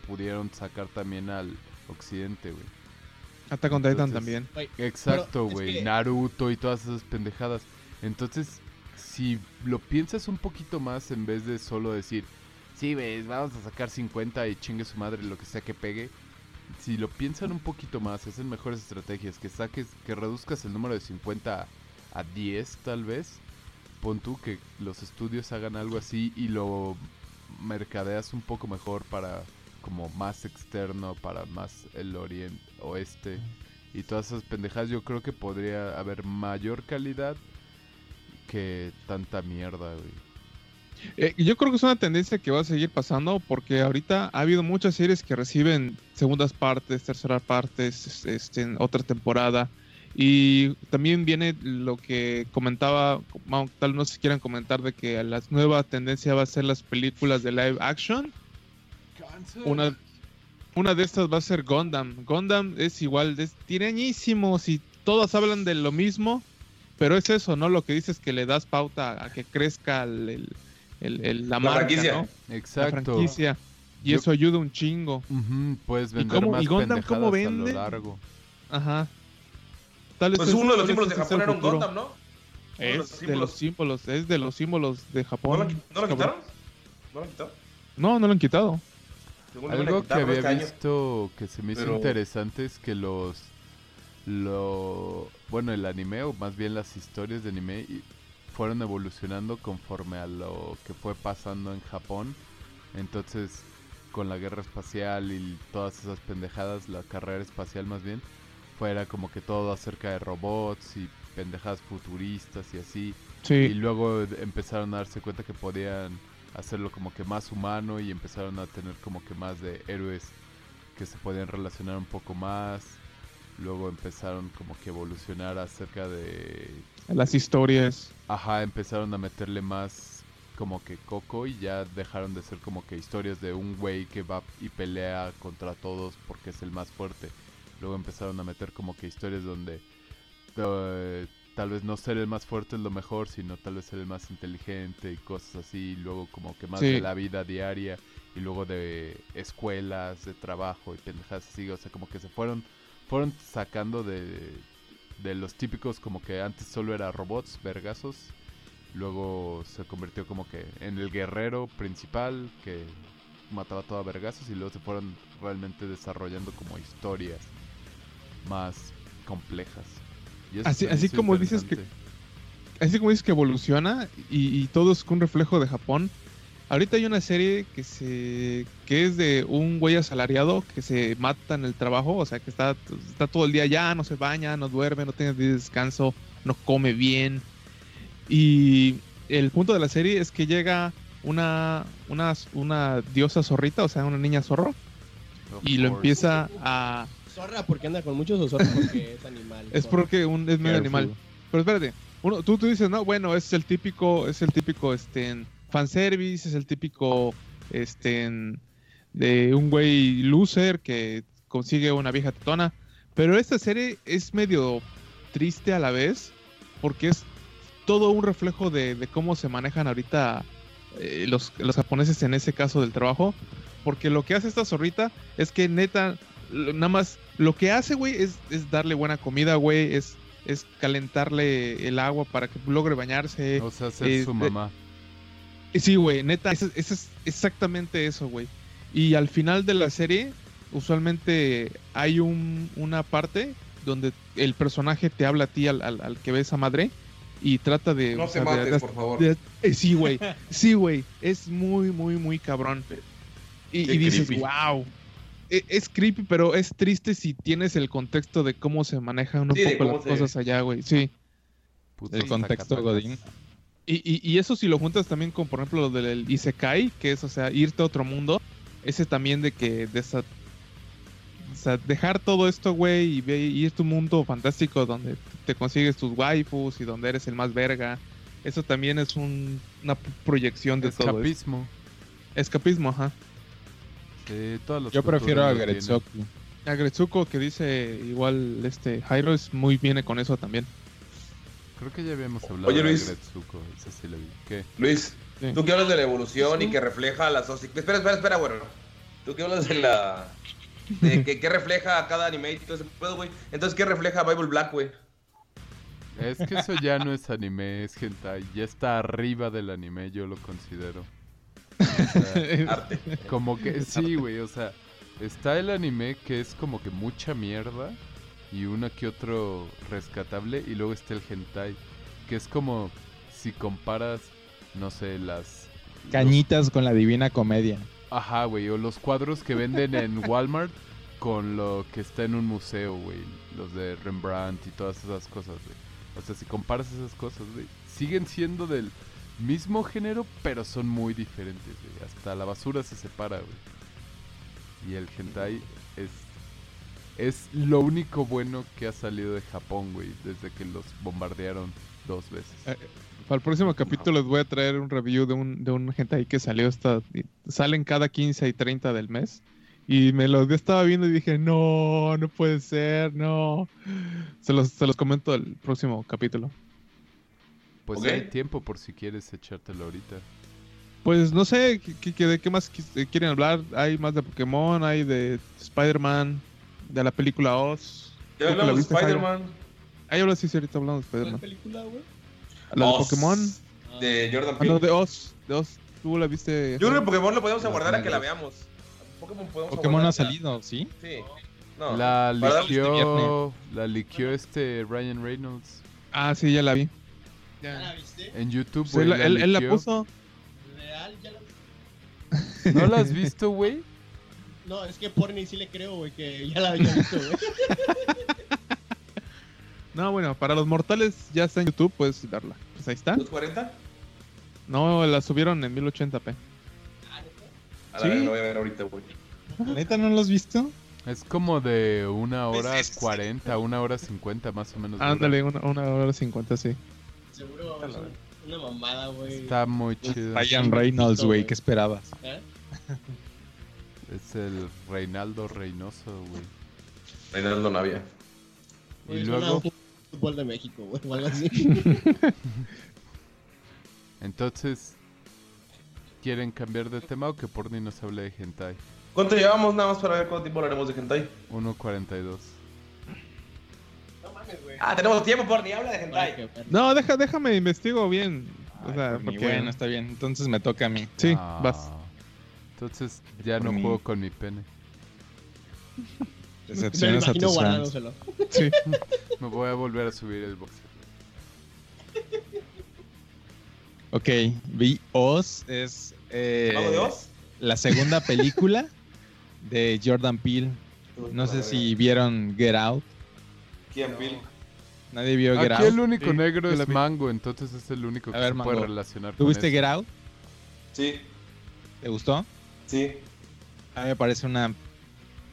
S7: pudieron sacar también al occidente, güey.
S8: Attack on Titan
S7: Entonces,
S8: también.
S7: Exacto,
S5: Pero es
S7: güey.
S5: que-
S7: Naruto y todas esas pendejadas. Entonces, si lo piensas un poquito más en vez de solo decir, sí, ves, vamos a sacar 50 y chingue su madre lo que sea que pegue. Si lo piensan un poquito más, hacen mejores estrategias, que saques, que reduzcas el número de 50 a 10 tal vez. Pon tú que los estudios hagan algo así y lo mercadeas un poco mejor para como más externo, para más el oriente, oeste y todas esas pendejadas, yo creo que podría haber mayor calidad que tanta mierda, güey.
S8: Eh, yo creo que es una tendencia que va a seguir pasando porque ahorita ha habido muchas series que reciben segundas partes, terceras partes, es- este, en otra temporada. Y también viene lo que comentaba, mau- tal no se quieran comentar de que la nueva tendencia va a ser las películas de live action. Una, una de estas va a ser Gundam. Gundam es igual, es tireñísimo, si todas hablan de lo mismo, pero es eso, ¿no? Lo que dices que le das pauta a que crezca el- el, el- el- la,
S6: La
S8: marca,
S6: franquicia.
S8: ¿no? La
S7: Exacto.
S8: franquicia. Y
S7: Yo-
S8: eso ayuda un chingo.
S7: Ujú, puedes vender
S8: cómo-
S7: más
S8: y Gundam
S7: pendejadas
S8: cómo
S7: a
S8: vende?
S7: lo largo.
S8: Ajá. Tal vez
S6: Pues
S8: Este es-
S6: uno de los
S8: tal vez
S6: símbolos de
S8: ese es
S6: Japón
S8: el
S6: era un
S8: futuro.
S6: Gundam, ¿no? Uno de los
S8: Es de los
S6: símbolos.
S8: símbolos, es de los símbolos de
S6: ¿No
S8: Japón.
S6: lo qui- no lo
S8: cabrón.
S6: quitaron? ¿No lo quitaron?
S8: No, no lo han quitado.
S6: Según yo, la
S7: Algo que
S6: quitaron
S7: había
S6: este año.
S7: visto que se me hizo
S6: Pero-
S7: interesante es que los lo bueno el anime o más bien las historias de anime y- fueron evolucionando conforme a lo que fue pasando en Japón. Entonces, con la guerra espacial y todas esas pendejadas, la carrera espacial más bien, fuera como que todo acerca de robots y pendejadas futuristas y así. Y
S8: Sí.
S7: luego d- empezaron a darse cuenta que podían hacerlo como que más humano y empezaron a tener como que más de héroes que se podían relacionar un poco más. Luego empezaron como que evolucionar acerca de...
S8: Las historias.
S7: Ajá, empezaron a meterle más como que coco y ya dejaron de ser como que historias de un güey que va y pelea contra todos porque es el más fuerte. Luego empezaron a meter como que historias donde eh, tal vez no ser el más fuerte es lo mejor, sino tal vez ser el más inteligente y cosas así. Y luego como que más
S8: Sí.
S7: de la vida diaria y luego de escuelas, de trabajo y pendejadas así. O sea, como que se fueron, fueron sacando de, de los típicos como que antes solo era robots, vergazos. Luego se convirtió como que en el guerrero principal que mataba todo a vergazos y luego se fueron realmente desarrollando como historias más complejas. Y eso
S8: Así-
S7: se me
S8: así
S7: hizo
S8: como dices que-
S7: interesante.
S8: Así como dices que evoluciona y, y todo es un reflejo de Japón. Ahorita hay una serie que se que es de un güey asalariado que se mata en el trabajo, o sea que está, está todo el día allá, no se baña, no duerme, no tiene día de descanso, no come bien. Y el punto de la serie es que llega una, una, una diosa zorrita, o sea, una niña zorro,
S7: Of
S8: y lo
S7: course.
S8: empieza a...
S5: ¿Zorra porque anda con muchos o zorra porque es animal?
S8: Es
S5: Zorra.
S8: porque un, es medio animal. Pero espérate, uno, tú, tú dices, no, bueno, es el típico, es el típico, este, en fanservice, es el típico, este, en- de un güey loser que consigue una vieja tetona. Pero esta serie es medio triste a la vez, porque es todo un reflejo de, de cómo se manejan ahorita eh, los, los japoneses en ese caso del trabajo. Porque lo que hace esta zorrita es que neta, lo- nada más, lo que hace, güey, es, es darle buena comida, güey, es, es calentarle el agua para que logre bañarse.
S7: O sea, ser
S8: este,
S7: su mamá.
S8: Eh, Sí, güey, neta, eso, eso es exactamente eso, güey. Y al final de la serie, usualmente hay un- una parte donde el personaje te habla a ti, al, al- al que ve esa madre, y trata de... o
S6: No te
S8: sea, de-
S6: mates,
S8: de-
S6: por favor.
S8: de- eh, sí, güey, sí, güey, es muy, muy, muy cabrón. Y,
S6: Qué
S8: y dices,
S6: creepy.
S8: wow. Es, creepy, pero es triste si tienes el contexto de cómo se manejan un
S6: Sí, de
S8: poco
S6: cómo
S8: las
S6: se-
S8: cosas allá, güey. Sí.
S7: Putos
S12: El contexto
S7: tacatacas.
S12: Godín.
S8: Y, y- y eso si lo juntas también con, por ejemplo, lo del Isekai, que es, o sea, irte a otro mundo. Ese también de que desa- o sea, dejar todo esto, güey, y ve- ir tu mundo fantástico donde te consigues tus waifus y donde eres el más verga. Eso también es un- una proyección de todo. esto.
S7: Escapismo.
S8: Escapismo, ajá.
S7: Sí, todas las
S12: Yo prefiero
S7: culturas
S12: a
S7: lo tienen.
S12: Gretzoku.
S8: A Gretsuko que dice igual este Jairo es muy viene con eso también.
S7: Creo que ya habíamos hablado
S6: Oye,
S7: de
S6: Luis.
S7: Gretsuko. Esa sí la vi. ¿Qué?
S6: Luis,
S8: Sí.
S6: tú que hablas de la evolución y que refleja la sociedad. Espera, espera, espera, bueno. Tú que hablas de la. de que, que refleja cada anime y todo ese pedo, güey. Entonces, ¿qué refleja Bible Black, güey?
S7: Es que eso ya no es anime, es hentai. Ya está arriba del anime, yo lo considero. O sea,
S6: Arte.
S7: como que sí, güey, o sea, está el anime que es como que mucha mierda y uno que otro rescatable y luego está el hentai, que es como si comparas, no sé, las los-
S8: Cañitas con la divina comedia.
S7: ajá, güey, o los cuadros que venden en Walmart con lo que está en un museo, güey, los de Rembrandt y todas esas cosas, güey. O sea, si comparas esas cosas, güey, siguen siendo del mismo género, pero son muy diferentes, güey. Hasta la basura se separa, güey. Y el hentai es es lo único bueno que ha salido de Japón, güey, desde que los bombardearon dos veces.
S9: Eh, Para el próximo capítulo les voy a traer un review de un, de un gente ahí que salió esta. Salen cada 15 y 30 del mes. Y me los yo estaba viendo y dije, no, no puede ser, no. Se los, se los comento el próximo capítulo.
S7: Pues
S6: Ok.
S7: hay tiempo por si quieres echártelo ahorita.
S9: Pues no sé, ¿qué- qué- qué- ¿de qué más quis- eh, quieren hablar? Hay más de Pokémon, hay de Spider-Man, de la película Oz. ¿Tú que
S6: Ya
S9: la
S6: hablamos de
S9: viste, Jairo?
S6: Spider-Man.
S9: Ahí hablo, sí, sí, ahorita hablamos de Spider-Man.
S5: película, güey?
S9: La de
S6: Oz,
S9: Pokémon.
S6: De Jordan
S9: Ah, no,
S6: Peele.
S9: de Oz. De Oz, tú la viste.
S6: Yo creo que Pokémon lo podemos
S8: Las
S6: aguardar a que la
S8: mangas.
S6: veamos. A Pokémon podemos
S8: Pokémon
S6: aguardar
S8: ha
S6: ya.
S8: salido, ¿sí?
S6: Sí. No.
S7: la
S6: para darle este
S7: liquió, la liquió este Ryan Reynolds
S9: Ah, sí, ya la vi.
S8: Ah,
S5: la viste?
S7: en YouTube,
S9: Pues
S7: güey.
S9: él, él- él la
S7: liqueó.
S9: puso.
S5: ¿Real? ¿Ya la viste?
S7: ¿No la has visto, güey?
S5: No, es que Porni sí le creo, güey, que ya la había visto, güey.
S9: No, bueno, para los mortales ya está en YouTube, puedes darla. Pues ahí está.
S6: ¿Los 40?
S9: No, la subieron en 1080p.
S6: A
S9: Sí.
S6: la verga, lo voy a ver ahorita, güey.
S8: ¿Neta no lo has visto?
S7: Es como de una hora
S4: Sí, sí, sí.
S7: cuarenta, una hora cincuenta más o menos. dura.
S9: Ándale, una, una hora cincuenta, sí.
S5: Seguro, es un- una mamada, güey.
S7: Está muy chido.
S8: Ryan Reynolds, güey, ¿qué esperabas?
S5: ¿Eh?
S7: Es el Reinaldo Reynoso, güey.
S6: Reinaldo Navia.
S7: Y
S5: Güey, suena
S7: luego,
S5: a un Fútbol de México, güey, o algo así.
S7: entonces, ¿quieren cambiar de tema o que Porni nos hable de hentai?
S6: ¿Cuánto llevamos nada más para ver cuánto tiempo hablaremos de hentai?
S7: 1.42.
S6: Ah, tenemos tiempo, Porni, habla de
S5: Para
S6: hentai.
S5: que ver.
S9: No, deja, déjame, investigo bien. O
S8: Ay,
S9: sea,
S8: por mí,
S9: porque-
S8: Bueno, está bien, entonces me toca a mí.
S9: Sí,
S7: Ah.
S9: vas.
S7: Entonces, ya no
S8: Por mí.
S7: juego con mi pene.
S5: Me lo
S8: Decepciones a
S5: imagino
S8: tus fans.
S5: guardándoselo.
S9: Sí.
S7: Me voy a volver a subir el boxeo.
S8: Ok, vi Oz, es eh,
S6: ¿Mago de Oz?
S8: la segunda película de Jordan Peele. No sé si vieron Get Out.
S6: ¿Quién, Bill?
S8: Nadie vio Get
S7: Aquí
S8: Out.
S7: el único
S9: Sí,
S7: negro
S9: yo la
S7: es
S9: vi.
S7: Mango, entonces es el único
S8: A
S7: que
S8: ver,
S7: se puede
S8: Mango,
S7: relacionar con
S8: ¿Tuviste
S7: eso.
S8: Get Out?
S6: Sí,
S8: ¿Te gustó?
S6: sí.
S8: A mí me parece una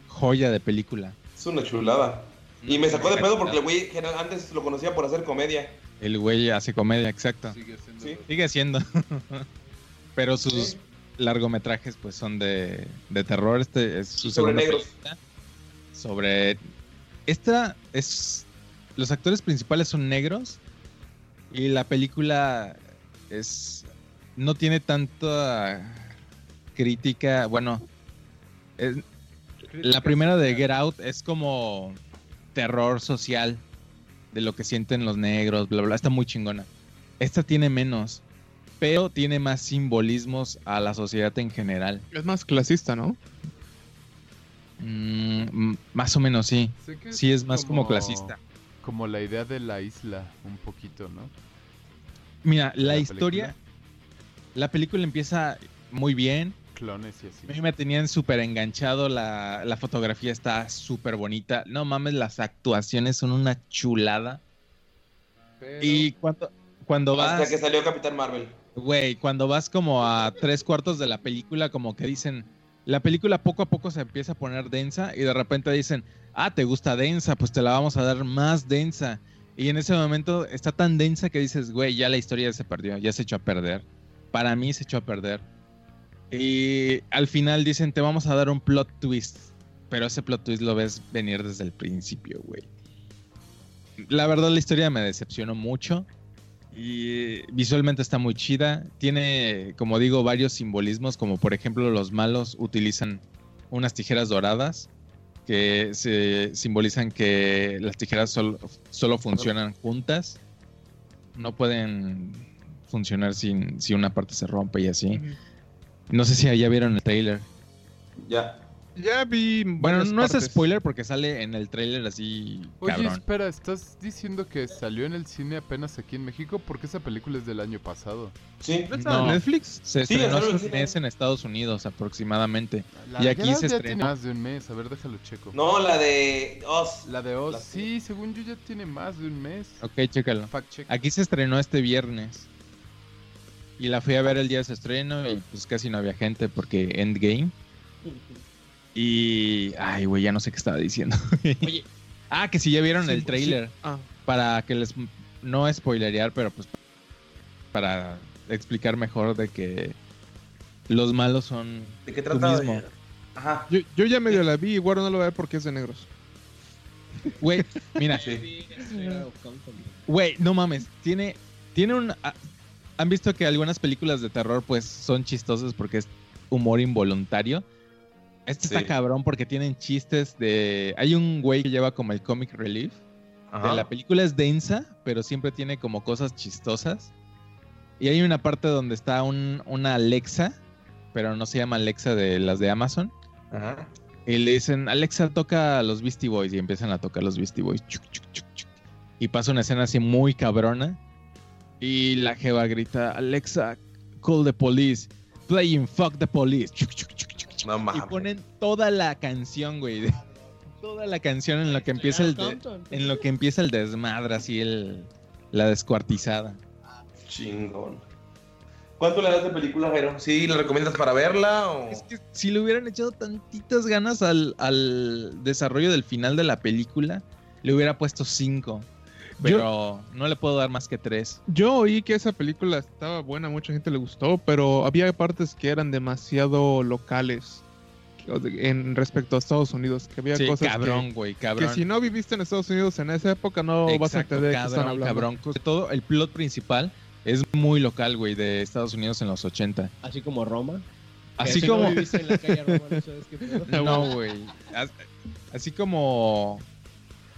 S8: joya de película.
S6: Es una chulada. Y me sacó de pedo porque el
S8: el
S6: güey que era- antes lo conocía por hacer comedia.
S8: güey hace comedia, exacto.
S6: Sí.
S8: Sigue siendo. Pero sus
S6: Sí.
S8: largometrajes pues son de, de terror. Este es su
S6: Sobre
S8: segunda
S6: negros.
S8: película. Sobre esta es los actores principales son negros y la película es no tiene tanta crítica, bueno, es- la primera de Get Out es como terror social de lo que sienten los negros, bla, bla, bla. Está muy chingona. Esta tiene menos, pero tiene más simbolismos a la sociedad en general.
S9: Es más clasista, ¿no?
S8: Mm, mm, más o menos, sí.
S7: Sé que
S8: Sí, es más como clasista.
S7: Como la idea de la isla, un poquito, ¿no?
S8: Mira, la,
S7: ¿La
S8: historia, la película empieza muy bien.
S7: Clones y así.
S8: A mí me tenían súper enganchado, la, la fotografía está súper bonita. No mames, las actuaciones son una chulada. Y cuando, cuando vas...
S6: Hasta que salió Capitán Marvel.
S8: Güey, cuando vas como a tres cuartos de la película, como que dicen, la película poco a poco se empieza a poner densa y de repente dicen, ah, te gusta densa, pues te la vamos a dar más densa. Y en ese momento está tan densa que dices, güey, ya la historia se perdió, ya se echó a perder. Para mí se echó a perder. Y al final dicen, te vamos a dar un plot twist. Pero ese plot twist lo ves venir desde el principio, güey. La verdad la historia me decepcionó mucho. Y eh, visualmente está muy chida. Tiene, como digo, varios simbolismos, como por ejemplo los malos utilizan unas tijeras doradas que se simbolizan que las tijeras sol- solo funcionan juntas. no pueden funcionar sin, si una parte se rompe y así.
S9: Ujú.
S8: No sé si ya vieron el trailer.
S6: Ya.
S9: Ya vi.
S8: Bueno,
S9: varias
S8: no es
S9: partes.
S8: spoiler porque sale en el trailer así
S7: Oye,
S8: cabrón.
S7: espera, ¿estás diciendo que salió en el cine apenas aquí en México? Porque esa película es del año pasado.
S6: Sí.
S9: ¿No está en
S8: No.
S9: Netflix?
S8: Se
S6: Sí,
S8: estrenó
S6: salió en
S8: hace un
S6: cine.
S8: mes en Estados Unidos aproximadamente.
S7: La-
S8: Y aquí
S7: ya-
S8: se
S7: ya
S8: estrenó.
S7: tiene más de un mes, a ver, déjalo checo.
S6: No, la de Oz.
S7: La de Oz,
S6: La-
S7: sí, según yo ya tiene más de un mes.
S8: Ok, chécalo.
S7: Fact check.
S8: Aquí se estrenó este viernes. Y la fui a ver el día de su estreno y pues casi no había gente porque Endgame. Y... Ay, güey, ya no sé qué estaba diciendo.
S5: Oye.
S8: Ah, que si ya vieron
S9: Sí,
S8: el
S9: sí.
S8: trailer.
S9: Ah.
S8: Para que les... No spoilerear, pero pues para explicar mejor de que los malos son...
S6: ¿De qué
S8: tú
S6: trata?
S8: mismo.
S6: Ajá.
S9: Yo, yo ya medio la vi, igual no lo voy a ver porque es de negros.
S8: Güey, mira, Güey, no mames, tiene, tiene un... a- Han visto que algunas películas de terror pues son chistosas porque es humor involuntario. Este
S6: Sí.
S8: está cabrón porque tienen chistes de... Hay un güey que lleva como el comic relief.
S6: Ajá.
S8: De la película es densa, pero siempre tiene como cosas chistosas. Y hay una parte donde está un, una Alexa, pero no se llama Alexa de las de Amazon.
S6: Ajá.
S8: Y le dicen, Alexa, toca a los Beastie Boys. Y empiezan a tocar los Beastie Boys. Chuc, chuc, chuc, chuc. Y pasa una escena así muy cabrona. Y la jeva grita, Alexa, call the police. Playing fuck the police. Chuc, chuc, chuc, chuc, chuc.
S6: No
S8: y
S6: mames.
S8: ponen toda la canción, güey. de- toda la canción en lo que empieza el, de- en lo que empieza el desmadre, así el, la descuartizada.
S6: Chingón. ¿Cuánto le das de película, Jairo? ¿Sí la recomiendas para verla o...?
S8: Es que si le hubieran echado tantitas ganas al, al desarrollo del final de la película, le hubiera puesto cinco. Pero no le puedo dar más que tres.
S9: Yo oí que esa película estaba buena, mucha gente le gustó, pero había partes que eran demasiado locales o de- en respecto a Estados Unidos, que había
S8: Sí,
S9: cosas que-
S8: cabrón, güey,
S9: que,
S8: cabrón.
S9: si no viviste en Estados Unidos en esa época no vas a
S8: Exacto,
S9: entender de qué están
S8: cabrón,
S9: hablando.
S8: cabrón. Sobre todo el plot principal es muy local, güey, de Estados Unidos en los 80.
S5: Así como Roma.
S8: Así
S5: Si
S8: como...
S5: No viviste en la calle Roma, no sabes qué pedo.
S8: No, güey. As- Así como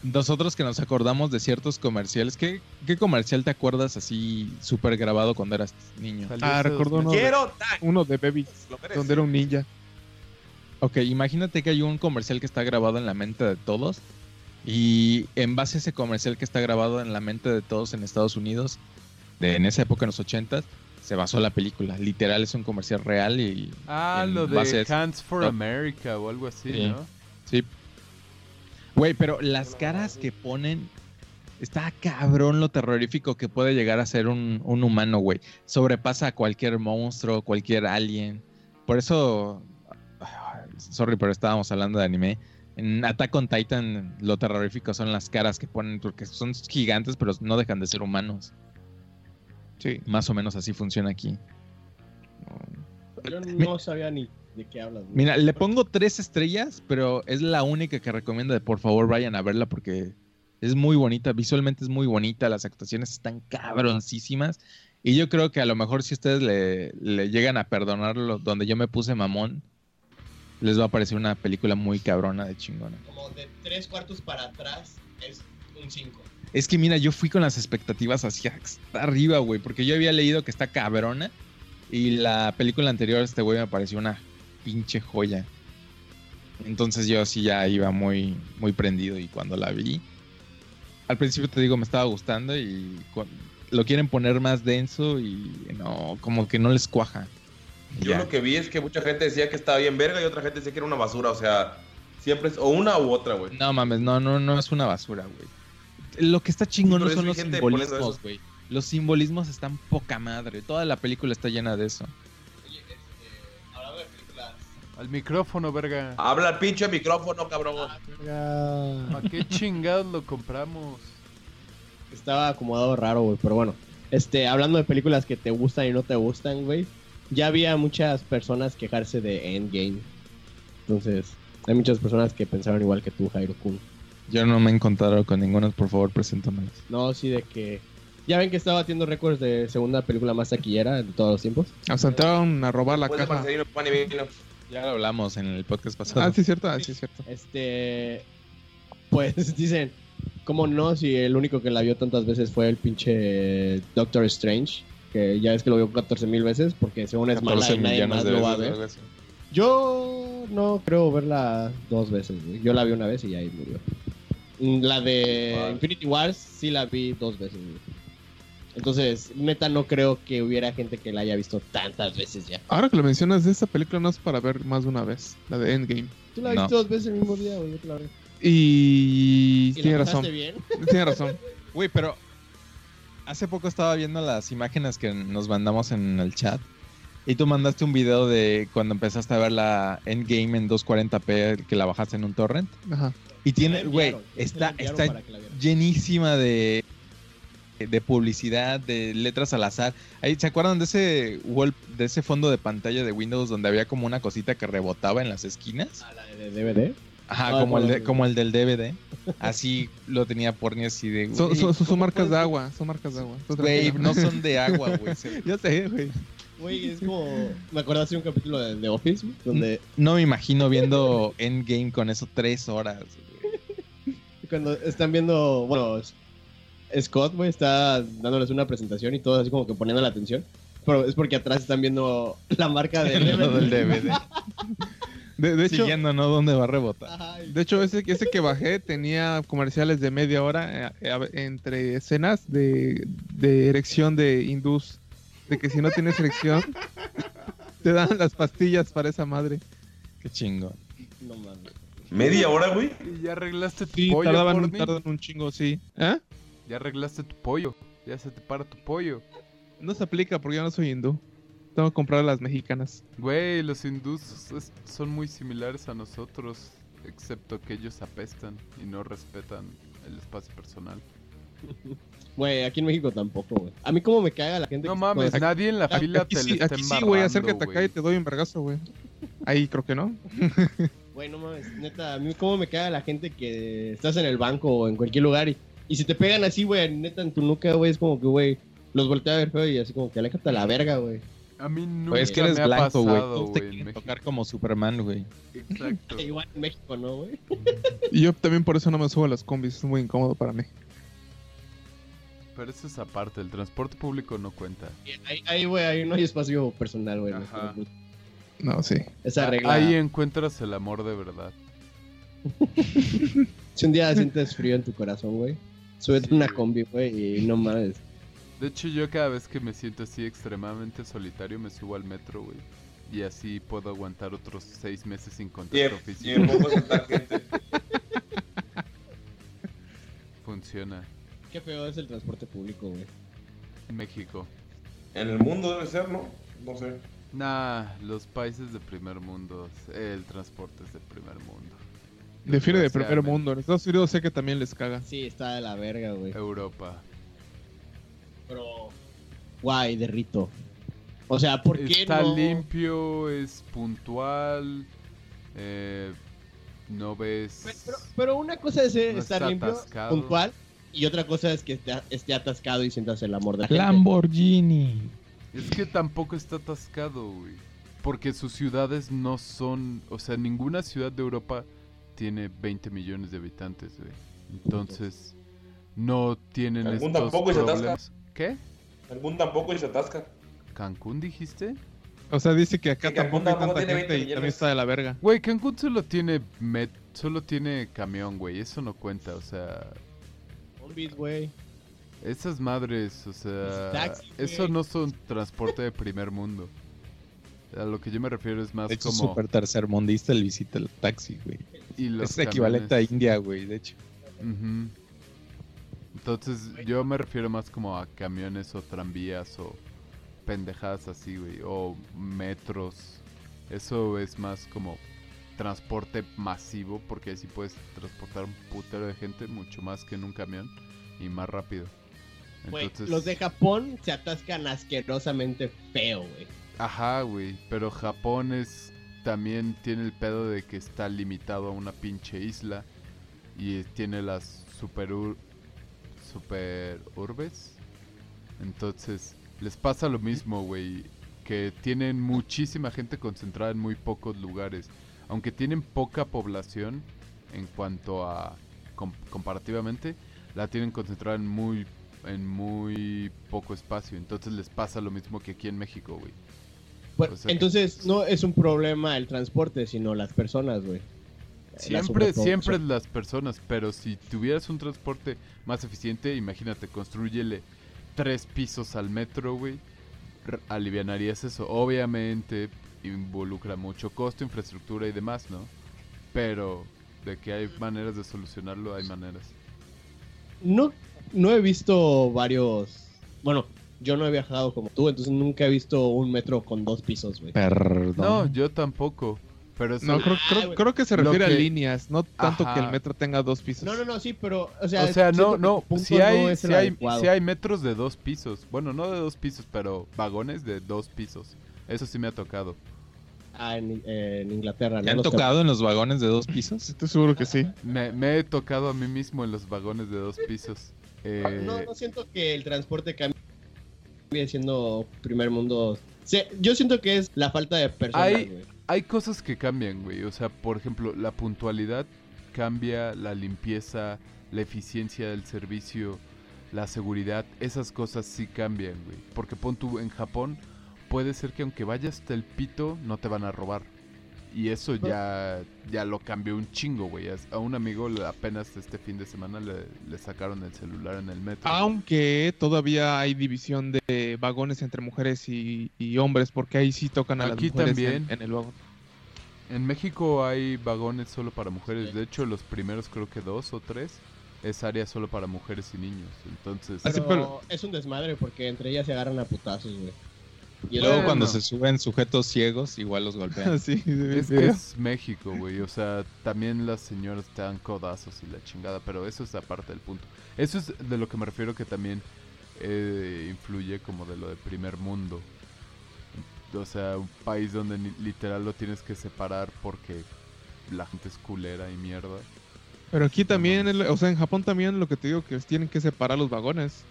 S8: nosotros que nos acordamos de ciertos comerciales. ¿Qué, qué comercial te acuerdas así súper grabado cuando eras niño?
S7: Salió
S9: Ah,
S7: hace dos
S9: recuerdo
S7: meses.
S9: uno de,
S6: Quiero tacos.
S9: uno de Baby,
S6: Lo merece.
S9: donde era un ninja.
S8: Ok, imagínate que hay un comercial que está grabado en la mente de todos. Y en base a ese comercial que está grabado en la mente de todos en Estados Unidos, de, en esa época, en los 80 se basó la película. Literal, es un comercial real y.
S7: Ah,
S8: en
S7: lo de
S8: base a eso.
S7: Hands for
S8: No.
S7: America o algo así,
S8: Sí.
S7: ¿no?
S8: Sí. Güey, pero las caras que ponen. Está cabrón lo terrorífico que puede llegar a ser un, un humano, güey. Sobrepasa a cualquier monstruo, cualquier alien. Por eso. Sorry, pero estábamos hablando de anime. En Attack on Titan, lo terrorífico son las caras que ponen, porque son gigantes, pero no dejan de ser humanos.
S9: Sí.
S8: Más o menos así funciona aquí.
S5: Yo no sabía ni de qué hablas. güey.
S8: Mira, le pongo tres estrellas, pero es la única que recomiendo de por favor vayan a verla porque es muy bonita, visualmente es muy bonita, las actuaciones están cabroncísimas. Y yo creo que a lo mejor si ustedes le, le llegan a perdonarlo donde yo me puse mamón, les va a parecer una película muy cabrona de chingona.
S5: Como de tres cuartos para atrás es un 5.
S8: Es que mira, yo fui con las expectativas hacia hasta arriba, güey, porque yo había leído que está cabrona y la película anterior, este güey, me pareció una pinche joya. Entonces yo sí ya iba muy, muy prendido y cuando la vi, al principio te digo, me estaba gustando y cu- lo quieren poner más denso y no, como que no les cuaja. Y
S6: Yo
S8: ya.
S6: lo que vi es que mucha gente decía que estaba bien verga y otra gente decía que era una basura. O sea, siempre es o una u otra, güey.
S8: No mames, no, no, no es una basura, güey. Lo que está chingón
S6: Sí,
S8: no
S6: pero
S8: son
S6: sí hay
S8: los
S6: gente poniendo
S8: simbolismos,
S6: eso.
S8: güey. Los simbolismos están poca madre. Toda la película está llena de eso.
S5: Hablando de películas.
S7: Al micrófono, verga.
S6: Habla al pinche micrófono, cabrón.
S7: ¿A qué chingados lo compramos?
S5: Estaba acomodado raro, güey, pero bueno. Este, hablando de películas que te gustan y no te gustan, güey. Ya había muchas personas quejarse de Endgame. Entonces, hay muchas personas que pensaron igual que tú, Jairo Kun.
S8: Yo no me he encontrado con ninguno, por favor, preséntamelos.
S5: No, sí, de que. Ya ven que estaba batiendo récords de segunda película más taquillera de todos los tiempos.
S9: Asaltaron a robar la
S6: Después de
S9: caja.
S6: Marcelino, pan y vino.
S8: Ya lo hablamos en el podcast pasado.
S9: Ah, sí, cierto, ah, sí, cierto.
S5: Este. Pues dicen, ¿Cómo no? Si el único que la vio tantas veces fue el pinche Doctor Strange, que ya es que lo vio 14 mil veces, porque según es mala y nadie más lo va a ver.
S8: algo así.
S5: Yo no creo verla dos veces. güey. Yo la vi una vez y ahí murió. Mm, La de
S6: Vale.
S5: Infinity Wars sí la vi dos veces. güey. Entonces, neta, no creo que hubiera gente que la haya visto tantas veces ya.
S9: Ahora que lo mencionas, de esta película no es para ver más de una vez, la de Endgame.
S5: Tú la
S8: No.
S5: viste dos veces el mismo día, güey. Yo te la vi.
S9: Y,
S5: ¿Y
S9: tiene
S5: la
S9: razón,
S5: pasaste bien?
S9: tiene razón.
S8: Güey, pero hace poco estaba viendo las imágenes que nos mandamos en el chat. Y tú mandaste un video de cuando empezaste a ver la Endgame en 240p, que la bajaste en un torrent.
S9: Ajá.
S8: Y
S5: La
S8: tiene,
S5: enviaron,
S8: güey,
S5: ya se la
S8: está,
S5: enviaron
S8: está
S5: para que la vieran.
S8: llenísima de, de publicidad, de letras al azar. Ahí, ¿Se acuerdan de ese, wall- de ese fondo de pantalla de Windows donde había como una cosita que rebotaba en las esquinas?
S5: Ah, la de DVD.
S8: Ajá,
S5: Ah,
S8: como, el
S5: bueno,
S8: de-
S5: sí.
S8: como el del DVD. Así lo tenía Porni así de...
S9: Son,
S8: güey,
S9: son- son- son
S8: ¿cómo
S9: marcas
S8: puedes-
S9: de agua, son marcas de agua. Tú
S8: Güey,
S9: tranquila.
S8: no son de agua, güey. Se-
S9: Ya sé, güey.
S5: Güey, es como. Me acuerdo hace un capítulo de The Office, güey, donde
S8: No me imagino viendo Endgame con eso tres horas. güey. Mm.
S5: cuando están viendo, bueno, S- Scott, güey, está dándoles una presentación y todo así como que poniendo la atención. Pero es porque atrás están viendo la marca de
S8: Lo del DVD.
S9: De, de hecho,
S8: Siguiendo, ¿no? ¿Dónde va a rebotar?
S5: Ajá, y-
S9: de hecho ese, ese que bajé tenía comerciales de media hora eh, a- entre escenas de, de erección de hindús. De que si no tienes erección, te dan las pastillas para esa madre.
S8: Qué chingo.
S5: No mames.
S6: ¿Media hora, güey?
S7: Y ya arreglaste tu
S9: Sí,
S7: pollo,
S9: tardaban, un-
S7: Porni.
S9: tardan un chingo, sí. ¿Ah?
S7: Ya arreglaste tu pollo. Ya se te para tu pollo.
S9: No se aplica porque yo no soy hindú. Tengo que comprar las mexicanas.
S7: Güey, los hindús es- son muy similares a nosotros, excepto que ellos apestan y no respetan el espacio personal.
S5: Güey, aquí en México tampoco, güey. A mí como me caga la gente
S7: No
S5: que-
S7: mames,
S5: cuando-
S7: nadie en la fila
S9: aquí
S7: te
S9: sí,
S7: le está
S9: aquí sí, güey,
S7: embarrando,
S9: acércate acá y
S7: güey.
S9: te doy un vergazo, güey. Ahí creo que no.
S5: Güey, no mames, neta, a mí como me caga la gente que estás en el banco o en cualquier lugar y, y si te pegan así, güey, neta en tu nuca, güey, es como que, güey, los voltea a ver feo y así como que aléjate a la verga, güey.
S7: A mí
S8: Güey,
S7: nunca
S8: Pues es que eres
S7: me ha
S8: blanco, güey.
S7: pasado,
S8: Todos te
S7: güey, en
S8: quieren
S7: México.
S8: tocar como Superman, güey.
S7: Exacto.
S5: Igual en México, ¿no, güey?
S9: Y yo también por eso no me subo a las combis, es muy incómodo para mí.
S7: Pero eso es aparte, el transporte público no cuenta.
S5: Ahí- Ahí, güey, ahí no hay espacio personal, güey.
S7: Ajá. Ah,
S9: No, sí.
S5: Esa regla.
S7: Ahí encuentras el amor de verdad.
S5: Si un día sientes frío en tu corazón, güey, súbete
S7: Sí,
S5: una
S7: güey.
S5: combi, güey, y no mames.
S7: De hecho, yo cada vez que me siento así extremadamente solitario, me subo al metro, güey. Y así puedo aguantar otros seis meses sin
S6: Y,
S7: contacto
S6: y
S7: físico.
S6: me pongo a saltar gente.
S7: Funciona.
S5: Qué feo es el transporte público, güey.
S7: En México.
S6: En el mundo debe ser, ¿no? No sé.
S7: Nah, los países de primer mundo, el transporte es de primer mundo.
S9: Defiere de primer
S7: Desgraciadamente.
S9: mundo. En Estados Unidos sé que también les caga.
S5: Sí, está de la verga, güey.
S7: Europa.
S5: Pero, guay, derrito. O sea, ¿por qué
S7: Está
S5: no?
S7: limpio, es puntual, eh, no ves...
S5: Pero, Pues, pero- pero una cosa es eh,
S7: No
S5: estar
S7: está
S5: limpio,
S7: atascado.
S5: puntual, y otra cosa es que esté, esté atascado y sientas el amor de la gente.
S8: Lamborghini.
S7: Es que tampoco está atascado, güey. Porque sus ciudades no son... O sea, ninguna ciudad de Europa tiene 20 millones de habitantes, güey. Entonces, no tienen
S6: Cancún
S7: estos
S6: tampoco se atasca.
S7: problemas. ¿Qué?
S6: Algún tampoco y se atasca.
S7: ¿Cancún dijiste?
S9: O sea, dice que acá
S6: Sí, que
S9: tampoco hay tanta
S6: Cancún tampoco tiene
S9: gente
S6: 20
S9: y también
S6: millones.
S9: está de la verga.
S7: Güey, Cancún solo tiene... met- solo tiene camión, güey. Eso no cuenta, o sea...
S5: Combis, güey.
S7: Esas madres, o
S5: Los
S7: sea,
S5: taxis,
S7: eso
S5: güey.
S7: no son transporte de primer mundo. A lo que yo me refiero es más
S8: De hecho, es
S7: como
S8: súper tercermundista el visita el taxi, güey.
S7: y los
S8: Es equivalente a
S7: camiones.
S8: India, güey, de hecho.
S7: Ujú. Entonces, yo me refiero más como a camiones o tranvías o pendejadas así, güey, o metros. Eso es más como transporte masivo porque ahí sí puedes transportar un putero de gente mucho más que en un camión y más rápido.
S5: Güey,
S7: Entonces,
S5: Los de Japón se atascan asquerosamente feo, güey.
S7: Ajá, güey, pero Japón es también tiene el pedo de que está limitado a una pinche isla y tiene las super ur- super urbes. Entonces, les pasa lo mismo, güey, que tienen muchísima gente concentrada en muy pocos lugares, aunque tienen poca población en cuanto a com- comparativamente, la tienen concentrada en muy, en muy poco espacio. Entonces les pasa lo mismo que aquí en México, güey.
S5: Bueno,
S7: O sea-
S5: Pues, entonces no es un problema el transporte, sino las personas, güey. La
S7: Siempre,
S5: sobreproducción.
S7: siempre las personas, pero si tuvieras un transporte más eficiente, imagínate, construyele tres pisos al metro, güey, r- alivianarías eso. Obviamente involucra mucho costo, infraestructura y demás, ¿no? Pero de que hay maneras de solucionarlo, hay maneras.
S5: No, no he visto varios. Bueno, yo no he viajado como tú, entonces nunca he visto un metro con dos pisos, güey.
S8: Perdón.
S7: No, yo tampoco, pero eso...
S9: No, creo, creo-
S5: güey.
S9: creo que se
S7: Lo
S9: refiere a
S7: que-
S9: líneas, no tanto
S7: Ajá.
S9: que el metro tenga dos pisos.
S5: No, no, no, sí, pero. O sea,
S7: O sea,
S5: siento
S7: no,
S5: que
S7: no,
S5: tu punto
S7: si hay,
S5: no es
S7: si
S5: el
S7: hay,
S5: adecuado.
S7: sí hay metros de dos pisos. Bueno, no de dos pisos, pero vagones de dos pisos. Eso sí me ha tocado.
S5: Ah, en, en Inglaterra,
S8: ¿Te
S5: ¿no?
S8: han
S5: Los cab-
S8: tocado en los vagones de dos pisos?
S9: Estoy seguro que sí.
S7: Me, me he tocado a mí mismo en los vagones de dos pisos. Eh,
S5: Ah, No, no siento que el transporte cambie siendo primer mundo. Se- yo siento que es la falta de personas,
S7: Hay-
S5: güey.
S7: Hay cosas que cambian, güey. O sea, por ejemplo, la puntualidad cambia, la limpieza, la eficiencia del servicio, la seguridad. Esas cosas sí cambian, güey. Porque pon tú en Japón, puede ser que aunque vayas hasta el pito, no te van a robar. Y eso ya, ya lo cambió un chingo, güey. A- A un amigo le- apenas este fin de semana le, le sacaron el celular en el metro.
S9: Aunque todavía hay división de vagones entre mujeres y, y hombres, porque ahí sí tocan a
S7: Aquí
S9: las mujeres
S7: también.
S9: En, en el vagón.
S7: En México hay vagones solo para mujeres. De hecho, los primeros creo que dos o tres es área solo para mujeres y niños. Entonces,
S9: Así,
S5: Pero
S9: pero-
S5: es un desmadre porque entre ellas se agarran a putazos, güey. Y
S8: Y
S5: luego
S8: luego
S7: Bueno.
S8: cuando se suben sujetos ciegos, igual los golpean.
S9: Así, de
S7: es que
S9: video.
S7: es México, güey. O sea, también las señoras te dan codazos y la chingada. Pero eso es aparte del punto. Eso es de lo que me refiero que también eh, influye como de lo de primer mundo. O sea, un país donde ni- literal lo tienes que separar porque la gente es culera y mierda.
S9: Pero aquí también, es lo- o sea, en Japón también lo que te digo que es, tienen que separar los vagones.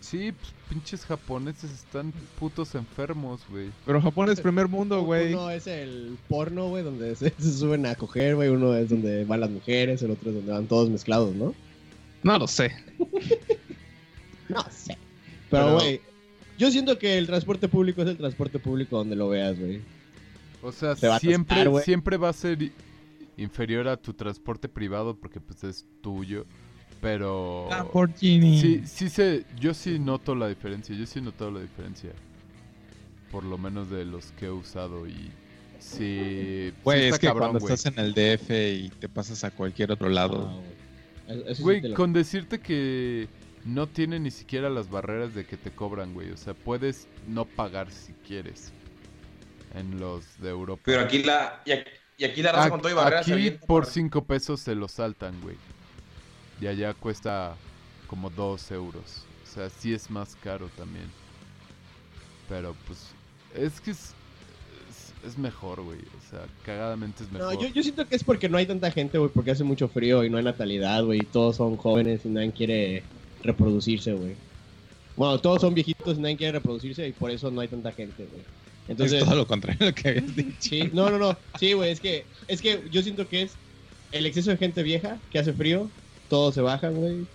S7: Sí, pues, pinches japoneses están putos enfermos, güey.
S9: Pero Japón es primer mundo, güey.
S5: Uno es el porno, güey, donde se, se suben a coger, güey. Uno es donde van las mujeres, el otro es donde van todos mezclados, ¿no?
S9: No lo sé.
S5: No sé. Pero,
S7: Pero-
S5: güey, yo siento que el transporte público es el transporte público donde lo veas, güey.
S7: O sea,
S5: Te va a
S7: siempre,
S5: atascar, güey.
S7: siempre va a ser i- inferior a tu transporte privado porque pues es tuyo, pero
S8: Ah, Lamborghini.
S7: sí, sí sé, yo sí noto la diferencia, yo sí he notado la diferencia, por lo menos de los que he usado y sí,
S8: Güey, es
S7: sí está
S8: que
S7: cabrón,
S8: cuando
S7: güey.
S8: estás en el DF y te pasas a cualquier otro lado.
S5: Ah, güey. Eso sí
S7: Güey,
S5: te lo-
S7: con decirte que no tiene ni siquiera las barreras de que te cobran, güey, o sea, puedes no pagar si quieres en los de Europa.
S6: Pero aquí la. Y aquí, y aquí la raza
S7: Ac-
S6: con todo y barreras. se
S7: Aquí
S6: avienta
S7: por
S6: para-
S7: 5 pesos se lo saltan, güey. Y allá cuesta como 2 euros. O sea, sí es más caro también. Pero pues es que es, es, es mejor, güey. O sea, cagadamente es
S5: No,
S7: mejor.
S5: yo, yo siento que es porque no hay tanta gente, güey, porque hace mucho frío y no hay natalidad, güey, y todos son jóvenes y nadie quiere reproducirse, güey. Bueno, todos son viejitos y nadie quiere reproducirse y por eso no hay tanta gente, güey. Entonces,
S8: es todo lo contrario a lo que habías dicho.
S5: sí, no, no, no, sí, güey, es que, es que yo siento que es el exceso de gente vieja que hace frío, todos se bajan, güey.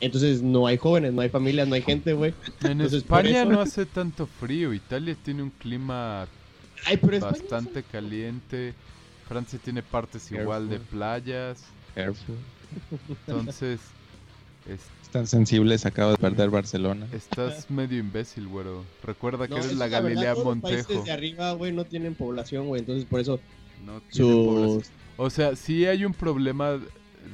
S5: Entonces no hay jóvenes, no hay familias, no hay gente, güey.
S7: En
S5: entonces, por
S7: España
S5: eso-
S7: no hace tanto frío. Italia tiene un clima
S5: Ay, pero España es
S7: bastante caliente. Francia tiene partes igual de
S8: Careful.
S7: playas.
S8: Careful.
S7: Entonces, es-
S8: Están sensibles, acaba de perder Barcelona.
S7: estás medio imbécil, güero. Recuerda que
S5: No,
S7: eres
S5: es
S7: la
S5: que verdad,
S7: Galilea
S5: todos los
S7: Montejo.
S5: países de arriba, güey, no tienen población, güey, entonces por eso
S7: No tiene población.
S5: sus
S7: O sea, sí hay un problema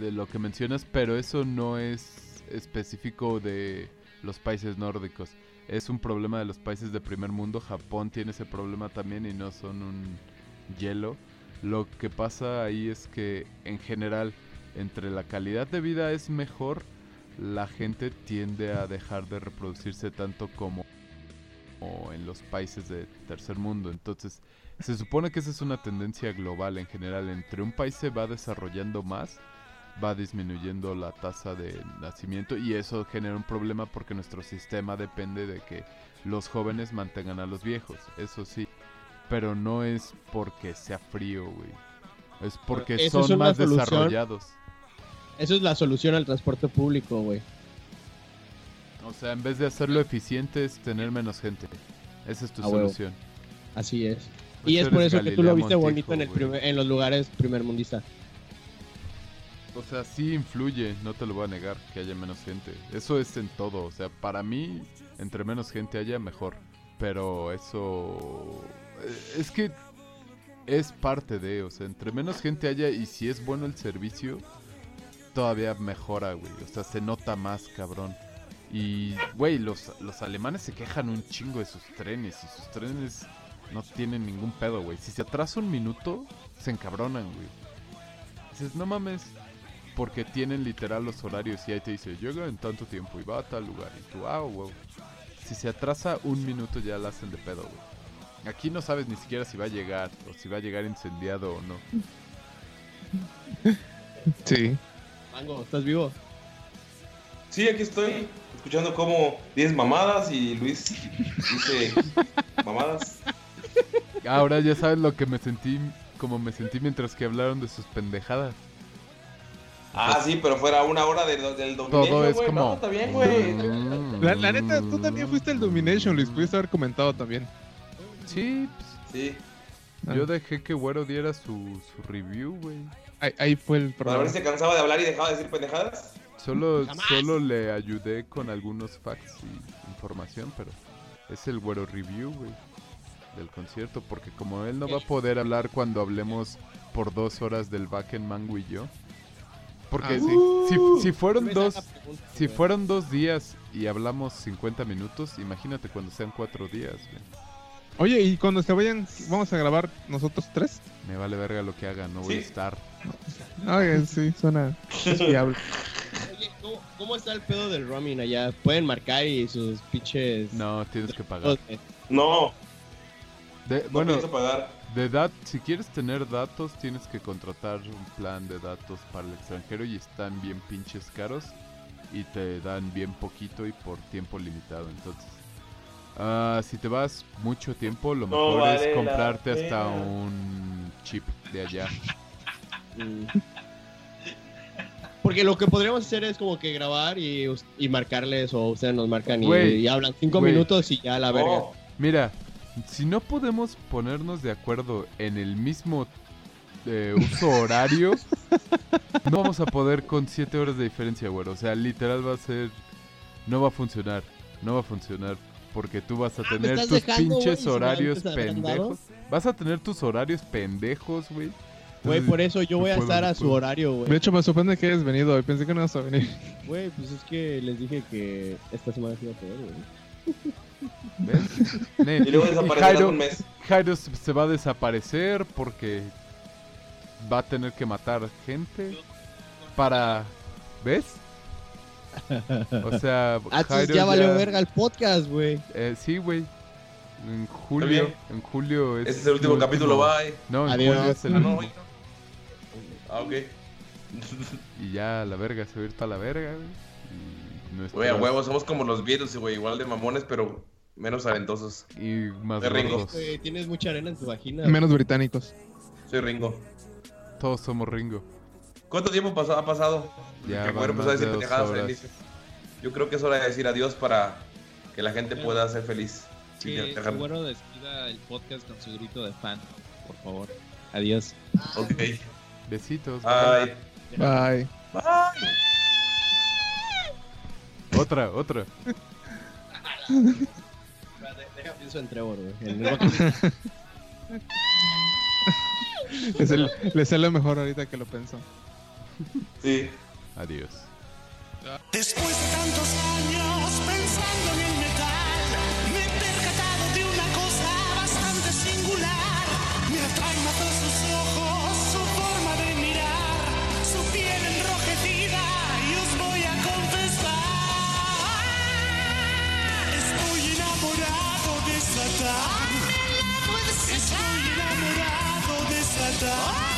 S7: de lo que mencionas, pero eso no es específico de los países nórdicos. Es un problema de los países de primer mundo. Japón tiene ese problema también y no son un hielo. Lo que pasa ahí es que en general entre la calidad de vida es mejor, la gente tiende a dejar de reproducirse tanto como, como en los países de tercer mundo. Entonces, se supone que esa es una tendencia global en general. Entre un país se va desarrollando más, va disminuyendo la tasa de nacimiento y eso genera un problema porque nuestro sistema depende de que los jóvenes mantengan a los viejos, eso sí. Pero no es porque sea frío, güey. Es porque
S5: Eso
S7: son
S5: es una
S7: más
S5: solución.
S7: desarrollados.
S5: Eso es la solución al transporte público, güey.
S7: O sea, en vez de hacerlo eficiente es tener menos gente. Esa es tu
S5: A huevo.
S7: solución.
S5: Así es.
S7: Pues
S5: y es
S7: tú
S5: por
S7: eres
S5: eso que tú
S7: Galilea
S5: lo viste
S7: Montijo,
S5: bonito en, el
S7: güey.
S5: primer- en los lugares primermundistas.
S7: O sea, sí influye, no te lo voy a negar, que haya menos gente. Eso es en todo, o sea, para mí, entre menos gente haya, mejor. Pero eso... eh, Es que es parte de, o sea, entre menos gente haya y si es bueno el servicio, todavía mejora, güey. O sea, se nota más, cabrón. Y, güey, los, los alemanes se quejan un chingo de sus trenes y sus trenes no tienen ningún pedo, güey. Si se atrasa un minuto, se encabronan, güey. Dices, no mames, porque tienen literal los horarios y ahí te dice, llega en tanto tiempo y va a tal lugar. Y tú, ah, wow. Si se atrasa un minuto ya la hacen de pedo, güey. Aquí no sabes ni siquiera si va a llegar o si va a llegar incendiado o no.
S9: Sí.
S5: Mango, ¿estás vivo?
S6: Sí, aquí estoy escuchando como 10 mamadas y Luis dice mamadas.
S7: Ahora ya sabes lo que me sentí, como me sentí mientras que hablaron de sus pendejadas.
S6: Ah, sí, pero fuera una hora del, del dominio,
S7: Todo es
S6: güey.
S7: como...
S6: No, está bien, güey.
S9: Mm. La, la neta, tú también fuiste el Domination, Luis. pues. Pudiste haber comentado también.
S7: Sí, pues,
S6: Sí,
S9: Ah.
S7: yo dejé que Güero diera su, su review, güey.
S9: Ahí, ahí fue el
S6: para ver
S9: problema.
S6: si se cansaba de hablar y dejaba de decir pendejadas.
S7: Solo, solo le ayudé con algunos facts y información, pero es el güero review, güey, del concierto, porque como él no va a poder hablar cuando hablemos por dos horas del back en Mango y yo, porque
S9: Ah,
S7: si, si, si fueron dos, si
S5: fueron
S7: fueron dos días y hablamos 50 minutos, imagínate cuando sean cuatro días, güey.
S9: Oye, y cuando se vayan, ¿vamos a grabar nosotros tres?
S7: Me vale verga lo que haga, no voy a
S6: Sí.
S7: estar.
S9: Ay, sí, suena es viable.
S5: Oye, ¿cómo, cómo está el pedo del roaming allá? ¿Pueden marcar y sus pinches... eh,
S7: No, tienes que pagar.
S5: Joder.
S6: No, no
S7: De- bueno,
S6: pienso pagar.
S7: De dat si quieres tener datos, tienes que contratar un plan de datos para el extranjero y están bien pinches caros y te dan bien poquito y por tiempo limitado. Entonces, ah, si te vas mucho tiempo, lo mejor
S6: vale
S7: es
S6: la
S7: comprarte hasta
S6: pena.
S7: un chip de allá.
S5: Mm. Porque lo que podríamos hacer es como que grabar y, us- y marcarles o ustedes nos marcan y,
S7: Güey,
S5: y hablan cinco
S7: güey. Oh,
S5: minutos y ya la verga.
S6: No,
S7: Mira, si no podemos ponernos de acuerdo en el mismo eh, uso horario, no vamos a poder con 7 horas de diferencia, güero. O sea, literal va a ser. No va a funcionar. No va a funcionar. Porque tú vas a
S5: Ah, me
S7: tener
S5: estás
S7: tus
S5: dejando, güey,
S7: pinches
S5: si me
S7: horarios
S5: antes habrán dado.
S7: pendejos. Vas a tener tus horarios pendejos, güey.
S5: Güey,
S7: Entonces,
S5: por eso yo
S7: no
S5: voy a
S7: puedo,
S5: estar
S7: no
S5: a su
S7: puedo.
S5: horario,
S9: De
S5: güey.
S9: hecho, me sorprende que hayas venido hoy. Pensé que no ibas a venir.
S5: Güey, pues es que les dije que esta semana sí iba a poder, güey. Ah,
S7: ¿ves? Ne-
S6: Y luego
S7: y
S6: desaparecerás
S7: Jairo,
S6: un mes.
S7: Jairo se se va a desaparecer porque va a tener que matar gente para... ¿Ves? O sea,
S5: Ah, entonces
S7: Pues Jairo
S5: ya valió
S7: ya-
S5: verga el podcast, güey.
S7: Eh, sí, güey. En julio,
S6: bien.
S7: en julio es...
S6: Este es el último
S7: lo
S6: capítulo,
S7: último.
S6: bye.
S7: Pues, No, en
S5: Adiós.
S7: julio es el
S6: Ah, no,
S7: último.
S6: güey. Ah, ok.
S7: Y ya la verga, se va a ir para la verga, güey. Y nuestro-
S6: Güey, a huevo, somos como los virus, güey. Igual de mamones, pero menos talentosos.
S7: Y más
S6: De Ringo.
S7: gordos.
S4: Eh,
S5: Güey, Tienes mucha arena en tu vagina.
S9: Menos británicos.
S6: Soy Ringo.
S7: Todos somos Ringo.
S6: ¿Cuánto tiempo pasó- ha pasado?
S7: Ya
S6: Que
S7: van
S6: Güero empezó a
S7: más de
S6: decir
S7: dos
S6: pendejadas al
S7: horas.
S6: inicio. Yo creo que es hora de decir adiós para que la gente pueda ser feliz. Y
S4: Que
S6: dejar-
S4: bueno despida el podcast con su grito de fan, por favor. Adiós.
S6: Ok.
S7: Besitos. güey.
S6: Bye.
S9: Bye.
S7: Otra, otra.
S5: Espera, de- Deja pienso en Trevor, güey. El nuevo-
S9: Es el- le sale mejor ahorita que lo pensó.
S6: Sí.
S7: Adiós.
S10: Después de tantos años pensando en el metal, me he percatado de una cosa bastante singular. Me atraen más de sus ojos, su forma de mirar, su piel enrojecida y os voy a confesar. Estoy enamorado de Satán. Estoy enamorado de Satán.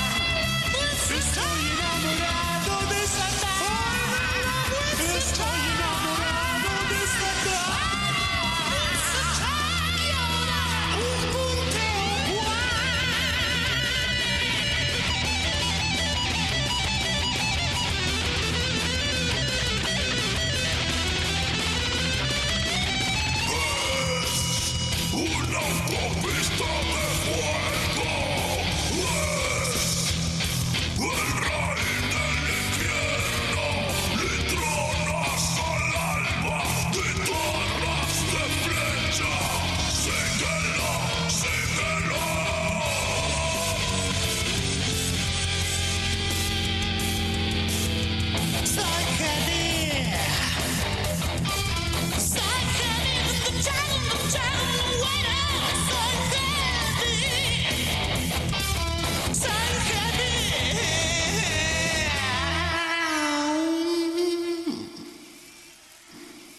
S10: Estoy enamorado.